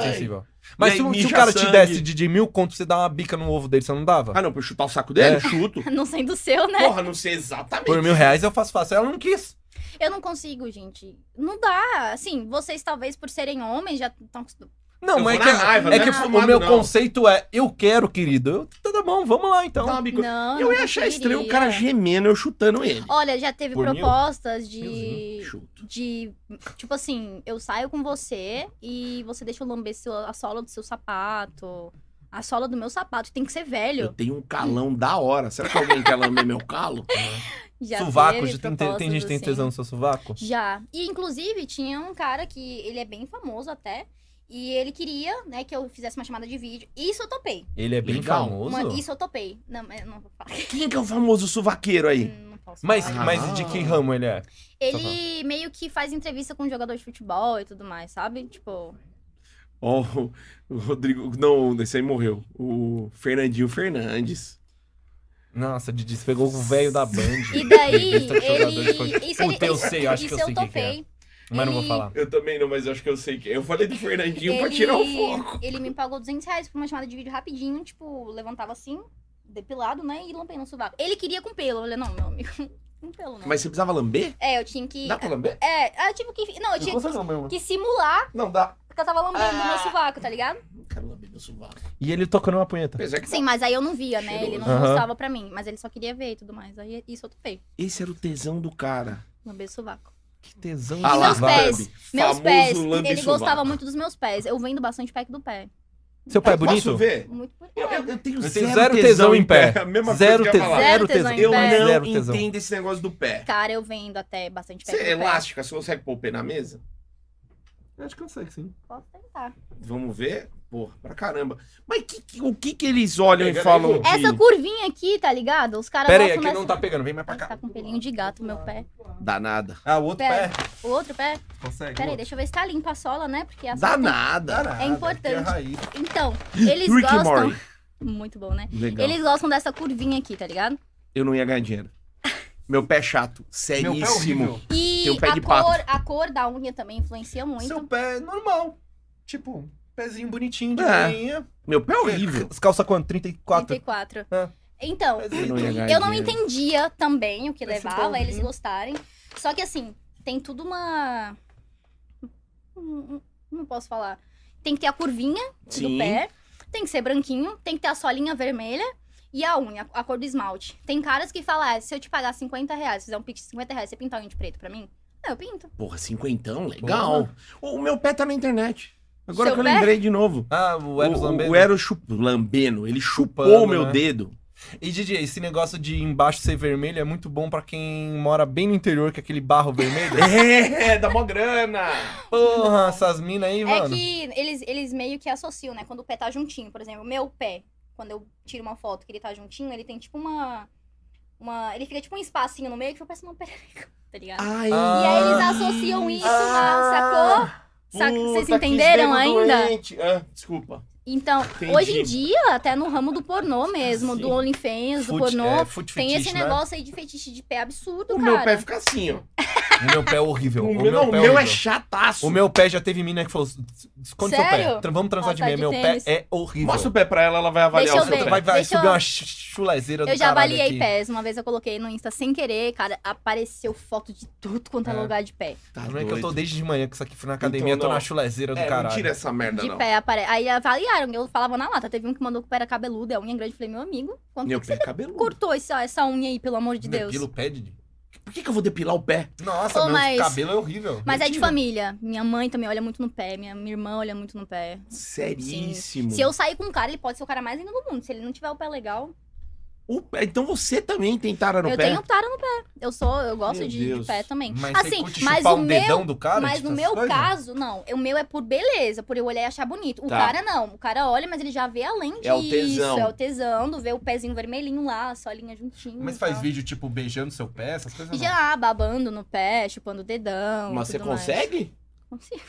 S1: Ai.
S4: sensível.
S1: E
S4: Mas
S1: aí
S4: se, o- se
S1: mija
S4: o cara te
S1: sangue.
S4: desse de, de mil conto, você dá uma bica no ovo dele, você não dava?
S1: Ah, não, pra eu chutar o saco dele?
S4: É.
S3: *laughs*
S1: Chuto.
S3: *laughs* Não sendo seu, né?
S1: Porra, não sei exatamente.
S4: Por mil reais eu faço fácil. Ela não quis.
S3: Eu não consigo, gente. Não dá. Assim, vocês talvez por serem homens já estão acostumados.
S4: Não,
S1: Eu
S4: mas é
S1: vou
S4: que,
S1: na raiva,
S4: é
S1: não é
S4: que
S1: acostumado,
S4: o meu
S1: não.
S4: conceito é, eu quero, querido. Eu, tá bom, vamos lá então.
S1: Dá uma bicuda.
S3: Não,
S1: Eu
S3: não
S1: ia achar estranho o
S3: conseguiria.
S1: cara gemendo, eu chutando ele.
S3: Olha, já teve
S4: Por mil?
S3: propostas de.
S1: Chuto.
S3: De. Tipo assim, eu saio com você e você deixa eu lamber seu- a sola do seu sapato. A sola do meu sapato. Tem que ser
S1: Eu
S3: velho.
S1: tenho um calão da hora. Será que alguém quer lamber meu calo?
S3: Já
S4: sovaco,
S3: teve
S4: já tem, tem,
S3: propostas
S4: tem gente que tem
S3: assim.
S4: tesão no seu sovaco?
S3: Já. E inclusive tinha um cara que ele é bem famoso até. E ele queria, né, que eu fizesse uma chamada de vídeo. Isso eu topei.
S4: Ele é bem
S1: Legal.
S4: famoso.
S3: Uma- isso eu topei. Não, mas eu não vou falar.
S1: Quem que é o famoso suvaqueiro aí?
S3: Hum, Não posso
S4: Mas,
S3: falar.
S1: Ah.
S4: mas de que ramo ele é?
S1: Tá
S3: Ele meio que faz entrevista com jogador de futebol e tudo mais, sabe?
S1: Hum.
S3: Tipo,
S1: Ó, o Rodrigo. Não, esse aí morreu. O Fernandinho Fernandes.
S4: Nossa, Didi, você pegou o velho da Band.
S3: *laughs* e daí
S4: Entrevista com jogador de
S3: ele.
S4: futebol.
S3: Isso ele-
S4: Puta, eu sei, eu acho
S3: isso
S4: que eu sei quem que é.
S3: topei.
S4: Mas não vou
S3: ele-
S4: falar.
S1: Eu também não, mas eu acho que eu sei quem. é. Eu falei do Fernandinho pra
S3: Ele-
S1: tirar o foco.
S3: Ele me pagou 200 reais por uma chamada de vídeo rapidinho, tipo, levantava assim, depilado, né? E lampei no sovaco. Ele queria com pelo. Eu falei, não, meu amigo, *laughs* com pelo não.
S1: Mas você precisava lamber?
S3: É, eu tinha que.
S1: Dá pra lamber?
S3: É, eu tive que. Não, eu tinha
S4: não,
S3: que simular
S1: Não dá.
S3: que eu tava lambendo
S1: Ah.
S3: o meu sovaco, tá ligado?
S1: Não quero lamber meu sovaco.
S4: E ele tocando uma punheta.
S1: Apesar que.
S3: Sim, mas aí eu não via, né? Ele não
S4: Cheiroso. Aham.
S3: mostrava pra mim, mas ele só queria ver e tudo mais. Aí isso eu topei.
S1: Esse era o tesão do cara.
S3: Lamber o sovaco.
S4: Que tesão.
S1: Ah
S4: de
S1: lá,
S3: meus
S4: sovaco.
S3: pés.
S1: lambe.
S3: Meus
S1: Famoso
S3: pés.
S1: lambe
S3: Ele
S1: sovaco.
S3: gostava muito dos meus pés. Eu vendo bastante pack do pé.
S4: Seu pai é
S1: Posso
S4: bonito?
S1: ver?
S3: Muito bonito.
S1: Eu, eu- eu tenho
S4: Eu
S1: zero,
S4: tenho zero tesão em pé.
S1: A mesma
S4: Zero
S1: coisa que eu ia
S4: tesão.
S1: falar.
S4: Zero
S3: Zero tesão
S4: tesão.
S3: em
S1: Eu
S3: pé.
S1: não
S4: Zero tesão.
S1: entendo esse negócio do pé.
S3: Cara, eu vendo até bastante pack
S1: Você
S3: do
S1: é
S3: pé.
S1: elástica, você consegue pôr o pê na mesa?
S4: Acho que eu sei, sim.
S3: Posso tentar.
S1: Vamos ver? Porra, pra caramba. Mas que- que- o que que eles olham
S4: Pega
S1: e falam
S4: aí,
S1: de...
S3: Essa curvinha aqui, tá ligado? Os caras
S4: Pera aí,
S3: gostam
S4: aqui
S3: dessa...
S4: não tá pegando, vem mais pra
S3: Nossa,
S4: cá.
S3: tá com pelinho de gato meu pé.
S1: Danada.
S4: Ah, o outro
S3: Pera.
S4: pé.
S3: O outro pé?
S4: Consegue?
S3: Pera aí, deixa eu ver se tá limpa a sola, né? Porque a sola tem-
S1: Danada.
S3: É importante.
S4: Aqui é a raiz.
S3: Então, eles
S1: Rick and
S3: gostam...
S1: Morty.
S3: Muito bom, né?
S1: Legal.
S3: Eles gostam dessa curvinha aqui, tá ligado?
S1: Eu não ia ganhar dinheiro. Meu pé é chato.
S4: Meu pé é
S1: Seríssimo.
S4: horrível.
S3: E
S1: Tem um pé
S3: a,
S1: de pato.
S3: cor, a cor da unha também influencia muito.
S4: Seu pé é normal. Tipo, pezinho bonitinho de
S1: É.
S4: boinha.
S1: Meu pé é horrível.
S4: As calças quanto? 34?
S3: 34.
S1: Ah.
S4: É.
S3: Então,
S1: Eu não ia ganhar
S3: eu não
S1: dinheiro.
S3: entendia também o que
S4: Esse
S3: levava
S4: povinho.
S3: eles gostarem. Só que assim, tem tudo uma. hum, hum, Não posso falar. Tem que ter a curvinha
S1: Sim.
S3: do pé, tem que ser branquinho, tem que ter a solinha vermelha e a unha, a cor do esmalte. Tem caras que falam, ah, se eu te pagar 50 reais, fizer um pix de 50 reais, você pintar a unha de preto pra mim? Ah, eu pinto.
S1: Porra, cinquentão, legal. O, o meu pé tá na internet. Agora
S3: Seu
S1: que eu
S3: pé?
S1: lembrei de novo.
S4: Ah, o
S1: O,
S4: Eros
S1: o,
S4: Lambeno.
S1: o Eros chup- lambeno, ele chupou
S4: Chupando,
S1: o meu
S4: né?
S1: dedo.
S4: *laughs* E DJ, esse negócio de embaixo ser vermelho é muito bom pra quem mora bem no interior, que é aquele barro
S3: *laughs*
S4: vermelho.
S1: É, dá mó grana.
S4: Porra, essas minas aí,
S3: É
S4: mano.
S3: que eles, eles meio que associam, né? Quando o pé tá juntinho, por exemplo, o meu pé, quando eu tiro uma foto que ele tá juntinho, ele tem tipo uma. uma ele fica tipo um espacinho no meio que parece uma perereca, *laughs* tá ligado?
S1: Ai, Ah,
S4: Ah.
S3: E aí eles associam isso, na- sacou?
S1: um
S3: Saca- vocês
S1: puta, que
S3: entenderam
S1: tá dedo
S3: ainda?
S1: doente. Ah, desculpa.
S3: Então,
S1: Entendi.
S3: hoje em dia, até no ramo do pornô mesmo,
S1: Sim.
S3: do OnlyFans, do
S4: Fute-
S3: pornô,
S4: é, fute
S3: tem
S4: fetiche,
S3: esse
S4: né?
S3: negócio aí de fetiche de pé absurdo,
S1: O
S3: cara.
S1: meu pé fica assim, ó.
S4: O meu pé é horrível.
S1: O meu, não, o
S4: pé
S1: meu é
S4: horrível.
S1: chataço.
S4: O meu pé já teve mina que falou: esconde seu pé.
S3: Sério?
S4: Tra- Vamos transar
S3: Ah,
S4: de
S3: tá,
S4: meia.
S3: de
S4: Meu
S3: tênis.
S4: pé é horrível.
S1: Mostra o pé pra ela, ela vai avaliar
S3: Deixa
S1: o
S3: eu
S1: seu
S3: ver.
S1: pé.
S4: vai, vai
S3: Deixa eu-
S4: subir uma ch- chulezeira do
S3: Eu já
S4: caralho
S3: avaliei
S4: aqui.
S3: pés. Uma vez eu coloquei no Insta sem querer, cara, apareceu foto de tudo quanto é,
S4: É.
S3: lugar de pé.
S1: Tá
S4: Como é que eu tô
S1: doido.
S4: desde de manhã com isso aqui? Fui na academia,
S1: Então,
S4: tô na
S1: não.
S4: chulezeira do
S1: É, não
S4: caralho.
S1: tira essa merda,
S3: de
S1: não.
S3: pé aparece. Aí avaliaram, eu falava na lata. Teve um que mandou que o pé era cabeludo, a unha grande. Eu falei, meu amigo, quanto
S1: Meu
S3: que
S1: pé é cabeludo.
S3: você cortou essa, essa unha aí, pelo amor de Deus?
S4: Depilo o pé, Didi.
S1: Por que, que eu vou depilar o pé?
S4: Nossa,
S3: Ô,
S4: meu
S3: mas-
S4: cabelo é horrível.
S3: Mas é de
S1: Mentira.
S3: família. Minha mãe também olha muito no pé, minha, minha irmã olha muito no pé.
S1: Seríssimo.
S3: Se eu sair com um cara, ele pode ser o cara mais lindo do mundo. Se ele não tiver o pé legal.
S1: O pé- Então você também tem tara Tá no
S3: eu
S1: pé?
S3: tenho tara no pé. Eu sou, eu gosto
S1: Meu
S3: de, de
S1: Deus.
S3: pé também.
S4: Mas você
S3: assim,
S4: curte
S3: mas
S4: chupar
S3: o
S4: o
S3: meu.
S4: dedão do cara?
S3: mas
S4: tipo
S3: no
S4: essas
S3: meu
S4: coisas?
S3: caso, não. O meu é por beleza, por eu olhar e achar bonito. O
S1: Tá.
S3: cara não. O cara olha, mas ele já vê além disso.
S1: É o tesão.
S3: É o tesão, do ver o pezinho vermelhinho lá, a solinha juntinho.
S4: Mas
S3: e
S4: faz
S3: tal.
S4: vídeo, tipo, beijando seu pé, essas coisas?
S3: então. E
S4: não?
S3: já babando no pé, chupando o dedão.
S1: Mas
S3: e
S1: você
S3: tudo mais.
S1: consegue?
S3: Consigo.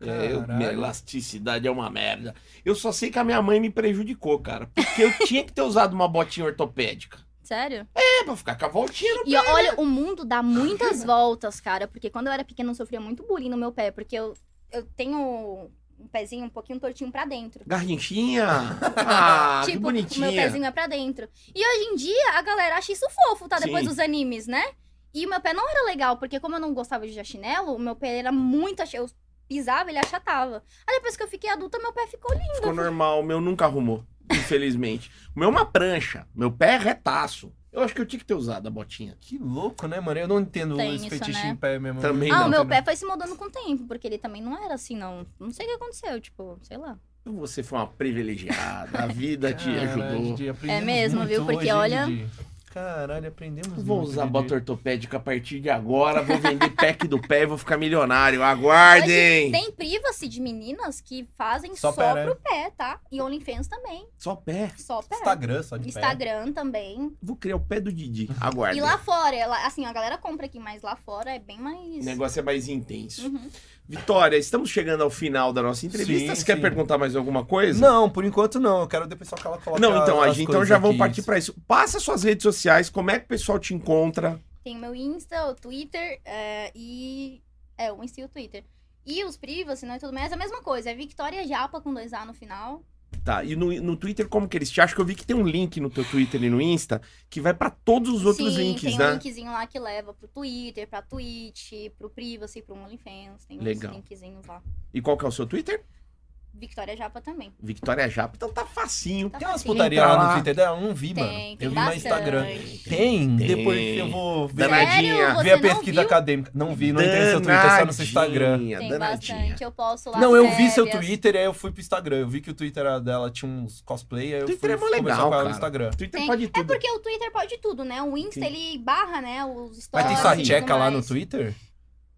S1: É, eu- minha
S4: Caralho.
S1: elasticidade é uma merda. Eu só sei que a minha mãe me prejudicou, cara. Porque eu tinha que ter usado uma botinha ortopédica.
S3: Sério?
S1: É, pra ficar com a voltinha no
S3: E olha, o mundo
S1: *laughs*
S3: dá muitas voltas, cara. Porque quando eu era pequena, eu sofria muito bullying no meu pé. Porque eu, eu tenho um pezinho um pouquinho tortinho pra dentro. *laughs*
S1: Garrinchinha. Ah, que
S3: tipo, o
S1: bonitinha.
S3: meu pezinho é pra dentro. E hoje em dia, a galera acha isso fofo, tá? Depois
S1: Sim.
S3: dos animes, né? E o meu pé não era legal, porque como eu não gostava de usar chinelo, o meu pé era muito... ach- Eu pisava, ele achatava. Aí depois que eu fiquei adulta, meu pé ficou lindo.
S1: Ficou normal, o meu nunca arrumou, infelizmente. O meu é uma prancha, meu pé é retaço. Eu acho que eu tinha que ter usado a botinha.
S4: Que louco, né, mano? Eu não entendo
S3: Tem
S4: esse
S3: isso,
S4: fetiche
S3: né?
S4: em pé mesmo.
S1: Também
S3: Ah,
S1: não,
S3: o meu
S4: entendo.
S3: pé foi se mudando com o tempo, porque ele também não era assim, não. Não sei o que aconteceu, tipo, sei lá.
S1: Você foi uma privilegiada, a vida te
S4: Caralho,
S1: ajudou.
S4: Didi, aprendemos
S3: É mesmo, viu?
S4: muito
S3: Porque
S4: hoje, hein,
S3: olha-
S4: Didi? Caralho, aprendemos
S1: Vou
S4: muito,
S1: usar
S4: Didi.
S1: bota ortopédica a partir de agora, vou vender pack do pé e vou ficar milionário. Aguardem!
S3: Hoje tem priva-se de meninas que fazem
S4: Só
S3: só,
S4: pé, né?
S3: pro pé, tá? E OnlyFans também,
S1: Só pé.
S3: só pé.
S4: Instagram, só de pé.
S3: É. Instagram também.
S1: Vou criar o pé do Didi. Aguardem.
S3: E lá fora, ela- assim, a galera compra aqui, mas lá fora é bem
S1: O
S3: mais.
S1: negócio é mais intenso.
S3: Uhum.
S1: Vitória, estamos chegando ao final da nossa entrevista.
S4: Sim,
S1: Você quer
S4: sim.
S1: perguntar mais alguma coisa?
S4: Não, por enquanto não. Eu quero depois só que ela coloque
S1: Não, então, a
S4: as
S1: gente então
S4: coisas
S1: já vamos
S4: aqui.
S1: partir pra isso. Passa suas redes sociais, como é que o pessoal te encontra?
S3: Tem o meu Insta, o Twitter é, e. É, o Insta e o Twitter. E os privas, não e tudo mais, é a mesma coisa. É Victoria Japa com dois A no final.
S1: Tá, e no, no Twitter como que eles te acham? Que eu vi que tem um link no teu Twitter e no Insta que vai pra todos os outros
S3: Sim,
S1: links,
S3: tem um
S1: né?
S3: linkzinho lá que leva pro Twitter, pra Twitch, pro Privacy, pro OnlyFans. Tem
S1: Legal.
S3: uns linkzinhos lá.
S1: E qual que é o seu Twitter?
S3: Victoria Japa também.
S1: Victoria Japa. Então tá facinho.
S3: Tá
S4: Tem umas
S3: facinho.
S4: putaria
S1: Entra
S4: lá
S1: lá.
S4: no Twitter dela? Eu não vi,
S3: Tem,
S4: mano.
S3: tem
S4: eu vi no
S3: bastante.
S4: Instagram. Tem?
S1: Tem.
S4: Depois eu vou ver.
S1: Danadinha.
S3: Sério? Você
S4: ver a
S3: não
S4: pesquisa
S3: viu?
S4: acadêmica. Não vi, não entrei no seu Twitter, só no seu Instagram.
S1: Danadinha,
S3: Tem
S1: danadinha.
S3: bastante, eu posso lá.
S4: Não, eu vi
S3: férias.
S4: seu Twitter, aí eu fui pro Instagram. Eu vi que o Twitter era dela tinha uns cosplay, aí eu
S1: Twitter é
S4: fui
S1: mó
S4: conversar
S1: legal,
S4: com ela
S1: cara.
S4: no Instagram.
S1: Twitter
S3: Tem.
S1: pode
S3: É
S1: tudo. Ah,
S3: porque o Twitter pode tudo, né? O Insta,
S1: Sim.
S3: ele barra, né? Os stories.
S4: Mas tem
S1: Olha,
S4: sua
S3: e tudo
S4: tcheca lá no
S3: mais.
S4: Twitter?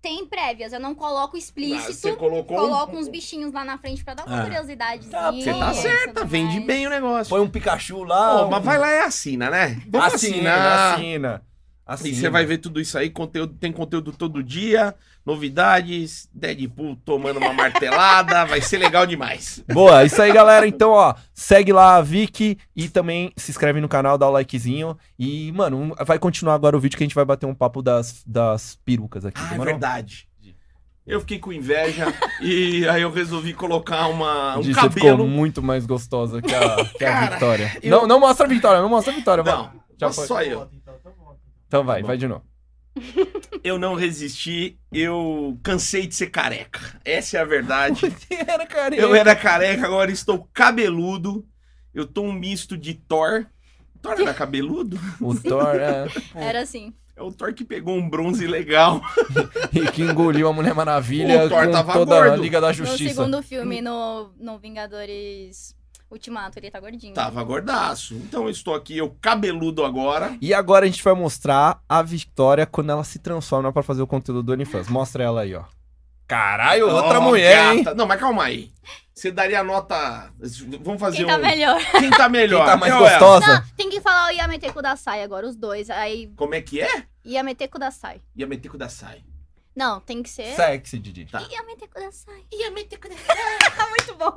S3: Tem prévias, eu não coloco
S1: Ah, você
S3: explícito.
S1: colocou um-
S3: coloco uns bichinhos lá na frente pra dar uma
S1: Ah.
S3: curiosidade.
S4: Tá,
S1: Você tá
S4: Ih,
S1: certa, vende bem o negócio.
S4: Põe um Pikachu lá.
S1: Pô, mas vai lá e assina, né? Vamos
S4: assina,
S1: assinar.
S4: assina. Assina.
S1: E você vai ver tudo isso aí, conteúdo, tem conteúdo todo dia, novidades, Deadpool tomando uma martelada, vai ser legal
S4: *laughs*
S1: demais.
S4: Boa, isso aí, galera. Então, ó, segue lá a Vicky e também se inscreve no canal, dá o likezinho. E, mano, um- vai continuar agora o vídeo que a gente vai bater um papo das, das perucas aqui.
S1: Ah, é
S4: demorou?
S1: verdade. Eu fiquei com inveja e aí eu resolvi colocar uma, um
S4: Di, Você ficou
S1: cabelo.
S4: muito mais gostosa
S1: *laughs*
S4: que a, que a
S1: Cara,
S4: Vitória.
S1: eu-
S4: Não, não mostra a Vitória, não mostra a Vitória. vai.
S1: Não,
S4: Já
S1: mas
S4: foi.
S1: só eu.
S4: Então vai,
S1: Tá bom.
S4: vai de novo.
S1: Eu não resisti, eu cansei de ser careca. Essa é a
S4: *laughs*
S1: verdade.
S4: Você era careca.
S1: Eu era careca, agora estou cabeludo. Eu tô um misto de Thor. Thor era cabeludo?
S4: O Thor é,
S3: Era assim.
S1: É o Thor que pegou um bronze legal. *laughs*
S4: e que engoliu a Mulher Maravilha
S1: O Thor
S4: com
S1: tava
S4: toda a
S1: gordo.
S4: Liga da
S3: No
S4: Justiça.
S3: segundo filme, no, no Vingadores Ultimato, ele tá gordinho.
S1: Tava gordaço. Então eu estou aqui, eu cabeludo agora.
S4: E agora a gente vai mostrar a Victoria quando ela se transforma pra fazer o conteúdo do OnlyFans. Mostra ela aí, ó. Caralho, outra
S1: Ó,
S4: mulher, hein?
S1: gata. Não, mas calma aí. Você daria nota. Vamos fazer
S3: Quem
S1: um.
S3: tá melhor?
S1: Quem tá
S4: Quem
S1: melhor?
S4: tá mais
S1: Eu, ela.
S4: gostosa?
S3: Tem que falar o Yameteku da Sai agora, os dois. Aí,
S1: Como é que é?
S3: Yameteku da Sai.
S1: Yameteco da Sai.
S3: Não, tem que ser.
S4: Sexy, Didi.
S1: Tá.
S3: Yameteku da Sai.
S1: Yameteco
S3: *laughs*
S1: da
S3: Muito bom.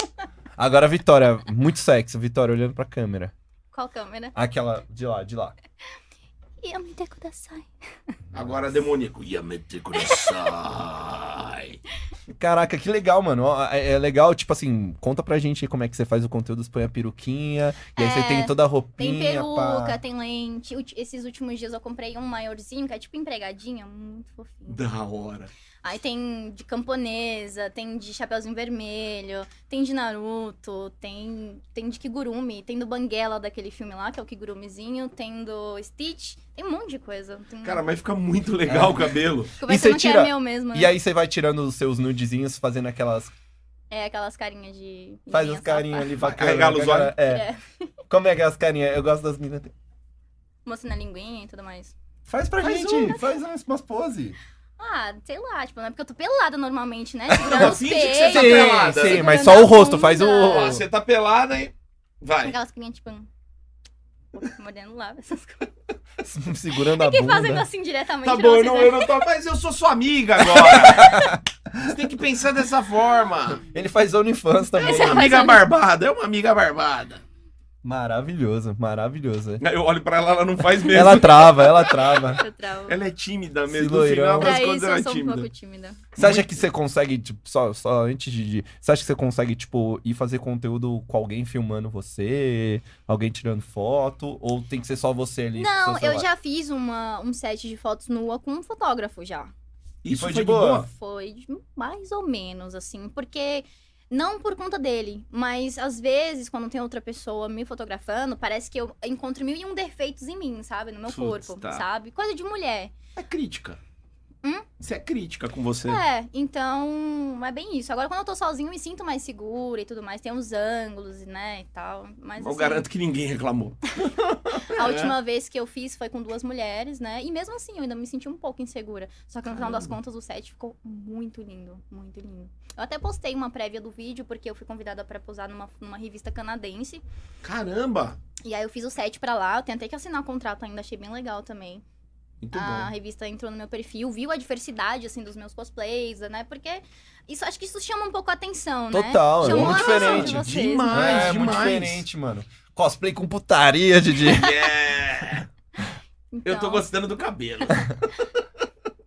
S4: Agora a Vitória, muito sexy. Vitória olhando pra câmera.
S3: Qual câmera?
S4: Aquela de lá, de lá.
S3: Yameteku da Sai.
S1: Agora demoníaco. Yameteco da Sai.
S4: Caraca, que legal, mano. Ó, É é legal, tipo assim, conta pra gente aí como é que você faz o conteúdo. Você põe a peruquinha, e aí você
S3: É,
S4: tem toda a
S3: Tem
S4: roupinha.
S3: peruca,
S4: pá.
S3: tem lente. Ulti- Esses últimos dias eu comprei um maiorzinho, que é tipo empregadinha, muito fofinho.
S1: Da hora.
S3: Aí tem de camponesa, tem de Chapeuzinho Vermelho, tem de Naruto, tem, tem de Kigurumi, tem do Banguela daquele filme lá, que é o Kigurumizinho, tem do Stitch, tem um monte de coisa. Tem...
S1: Cara, mas fica muito legal o cabelo.
S3: Como é
S4: e
S3: que
S4: você
S3: não que
S4: tira-
S3: é meu mesmo, né?
S4: E aí você vai tirando os seus nudezinhos, fazendo aquelas.
S3: É aquelas carinhas de.
S4: Faz
S3: menininha
S4: os carinhos
S3: safada.
S4: ali bacana.
S1: Arregala os olhos.
S4: É.
S3: É,
S4: Como é que é as carinhas? Eu gosto das meninas.
S3: mostrando a linguinha e tudo mais.
S4: Faz pra
S1: Faz
S4: gente, faz é umas, umas pose.
S3: Ah, sei lá, tipo, não é porque eu tô pelada
S1: *laughs*
S3: normalmente, né? Segurando os
S1: Finge que você
S3: peitos.
S1: tá pelada.
S4: sim,
S3: segurando
S4: mas só o
S3: a
S4: rosto,
S3: bunda.
S4: faz
S1: *laughs*
S4: o-
S1: Ó, você tá pelada, hein? Vai.
S3: Aquelas que vinham, tipo, mordendo lá, essas coisas.
S4: Segurando a
S3: Quem fazendo
S4: bunda.
S3: assim diretamente.
S1: Tá bom, eu
S3: vocês
S1: não,
S3: sabem.
S1: eu não tô. Mas eu sou sua
S4: *laughs*
S1: amiga agora. Você tem que pensar dessa forma.
S4: Ele faz OnlyFans também.
S1: É uma amiga barbada, é uma amiga barbada.
S4: Maravilhoso, maravilhoso.
S1: Eu olho pra ela, ela não faz mesmo.
S4: Ela trava, ela trava.
S3: Eu
S1: *laughs*
S3: travo.
S1: Ela é tímida
S4: Se
S1: mesmo. No
S4: loirão.
S1: final das
S3: Pra
S1: coisas
S3: isso
S1: ela é
S3: eu sou um
S1: tímida.
S3: pouco tímida.
S4: Você acha que você consegue, tipo, só, só antes de. de- Você acha que você consegue, tipo, ir fazer conteúdo com alguém filmando você, alguém tirando foto? Ou tem que ser só você ali? com
S3: Não,
S4: seu
S3: eu
S4: celular?
S3: já fiz uma, um set de fotos nua com um fotógrafo já.
S1: Isso foi
S4: foi de
S1: de
S4: boa?
S1: boa.
S3: Foi de- mais ou menos, assim, porque. Não por conta dele, mas às vezes, quando tem outra pessoa me fotografando, parece que eu encontro mil e um defeitos em mim, sabe? No meu
S1: Putz,
S3: corpo,
S1: tá.
S3: sabe? Coisa de mulher.
S1: É crítica.
S3: Hum?
S1: Isso é crítica com você.
S3: É, então é bem isso. Agora, quando eu tô sozinha, eu me sinto mais segura e tudo mais. Tem uns ângulos, né, e tal. Mas
S1: eu
S3: assim,
S1: garanto que ninguém reclamou.
S4: É.
S3: a última vez que eu fiz foi com duas mulheres, né? E mesmo assim, eu ainda me senti um pouco insegura. Só que no final das contas, o set ficou muito lindo, muito lindo. Eu até postei uma prévia do vídeo, porque eu fui convidada pra posar numa, numa revista canadense.
S1: Caramba!
S3: E aí eu fiz o set pra lá, eu tentei que assinar o contrato ainda, achei bem legal também.
S1: Muito
S3: a
S1: bom.
S3: revista entrou no meu perfil, viu a diversidade, assim, dos meus cosplays, né? Porque isso, acho que isso chama um pouco a atenção, né?
S4: Total, é
S3: Chamou
S4: muito
S3: a atenção de
S4: diferente.
S3: vocês,
S1: Demais.
S3: né?
S4: é, muito
S1: demais.
S4: diferente, mano. Cosplay com putaria, Didi.
S1: Yeah! Eu tô
S3: Então,
S1: gostando do cabelo.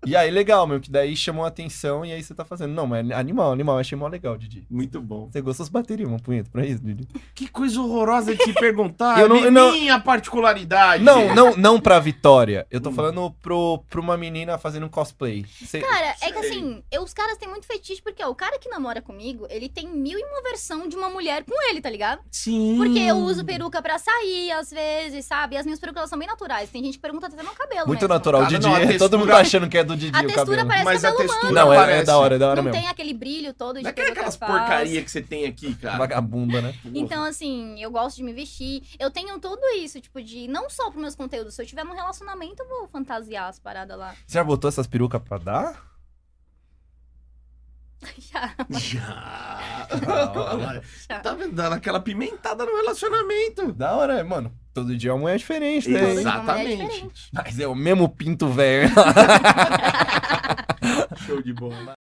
S4: E aí, legal, meu, que daí chamou a atenção e aí você tá fazendo. Não, mas animal, animal, achei mó legal, Didi.
S1: Muito bom.
S4: Você gostou das baterias, uma punheta pra isso, Didi?
S1: Que coisa horrorosa
S3: *laughs*
S1: de te perguntar.
S4: Eu não- eu não-
S1: Minha particularidade.
S4: Não, não, não pra Vitória. Eu tô
S1: Hum.
S4: falando pro, pra uma menina fazendo um cosplay. Você-
S3: Cara, é que
S1: Sei.
S3: assim, eu- os caras têm muito fetiche, porque ó, o cara que namora comigo, ele tem mil e uma versão de uma mulher com ele, tá ligado?
S1: Sim.
S3: Porque eu uso
S1: Hum.
S3: peruca pra sair, às vezes, sabe? E as minhas perucas elas são bem naturais. Tem gente que pergunta até no meu cabelo.
S4: Muito
S3: mesmo.
S4: natural,
S1: Cara,
S4: Didi.
S1: não, a textura-
S4: Todo mundo tá achando que é do Didi
S3: A
S4: o
S3: textura
S4: cabelo.
S3: parece
S1: Mas a
S3: cabelo
S1: textura
S4: Não, é, é
S1: parece.
S4: da hora, é da hora
S3: Não
S4: mesmo.
S3: tem aquele brilho todo de
S1: Não é aquela-
S3: peruca
S1: aquelas
S3: falsa.
S1: porcaria que você tem aqui, cara.
S4: Vagabunda, né?
S1: Porra.
S3: Então, assim, eu gosto de me vestir. Eu tenho tudo isso, tipo, de. Não só pros meus conteúdos. Se eu tiver num relacionamento, eu vou fantasiar as paradas lá. *laughs*
S4: Você já botou essas perucas pra dar?
S3: Já,
S1: Já. *laughs*
S4: Da hora.
S3: já.
S1: tá vendo? Dando aquela pimentada no relacionamento.
S4: Da hora, mano. Todo dia uma mulher é diferente, né?
S3: Todo Exato. dia uma mulher é
S1: Exatamente.
S4: Mas é o mesmo pinto velho.
S1: Show de bola.